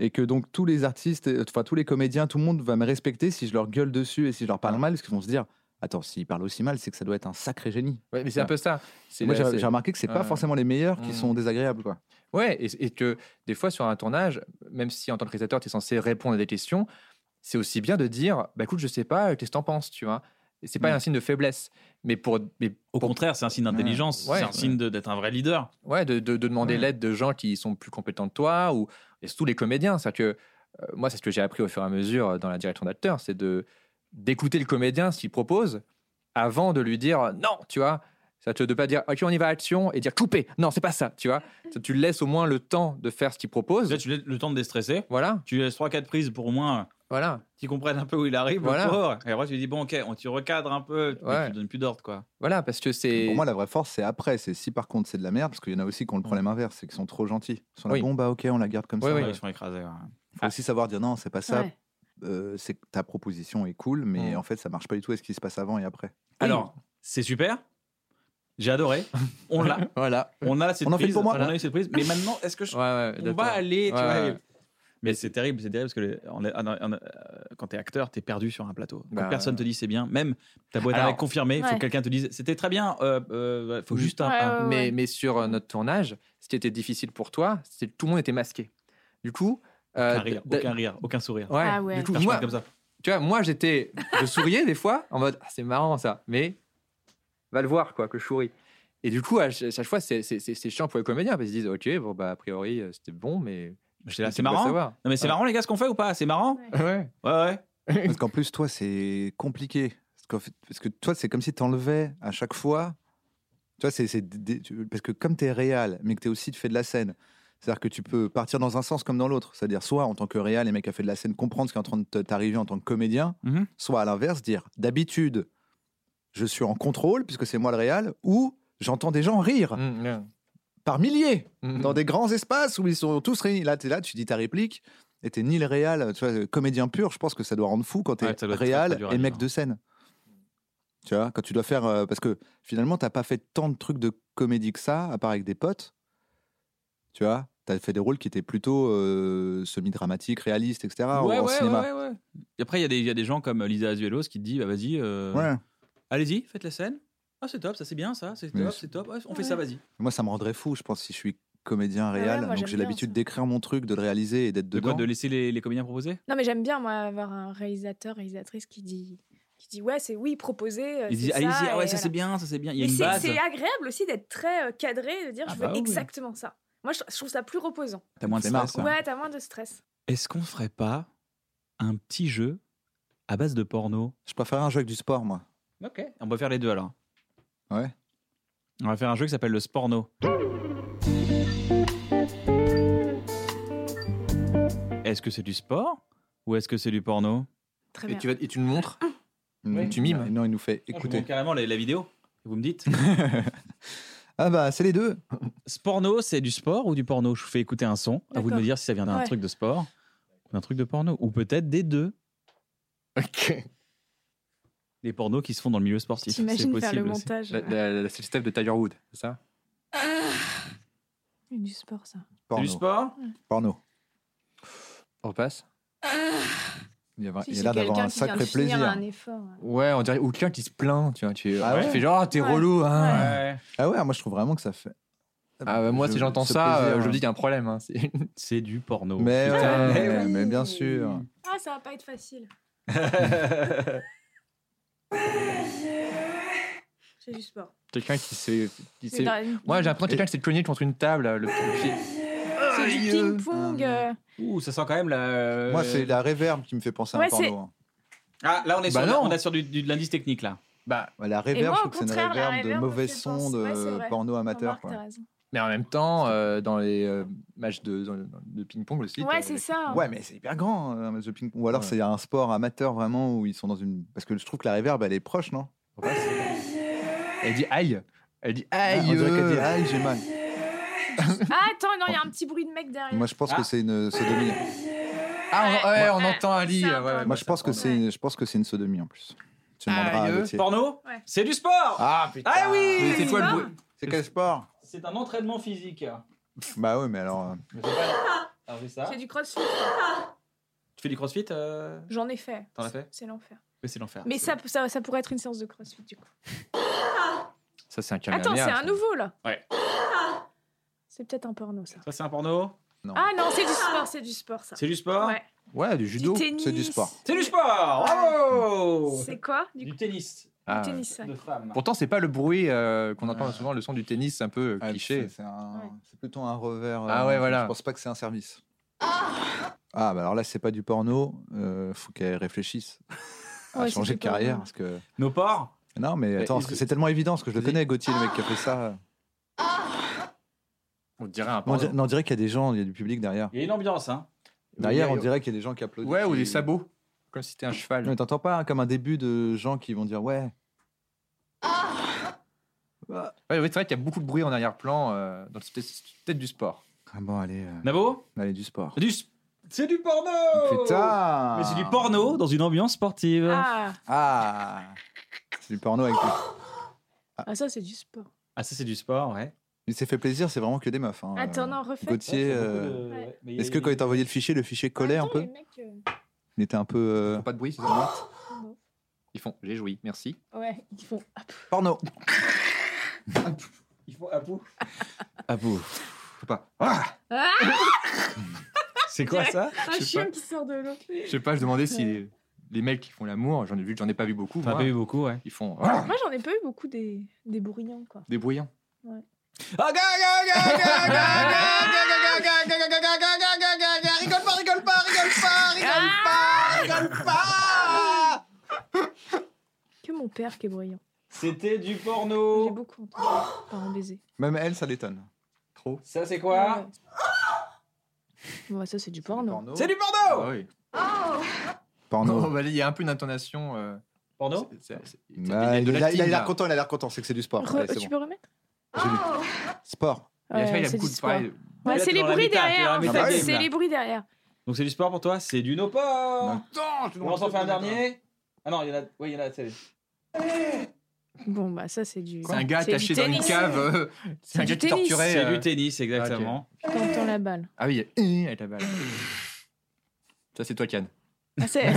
Et que donc tous les artistes, euh, enfin tous les comédiens, tout le monde va me respecter si je leur gueule dessus et si je leur parle mal, parce qu'ils vont se dire, attends, s'ils parlent aussi mal, c'est que ça doit être un sacré génie. Ouais, mais c'est un peu ça. C'est Moi, la- j'ai c'est- j'ai remarqué que c'est pas Ouais. forcément les meilleurs qui Mm. sont désagréables, quoi. Ouais, et, et que des fois sur un tournage, même si en tant que réalisateur, tu es censé répondre à des questions, c'est aussi bien de dire bah écoute, je sais pas, euh, qu'est-ce que t'en penses, tu vois. Et C'est pas Mm. un signe de faiblesse, mais pour. Mais Au contraire, c'est un signe d'intelligence, Ouais, c'est un ouais. signe de- d'être un vrai leader. Ouais, de, de- de demander Ouais. l'aide de gens qui sont plus compétents que toi, ou et surtout les comédiens. C'est-à-dire que euh, moi, c'est ce que j'ai appris au fur et à mesure euh, dans la direction d'acteur, c'est de d'écouter le comédien ce qu'il propose avant de lui dire non, tu vois. Ça te de pas dire ok on y va action et dire couper non c'est pas ça tu vois Ça, tu laisses au moins le temps de faire ce qu'il propose Mm. Là, tu laisses le temps de déstresser. Voilà. Tu laisses 3-4 prises pour au moins euh, voilà qu'ils comprennent un peu où il arrive. le Voilà. pauvre. Et après, tu lui dis, bon, ok, on, tu recadres un peu, mais Ouais. tu donnes plus d'ordre, quoi. voilà parce que c'est Pour moi, la vraie force, c'est après. C'est si par contre c'est de la merde, parce qu'il y en a aussi qui ont le problème inverse, c'est qu'ils sont trop gentils. Ils sont là, Mm. Oui. bon, bah ok, on la garde comme Oui, ça. oui. Ah. Ils sont écrasés. ouais. faut aussi savoir dire non, c'est pas ça. Ouais. Euh, c'est ta proposition est cool, mais Mm. en fait, ça marche pas du tout. Est-ce qui se passe avant et après Alors, c'est super. J'ai adoré. On l'a. voilà On a cette On en fait prise. pour moi. On a eu cette prise. Mais maintenant, est-ce que je... Ouais, ouais, on d'accord. va aller, tu Ouais, vois, ouais. et- Mais c'est terrible, c'est terrible parce que les- on est- on a- on a- euh, quand t'es acteur, t'es perdu sur un plateau. Quand Bah, personne te dit c'est bien, même ta boîte à Alors- règles confirmée, faut Ouais. que quelqu'un te dise c'était très bien. Euh, euh, faut juste un. Ouais, un- ouais, ouais. mais, mais sur euh, notre tournage, ce qui était difficile pour toi, c'est que tout le monde était masqué. Du coup, euh, Aucun rire, d- aucun rire, aucun sourire. Ouais, Ah ouais. Du coup, Faire moi, comme ça. tu vois, moi j'étais, je souriais des fois en mode, Ah, c'est marrant ça, mais va le voir quoi, que je souris. Et du coup, à ch- chaque fois, c'est- c'est c'est- c'est chiant pour les comédiens parce qu'ils se disent, ok, bon bah a priori euh, c'était bon, mais J'étais là, tu c'est dois marrant. Non savoir. mais c'est Ouais. marrant les gars ce qu'on fait ou pas C'est marrant. Ouais. Ouais ouais. Parce qu'en plus, toi, c'est compliqué. Parce, qu'en fait- parce que toi, c'est comme si t'enlevais à chaque fois. Tu vois, c'est, c'est des- tu- parce que comme t'es réel, mais que t'es aussi tu fais de la scène. C'est-à-dire que tu peux partir dans un sens comme dans l'autre. C'est-à-dire soit en tant que réel, les mecs a fait de la scène, comprendre ce qui est en train de te- t'arriver en tant que comédien, Mhm. soit à l'inverse, dire d'habitude, je suis en contrôle puisque c'est moi le réel, ou j'entends des gens rire Mm, yeah. par milliers Mm-hmm. Mm. dans des grands espaces où ils sont tous réunis. Là, tu es là, tu dis ta réplique, et t'es ni le réal, tu vois, comédien pur, je pense que ça doit rendre fou quand t'es Ouais, ça doit être très, très réal dur à et vivre, mec hein. de scène. Tu vois, quand tu dois faire. euh, parce que finalement, t'as pas fait tant de trucs de comédie que ça, à part avec des potes. Tu vois, t'as fait des rôles qui étaient plutôt euh, semi-dramatiques, réalistes, etc. en- ouais, en ouais, Ah, cinéma. ouais, ouais. Et après il y a des il y a des gens comme Lisa Azuelos qui te dit bah vas-y euh, Ouais. allez-y faites la scène. Ah c'est top, ça c'est bien ça, c'est Mais top, c'est- c'est top. Ouais, on fait Ouais. ça, vas-y. Moi, ça me rendrait fou, je pense, si je suis comédien Ah ouais, réal. moi, donc j'aime j'ai bien l'habitude ça. d'écrire mon truc, de le réaliser et d'être De dedans. quoi de laisser les, les comédiens proposer Non, mais j'aime bien, moi, avoir un réalisateur, réalisatrice qui dit, qui dit ouais, c'est oui, euh, proposer. Ils disent allez-y, ah ouais ça c'est bien, ça c'est bien. Il y a une base. C'est agréable aussi d'être très euh, cadré, de dire Ah je bah veux oui. exactement ça. Moi, je, je trouve ça plus reposant. T'as moins de C'est marrant, stress. quoi. Ouais, t'as moins de stress. Est-ce qu'on ferait pas un petit jeu à base de porno Je préfère un jeu avec du sport, moi. Ok. On va faire les deux alors. Ouais. On va faire un jeu qui s'appelle le sporno. Est-ce que c'est du sport ou est-ce que c'est du porno Très Et bien. Ah. tu vas, et tu nous montres. Mm. Tu mimes. Non, il nous fait Je vous montre écouter. carrément la, la vidéo. Vous me dites. Ah bah, c'est les deux. sporno, c'est du sport ou du porno Je vous fais écouter un son. À vous de me D'accord. dire si ça vient d'un Ouais. truc de sport ou d'un truc de porno. Ou peut-être des deux. Ok. Les pornos qui se font dans le milieu sportif. C'est T'imagines possible. faire le aussi. montage La- la- la- C'est le step de Tiger Wood, c'est ça C'est euh, du sport, ça. C'est Porno. du sport Porno. On repasse. Il y a, Si il y a c'est l'air d'avoir quelqu'un un qui vient de sacré finir plaisir. Un effort. ouais. Ouais, on dirait ou quelqu'un qui se plaint, tu vois, tu, Ah tu ouais fais genre Ah, t'es Ouais. relou, hein. Ouais. Ah ouais, moi je trouve vraiment que ça fait. Ah, bah, moi Je- si j'entends ce ça, plaisir, euh, je hein. me dis qu'il y a un problème. hein. C'est- C'est du porno. Mais, Putain. ouais, Mais mais oui. bien sûr. Ah, ça va pas être facile. C'est du sport. Quelqu'un qui s'est. qui C'est s'est- dans une- Moi, j'ai l'impression que quelqu'un qui s'est cogné contre une table, euh, le le pied. c'est du ping-pong. euh, Ouh, ça sent quand même Euh, la. euh, Moi, c'est la réverb qui me fait penser à un Ouais, c'est- porno. hein. Ah, là, on est sur, Bah non. on est sur du, du- de l'indice technique, là. Bah, Ouais, La Et réverb, moi, je trouve au que c'est une contraire, la réverb de réverb me mauvais fait penser- sons de ouais, c'est vrai. porno amateur. remarque, Quoi. t'as raison. mais en même temps, euh, dans les euh, matchs de, dans- de ping-pong aussi. euh, Ouais, t'as- c'est ça. hein. Ouais, mais c'est hyper grand, euh, un match de ping-pong. Ou alors, Ouais. c'est un sport amateur vraiment où ils sont dans une. Parce que je trouve que la réverb, elle est proche, non on passe. Elle dit aïe. Elle dit Ah, aïe. On dirait qu'elle dit euh. Aïe, j'ai mal. Ah, attends, non, il y a un petit bruit de mec derrière. Moi, je pense que Ah. c'est une sodomie. Ah, on, ouais, on Ouais. entend un lit. euh, Ça, ouais, ouais, on Moi, ouais, je ça pense que entend. c'est une- je pense que c'est une sodomie en plus. Tu demanderas à Aïe. Gauthier. Porno Ouais. C'est du sport Ah putain Ah oui Mais c'est toi le Ah. bruit. C'est quel sport C'est un entraînement physique. Bah oui, mais alors. euh, Mais c'est pas- Alors, fais ça. C'est du crossfit. Tu fais du crossfit euh, J'en ai fait. T'en as fait C'est l'enfer. Mais c'est l'enfer. Mais ça, ça, ça pourrait être une séance de crossfit du coup. Ça, c'est un Attends, c'est un nouveau là. Ouais. C'est peut-être un porno ça. Ça, c'est un porno Ah non, c'est du sport, c'est du sport ça. C'est du sport Ouais. Ouais, du Du judo. tennis. c'est du sport. C'est du sport Bravo C'est quoi Du Du, tennis Ah, du ouais. tennis. ouais. de femme. Pourtant, c'est pas le bruit euh, qu'on entend Ouais. souvent, le son du tennis, c'est un peu euh, Ah, cliché. C'est c'est un- Ouais. c'est plutôt un revers. euh, Ah ouais, voilà. Je pense pas que c'est un service. Ah, bah alors là, c'est pas du porno. euh, faut qu'elle réfléchisse Ah à Ouais, changer c'est du de porno. carrière. Parce que... Nos porcs Non, mais Mais attends, ils- parce que c'est tellement évident, parce que je le connais, Gauthier, le mec qui a fait ça. On dirait un On porno. dirait, non, on dirait qu'il y a des gens, il y a du public derrière. Il y a une ambiance, hein. Derrière, on dirait qu'il y a des gens qui applaudissent. Ouais, ou des sabots. Comme si c'était un cheval. Non, mais t'entends pas hein, comme un début de gens qui vont dire ouais. Ouais, ouais, c'est vrai qu'il y a beaucoup de bruit en arrière-plan. euh, donc c'est peut-être- c'est peut-être du sport. Ah bon, allez. euh, Nabo Allez, du sport. Du s- C'est du porno Putain Mais c'est du porno dans une ambiance sportive. Ah, Ah C'est du porno avec du- Ah, ça, c'est du sport. Ah, ça, c'est du sport, ouais. Il s'est fait plaisir, c'est vraiment que des meufs. hein. Attends, non, refais. Gauthier, Ouais, c'est euh, beaucoup de- ouais, mais il y a- est-ce que quand il t'a envoyé le fichier, le fichier collait un peu Les mecs, euh, Il était un peu. euh, Pas de bruit, c'est ça Non. Ils font, j'ai joui, merci. Ouais, ils font. Ah, pff, Porno Il faut Abou. Abou. Faut pas. Ah Ah, C'est quoi ça un Je sais chien pas. qui sort de l'eau. Je sais pas, je demandais si les, les mecs qui font l'amour, j'en ai vu, j'en ai pas vu beaucoup. T'as moi. pas eu beaucoup, ouais. Ils font ah Moi, j'en ai pas eu beaucoup des, des bruyants, quoi. des bruyants. Ah, ga, ga, ga, ga, ga, ga. Rigole pas, rigole pas, rigole pas, rigole pas, rigole pas Que mon père qui est bruyant. C'était du J'ai porno. beaucoup entendu par un baiser. Même elle, ça l'étonne. Trop. Ça, c'est Ouais, quoi ouais. Ouais, ça, c'est du porno. C'est du porno Ah oui. Non, Porno. bah, il y a un peu une intonation. euh, Porno c'est- c'est- c'est- il y a Bah, Il de a il a l'acting, là. l'air content, il a l'air content, c'est que c'est du sport. Re- Allez, tu c'est bon. peux remettre J'ai lu. Sport. Il y a- il y a c'est beaucoup du de sport. pareil. Ouais, Là, c'est t'es les dans la bruits méta, t'es dans derrière, la en méta fait. game, C'est là. les bruits derrière. Donc, c'est du sport pour toi C'est du no porc Attends, je On s'en fait un dernier Ah non, il y en a. Oui, il y en a. c'est- Bon, bah, ça, c'est du. C'est un gars c'est du caché dans une tennis. cave. euh, c'est un du gars qui tennis. torturait. C'est euh, du tennis, exactement. Quand on tend la balle. Ah oui, il y a avec la balle. Ça, c'est toi, Can. Ah, c'est- c'est-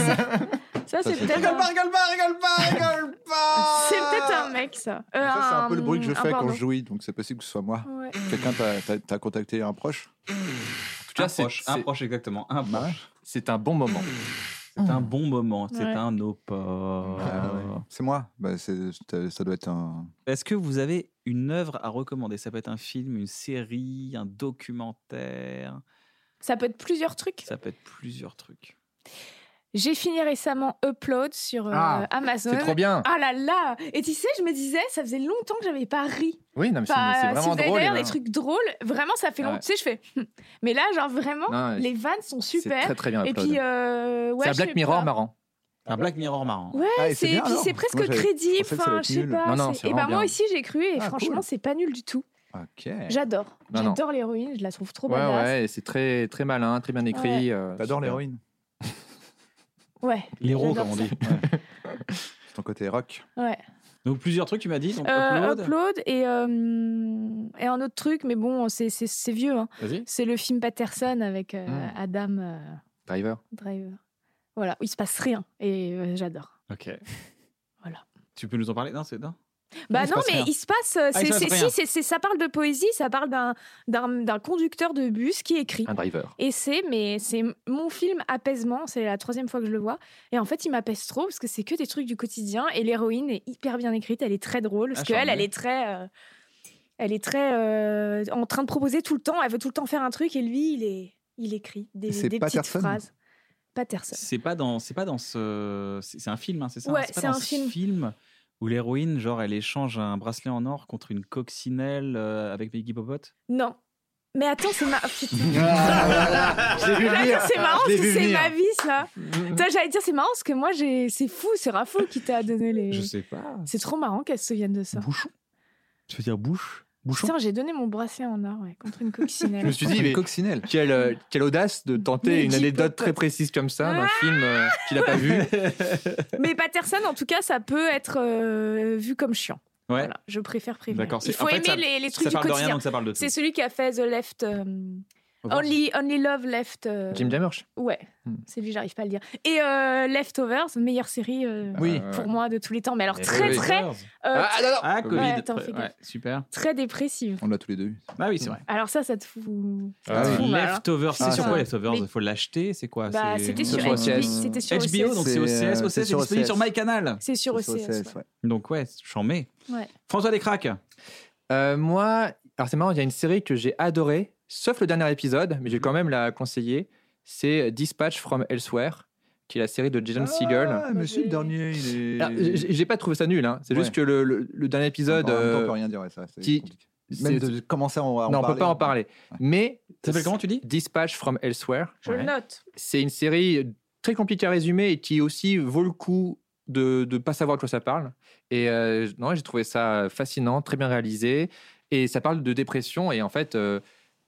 ça, c'est peut-être. Rigole pas, un- rigole pas, rigole pas, rigole pas C'est peut-être un mec, ça. Euh, Ça, c'est un peu le bruit que je un fais quand porno. Mm. je jouis, donc c'est possible que ce soit moi. Ouais. Quelqu'un t'a- t'a t'a contacté un proche En tout cas, un c'est- proche, un c'est- proche, exactement. Un Bah ouais. proche. c'est un bon moment. C'est un bon moment. C'est Ouais. un no porc. Ah ouais. C'est moi. Bah, c'est- c'est- ça doit être un. Est-ce que vous avez une œuvre à recommander Ça peut être un film, une série, un documentaire. Ça peut être plusieurs trucs. Ça peut être plusieurs trucs. J'ai fini récemment Upload sur euh, Ah, Amazon. C'est trop bien. Ah là là Et tu sais, je me disais, ça faisait longtemps que j'avais pas ri. Oui, non, mais c'est Enfin, c'est si vous vraiment avez drôle. d'ailleurs et des ben- trucs drôles, vraiment, ça fait longtemps. Ouais. Tu sais, je fais. hum. Mais là, genre vraiment, Non, les vannes sont c'est super. Très, très bien. Et Upload. puis, euh, ouais, c'est un je sais Black Mirror pas. marrant. Un Black Mirror marrant. Ah bah. Ouais, Ah, et c'est c'est, bien, puis alors c'est presque Moi, j'avais- je crédible. pensais que ça allait Enfin, être je sais nul. pas. Non, non, c'est- c'est et ben vraiment moi bien. aussi, j'ai cru et Ah, franchement, cool. c'est pas nul du tout. Ok. J'adore. Non, non. J'adore l'héroïne, je la trouve trop Ouais, badass. ouais, et c'est très, très malin, très bien écrit. euh, T'adores super. l'héroïne Ouais. L'héros, J'adore comme on ça. dit. C'est ton côté rock. Ouais. Donc plusieurs trucs, tu m'as dit. Donc Euh, upload. upload et, euh, et un autre truc, mais bon, c'est, c'est, c'est vieux. hein. Vas-y. C'est le film Patterson avec euh, Hmm. Adam euh, Driver. Driver. Voilà, il se passe rien et euh, j'adore. Ok. Voilà. Tu peux nous en parler Non, c'est non. Bah Il se non, passe mais rien. il se passe. euh, Ah, il C'est, se passe c'est- rien. si, c'est, c'est- ça parle de poésie, ça parle d'un, d'un, d'un conducteur de bus qui écrit. Un driver. Et c'est mais c'est mon film apaisement, c'est la troisième fois que je le vois et en fait il m'apaise trop parce que c'est que des trucs du quotidien et l'héroïne est hyper bien écrite, elle est très drôle parce Ah, qu'elle charmée. elle est très euh, elle est très euh, en train de proposer tout le temps, elle veut tout le temps faire un truc et lui il est il écrit des, Et c'est des petites Patterson phrases. Patterson. C'est pas dans. C'est pas dans ce. C'est c'est un film, hein, c'est ça Ouais, pas c'est dans un ce film. où l'héroïne, genre, elle échange un bracelet en or contre une coccinelle euh, avec Peggy Bobot. Non. Mais attends, c'est ma oh, putain. J'ai vu Mais attends, Ah, c'est marrant Je l'ai parce que vu c'est venir. ma vie ça. Toi, j'allais dire c'est marrant parce que moi j'ai c'est fou, c'est Raphaël qui t'a donné les Je sais pas. C'est trop marrant qu'elle se souvienne de ça. Bouchon. Tu veux dire bouche Bouchon. Putain, j'ai donné mon bracelet en or ouais, contre une Je coccinelle. me suis dit, mais coccinelle. quelle, euh, quelle audace de Mais Ah tenter une Jeep anecdote Pop. très précise comme ça d'un film euh, qu'il n'a pas vu. mais Patterson, en tout cas, ça peut être euh, vu comme chiant. Ouais. Voilà, je préfère prévenir. D'accord, c'est- Il faut en fait, aimer ça- les, les Ça trucs du parle de rien, quotidien. donc ça parle de tout. C'est celui qui a fait The Left, euh, Only, Only Love Left. euh, Jim Jammersch. Ouais, Hmm. c'est lui, j'arrive pas à le dire. Et euh, Leftovers, meilleure série euh, Oui. Euh, pour moi de tous les temps. Mais alors Mais très oui. très euh, Ah, non, non. Ah, Covid. Ouais, attends, fais ouais, gaffe. super. très dépressive. On l'a tous les deux. eu. Ah oui, c'est vrai. Alors ça, ça te fout. Ah ça te oui. fout mal, hein. Leftovers, c'est Ah, sur ça. quoi Leftovers Mais- Il faut l'acheter, c'est quoi Bah, Ah, C'est- c'était C'est sur, sur HBO, OCS. c'était sur HBO, OCS. donc c'est C'est, OCS, euh, OCS c'est est sur disponible OCS. sur MyCanal. C'est sur OCS. C'est ouais. ouais. Donc ouais, j'en mets. Ouais. François Descraques. Euh, moi, alors c'est marrant, il y a une série que j'ai adorée, sauf le dernier épisode, mais j'ai quand même la conseiller. c'est Dispatch from Elsewhere, qui est la série de Jason Segel. Ah, mais si, le dernier, il est. Alors, j'ai j'ai pas trouvé ça nul, hein. c'est Ouais. juste que le, le- le dernier épisode. Ah, bah, En même temps, on euh, peut rien dire, ouais, ça. c'est qui- compliqué. Même c'est- de commencer à en, à en non, on parler. peut pas en parler. Mais. Ça s'appelle comment, tu dis Dispatch from Elsewhere. Je le note. C'est une série très compliquée à résumer et qui aussi vaut le coup de ne pas savoir de quoi ça parle. Et euh, non, j'ai trouvé ça fascinant, très bien réalisé. Et ça parle de dépression. Et en fait, euh,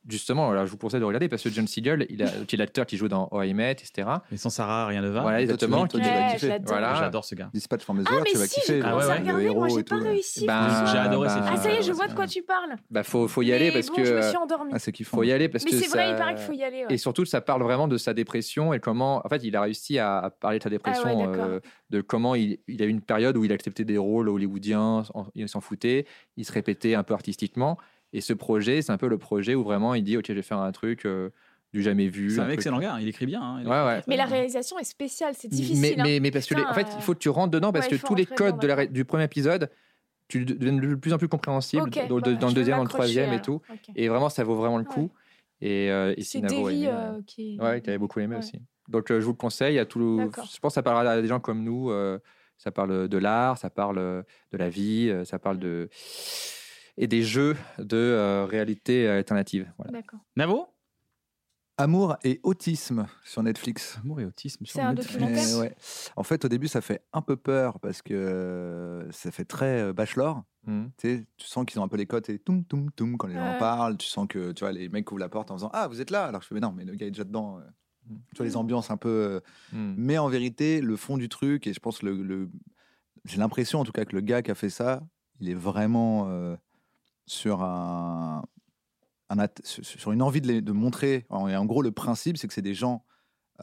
justement, alors, je vous conseille de regarder parce que John Siegel, il a, qui est l'acteur qui joue dans Oh, I Met, etc. Mais sans Sarah, rien ne va. Voilà, toi, tu exactement. vas- toi, qui- tu vas Ouais, kiffer. je l'adore. voilà. J'adore ce gars. Dispatch from the Ah, mais tu vas si, j'ai kiffer. Ah commencé ouais, à ouais. regarder, moi, j'ai pas réussi. Ben, franchement. J'ai adoré ces Ah, ça y est, films. je vois de quoi tu parles. Bah, faut, faut y aller Mais parce bon, que. euh, Je me suis endormie. Ah, c'est kiffant. faut y aller parce Mais que c'est vrai, ça- il paraît qu'il faut y aller. ouais. Et surtout, ça parle vraiment de sa dépression et comment, en fait, il a réussi à, à parler de sa dépression, Ah ouais, d'accord. euh, de comment il, il a eu une période où il acceptait des rôles hollywoodiens, en- il s'en foutait, il se répétait un peu artistiquement. Et ce projet, c'est un peu le projet où vraiment il dit, ok, je vais faire un truc euh, du jamais vu. C'est un truc- excellent gars, il écrit bien. hein, il Ouais, ouais. écrit très Mais la bien. réalisation est spéciale, c'est Mais, difficile. hein. mais, mais parce que, les- en fait, Putain, euh, il faut que tu rentres dedans parce ouais, il que faut tous les rentrer dedans, codes de la ré- du premier épisode, tu le deviens de plus en plus compréhensible Ok, dans, le- bah, dans je le vais deuxième, dans le m'accrocher, troisième et alors. tout. Ok. Et vraiment, ça vaut vraiment le coup. Et, euh, et si C'est Navo Davy aimait, euh, euh, qui. Ouais, que t'avais beaucoup aimé Ouais. aussi. Donc euh, je vous le conseille à tout. le- D'accord. Je pense que ça parle à des gens comme nous. euh, ça parle de l'art, ça parle euh, de la vie, euh, ça parle de et des jeux de euh, réalité alternative. Voilà. D'accord. Navo Amour et autisme sur Netflix. Amour et autisme. C'est un documentaire. Eh ouais. En fait, au début, ça fait un peu peur parce que euh, ça fait très euh, bachelor. Mm. Tu sais, tu sens qu'ils ont un peu les cotes et toum toum toum quand les gens Ouais. parlent. Tu sens que tu vois, les mecs ouvrent la porte en faisant Ah, vous êtes là Alors je fais Mais non, mais le gars est déjà dedans. euh. Mmh. Tu vois, les ambiances un peu. euh, Mm. Mais en vérité, le fond du truc, et je pense le, le- j'ai l'impression en tout cas que le gars qui a fait ça, il est vraiment euh, sur un, un at- sur- sur une envie de, les- de montrer. En, et en gros, le principe, c'est que c'est des gens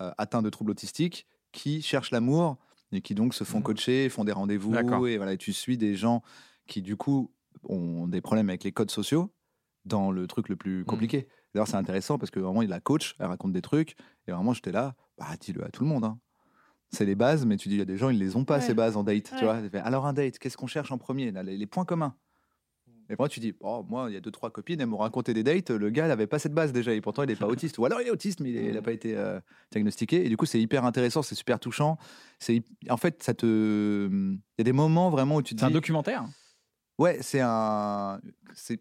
euh, atteints de troubles autistiques qui cherchent l'amour et qui donc se font Mhm. coacher, font des rendez-vous D'accord. et voilà. Et tu suis des gens qui du coup ont des problèmes avec les codes sociaux dans le truc le plus compliqué. D'ailleurs, c'est intéressant parce que vraiment, il la coach, elle raconte des trucs. Et vraiment, j'étais là, bah, dis-le à tout le monde. hein. C'est les bases, mais tu dis, il y a des gens, ils les ont pas, Ouais. ces bases en date. Tu Ouais. vois Elle fait, Alors, un date, qu'est-ce qu'on cherche en premier là, les, les points communs. Et moi, tu dis, oh, moi, il y a deux, trois copines, elles m'ont raconté des dates. Le gars, il n'avait pas cette base déjà, et pourtant, il n'est pas autiste. Ou alors, il est autiste, mais il n'a pas été euh, diagnostiqué. Et du coup, c'est hyper intéressant, c'est super touchant. C'est hy- En fait, ça te. Il y a des moments vraiment où tu te C'est un dis. documentaire. Ouais, c'est un. C'est.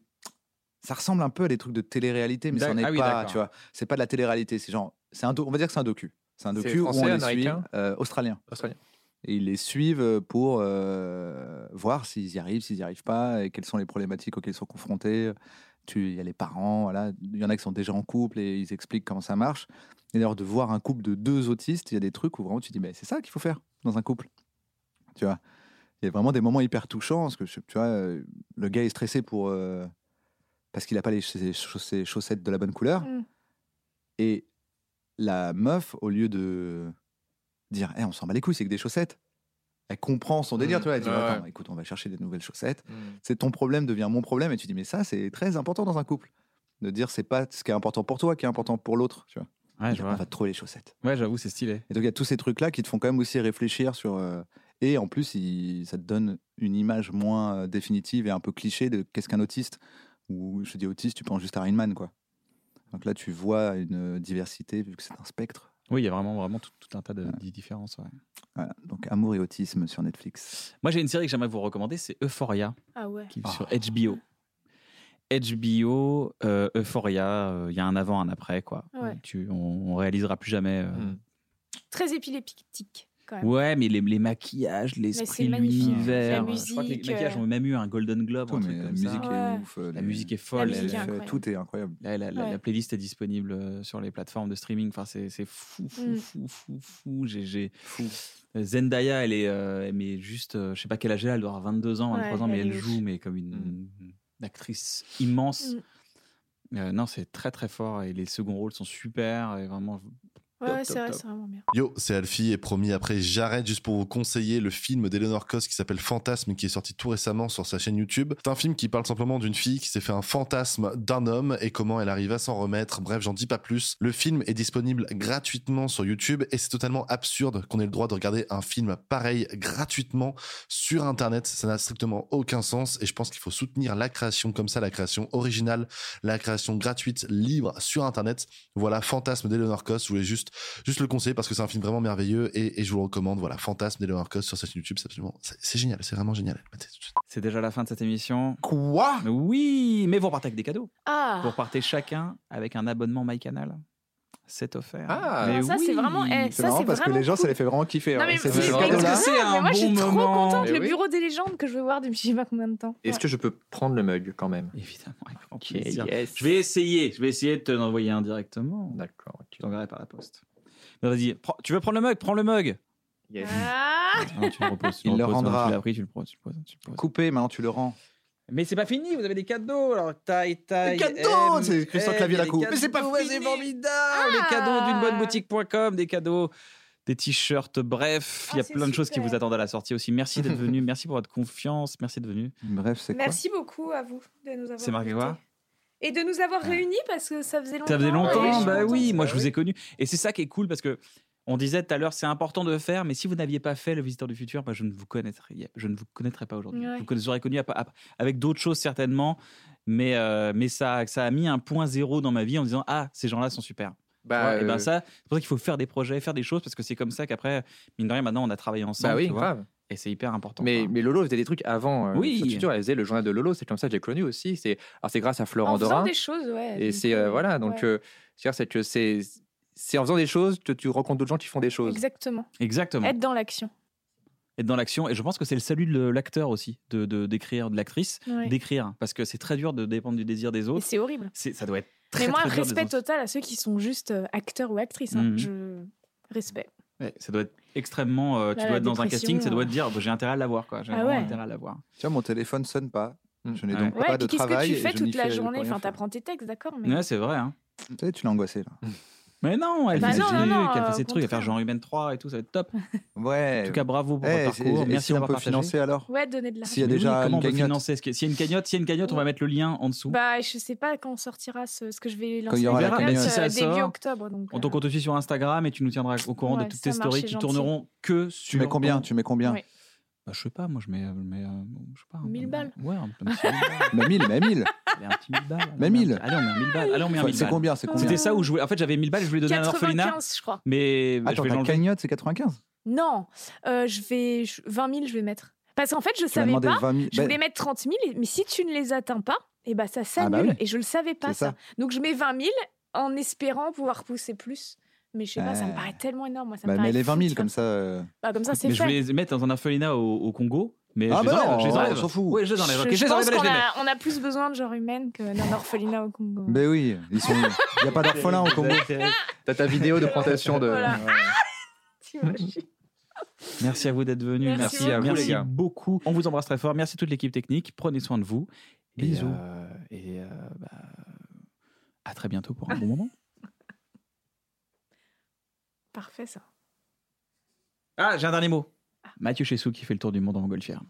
Ça ressemble un peu à des trucs de télé-réalité, mais ça D'ac- n'est ah oui, pas. d'accord. Tu vois, c'est pas de la télé-réalité. C'est genre, c'est un. do- On va dire que c'est un docu. C'est un C'est docu où on français, les suit. américain euh, australien. Australien. Et ils les suivent pour euh, voir s'ils y arrivent, s'ils n'y arrivent pas, et quelles sont les problématiques auxquelles ils sont confrontés. Tu- Il y a les parents, voilà. Il y en a qui sont déjà en couple et ils expliquent comment ça marche. Et d'ailleurs, de voir un couple de deux autistes, il y a des trucs où vraiment tu dis, mais c'est ça qu'il faut faire dans un couple. Tu vois Il y a vraiment des moments hyper touchants, parce que tu vois, euh, le gars est stressé pour. euh, parce qu'il n'a pas les, ses chauss- ses chaussettes de la bonne couleur. Mm. Et la meuf, au lieu de dire, Eh, on s'en bat les couilles, c'est que des chaussettes, elle comprend son délire, Mm. tu vois. Elle dit, Ouais, attends, ouais. écoute, on va chercher des nouvelles chaussettes. Mm. C'est ton problème devient mon problème. Et tu dis, mais ça, c'est très important dans un couple. De dire, c'est pas ce qui est important pour toi qui est important pour l'autre, tu vois. Ouais, Dire, on va te trouver les chaussettes. Ouais, j'avoue, c'est stylé. Et donc, il y a tous ces trucs-là qui te font quand même aussi réfléchir sur. euh, Et en plus, il- ça te donne une image moins euh, définitive et un peu cliché de qu'est-ce qu'un autiste. Ou je dis autiste, tu penses juste à Rain Man, quoi. Donc là, tu vois une euh, diversité, vu que c'est un spectre. Oui, il y a vraiment, vraiment tout, tout un tas de de différences. ouais. Voilà. Donc, Amour et autisme sur Netflix. Moi, j'ai une série que j'aimerais vous recommander, c'est Euphoria, Ah ouais. qui est Oh. sur HBO. HBO, euh, Euphoria, euh, il y a un avant, un après, quoi. Ouais. Tu, on, on réalisera plus jamais. euh, Mm. Très épileptique, quand même. Ouais, mais les, les maquillages, l'esprit, magnifique. l'univers. La Je crois que les musique, maquillages euh, ont même eu un Golden Globe, Tout, Ah un mais truc la comme ça. musique est Ouais. ouf. euh, La les- musique est folle. La elle- musique est elle- incroyable. Tout est incroyable. La, la- la- Ouais. la playlist est disponible euh, sur les plateformes de streaming. Enfin, c'est c'est fou, fou, Mm. fou, fou, fou. J'ai- j'ai- Euh, Zendaya, elle est, euh, mais juste, euh, je sais pas quelle âge elle a, elle doit avoir 22 ans, Ouais, 23 ans, mais elle elle est joue, ouf. mais comme une, une actrice Mm. immense. Euh, non, c'est très très fort et les seconds rôles sont super. Et vraiment, Ouais, ouais, c'est vrai, c'est vraiment bien. Yo, c'est Alfie et promis après j'arrête juste pour vous conseiller le film d'Eleanor Cos qui s'appelle Fantasme qui est sorti tout récemment sur sa chaîne YouTube. C'est un film qui parle simplement d'une fille qui s'est fait un fantasme d'un homme et comment elle arrive à s'en remettre. Bref, j'en dis pas plus. Le film est disponible gratuitement sur YouTube et c'est totalement absurde qu'on ait le droit de regarder un film pareil gratuitement sur internet. Ça n'a strictement aucun sens et je pense qu'il faut soutenir la création comme ça, la création originale, la création gratuite, libre sur internet. Voilà, Fantasme d'Eleanor Cos. Je voulais juste, juste le conseiller parce que c'est un film vraiment merveilleux et, et je vous le recommande. Voilà, Fantasme d'Eleanor Cos sur cette YouTube. C'est absolument, c'est c'est génial, c'est vraiment génial. Matez tout de suite. C'est déjà la fin de cette émission. Quoi Oui, mais vous repartez avec des cadeaux. Ah Vous repartez chacun avec un abonnement MyCanal. C'est offert. Ah. Mais Ça, c'est vraiment- eh, C'est ça, marrant c'est parce que vraiment les gens, ça cool. les fait vraiment kiffer. Non, ouais. mais C'est c'est ce vrai, cadeau-là. parce que C'est c'est- mais un moi, je suis bon trop moment. contente. Mais Le oui. bureau des légendes que je vais voir depuis je sais pas combien de temps. Est-ce Ouais. que je peux prendre le mug quand même Évidemment, avec grand Ok, plaisir. yes. Je vais essayer, je vais essayer de te l'envoyer un directement. D'accord, Je ok. t'enverrai par la poste. Mais vas-y, prends- tu veux prendre le mug Prends le mug Yes. Ah Ah non, tu le reposes, tu Il le reposes, rendra. non, Tu l'as pris, tu le poses, tu le poses, tu le hein. poses. Coupé, maintenant tu le rends. Mais c'est pas fini, vous avez des cadeaux. Alors, taille, taille. Des cadeaux M, C'est Christian M, Clavier il y a la des coupe. cadeaux, Mais c'est pas ouais, fini. C'est formidable Ah. Les cadeaux d'une bonne boutique.com, des cadeaux, des t-shirts, bref, il y a Ah, c'est plein de choses qui super. vous attendent à la sortie aussi. Merci d'être venu, merci pour votre confiance, merci d'être venu. Bref, c'est quoi Merci beaucoup à vous de nous avoir C'est marqué invités. quoi Ah. Et de nous avoir réunis parce que ça faisait longtemps. Ça faisait et Ah je longtemps, suis bah contente. oui, moi je vous ai connu. Et c'est ça qui est cool parce que on disait tout à l'heure, c'est important de le faire, mais si vous n'aviez pas fait Le Visiteur du Futur, bah, je, ne vous connaîtrais, je ne vous connaîtrais pas aujourd'hui. Ouais. Vous conna- vous aurez connu à- à- avec d'autres choses certainement, mais, euh, mais ça, ça a mis un point zéro dans ma vie en disant Ah, ces gens-là sont super. Bah, et ben euh, ça, c'est pour ça qu'il faut faire des projets, faire des choses, parce que c'est comme ça qu'après, mine de rien, maintenant on a travaillé ensemble. bah oui, tu vois, grave. et c'est hyper important. Mais, quoi. mais Lolo faisait des trucs avant. euh, Oui. sur Future, elle faisait le journal de Lolo, c'est comme ça que j'ai connu aussi. C'est alors c'est grâce à Florent En faisant Dorin. des choses, ouais. Et donc, c'est euh, euh, voilà, donc ouais. euh, c'est-à-dire, c'est que c'est c'est en faisant des choses que tu rencontres d'autres gens qui font des choses. Exactement. Exactement. Être dans l'action. Être dans l'action. Et je pense que c'est le salut de l'acteur aussi, de- de- d'écrire, de, l'actrice, Ouais. d'écrire, parce que c'est très dur de dépendre du désir des Et autres. c'est horrible. C'est- ça doit être très Mais moi, très dur respect d'être dans- total à ceux qui sont juste euh, acteurs ou actrices. hein. Mhm. Je... Respect. Ouais, ça doit être extrêmement euh, tu Bah, dois la être dans un dépression, casting ça euh. doit te dire bah, j'ai intérêt à l'avoir quoi j'ai Ah vraiment ouais. intérêt à l'avoir Tiens, mon téléphone sonne pas. Je n'ai Ouais. donc Ouais, pas et de puis qu'est-ce que travail. tu et fais je toute n'y la fais journée pour rien Enfin, faire. t'apprends tes textes, d'accord, mais. ouais c'est vrai hein. Tu sais, tu l'as angoissé là. mais non elle Bah fait ses non, trucs non, elle euh, fait ses au trucs elle va faire contraire. Jean Humaine 3 et tout ça va être top Ouais. en tout cas bravo pour Eh, votre c'est- parcours et merci si on d'avoir peut partagé financer alors Ouais, donner de l'argent. S'il y a Mais oui, déjà comment une on peut cagnotte. financer Est-ce que- s'il y a une cagnotte s'il y a une cagnotte on va mettre le lien en dessous Bah, je sais pas quand sortira ce, ce que je vais Quand il lancer. y aura la la cagnotte, cagnotte. euh, Si ça début sort, octobre. Donc, euh, donc on te suit sur Instagram et tu nous tiendras au courant Ouais, de toutes ça tes marche, stories c'est qui gentil. tourneront que sur Tu mets combien ton- Tu mets combien Ouais. Bah, je sais pas moi je mets, je mets, euh, je sais pas un- 1000 balles. ouais un petit 1000 balles. Mais 1000, mais 1000. Allez, un petit 1000 balles Mais Allez, on 1000. met un petit- allez on met un 1000 balles allez on met un Enfin, 1000 C'est balles. combien C'est combien c'était ça où je voulais en fait j'avais 1000 balles je voulais donner à un orphelinat 95, je crois. mais bah, Attends, je vais ta l'enlever. cagnotte, c'est 95 Non, euh, je vais je- 20 000, je vais mettre. Parce qu'en fait, je Tu m'as savais demandé pas. 20 000. Je Ben, voulais mettre 30 000, et- mais si tu ne les atteins pas, et ben ça Ah s'annule. bah oui. Et je le savais pas, C'est ça. ça. Donc je mets 20 000 en espérant pouvoir pousser plus. Mais je sais pas, ça me Ouais. paraît tellement énorme. Moi, ça bah, me mets paraît les 20 fou, 000 tu vois. comme ça. euh. Bah, comme ça, c'est mais je fait. voulais les mettre dans un orphelinat au, au Congo mais je Ah les bah enlève, non, je les enlève. on s'en fout. ouais je les enlève Je, ok, je je les enlève pense allez, je qu'on les mets a, on a plus besoin de genre humaine que d'un orphelinat au Congo. Ben oui, ils sont. Il n'y a pas d'orphelin au Congo. T'as ta vidéo de présentation de. Voilà. Ouais. T'imagines Merci à vous d'être venus. Merci Merci, à beaucoup, vous, les gars. beaucoup. On vous embrasse très fort. Merci à toute l'équipe technique. Prenez soin de vous. Et, Bisous. euh, et euh, bah, à très bientôt pour un bon moment. Parfait, ça. Ah, j'ai un dernier mot. Mathieu Chessou qui fait le tour du monde en montgolfière.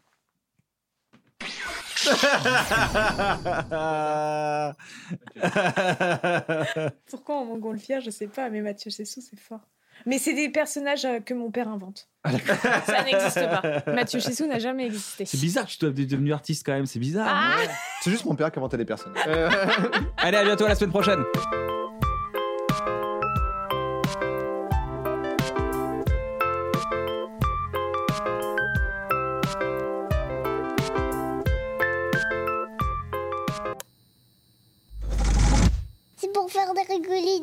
Pourquoi en montgolfière, je sais pas, mais Mathieu Chessou, c'est fort. Mais c'est des personnages euh, que mon père invente. Ah, ça n'existe pas. Mathieu Chessou n'a jamais existé. C'est bizarre que tu sois devenu artiste quand même. C'est bizarre. Ah C'est juste mon père qui inventait les personnes. Allez, à bientôt, à la semaine prochaine. C'est pour faire des rigoler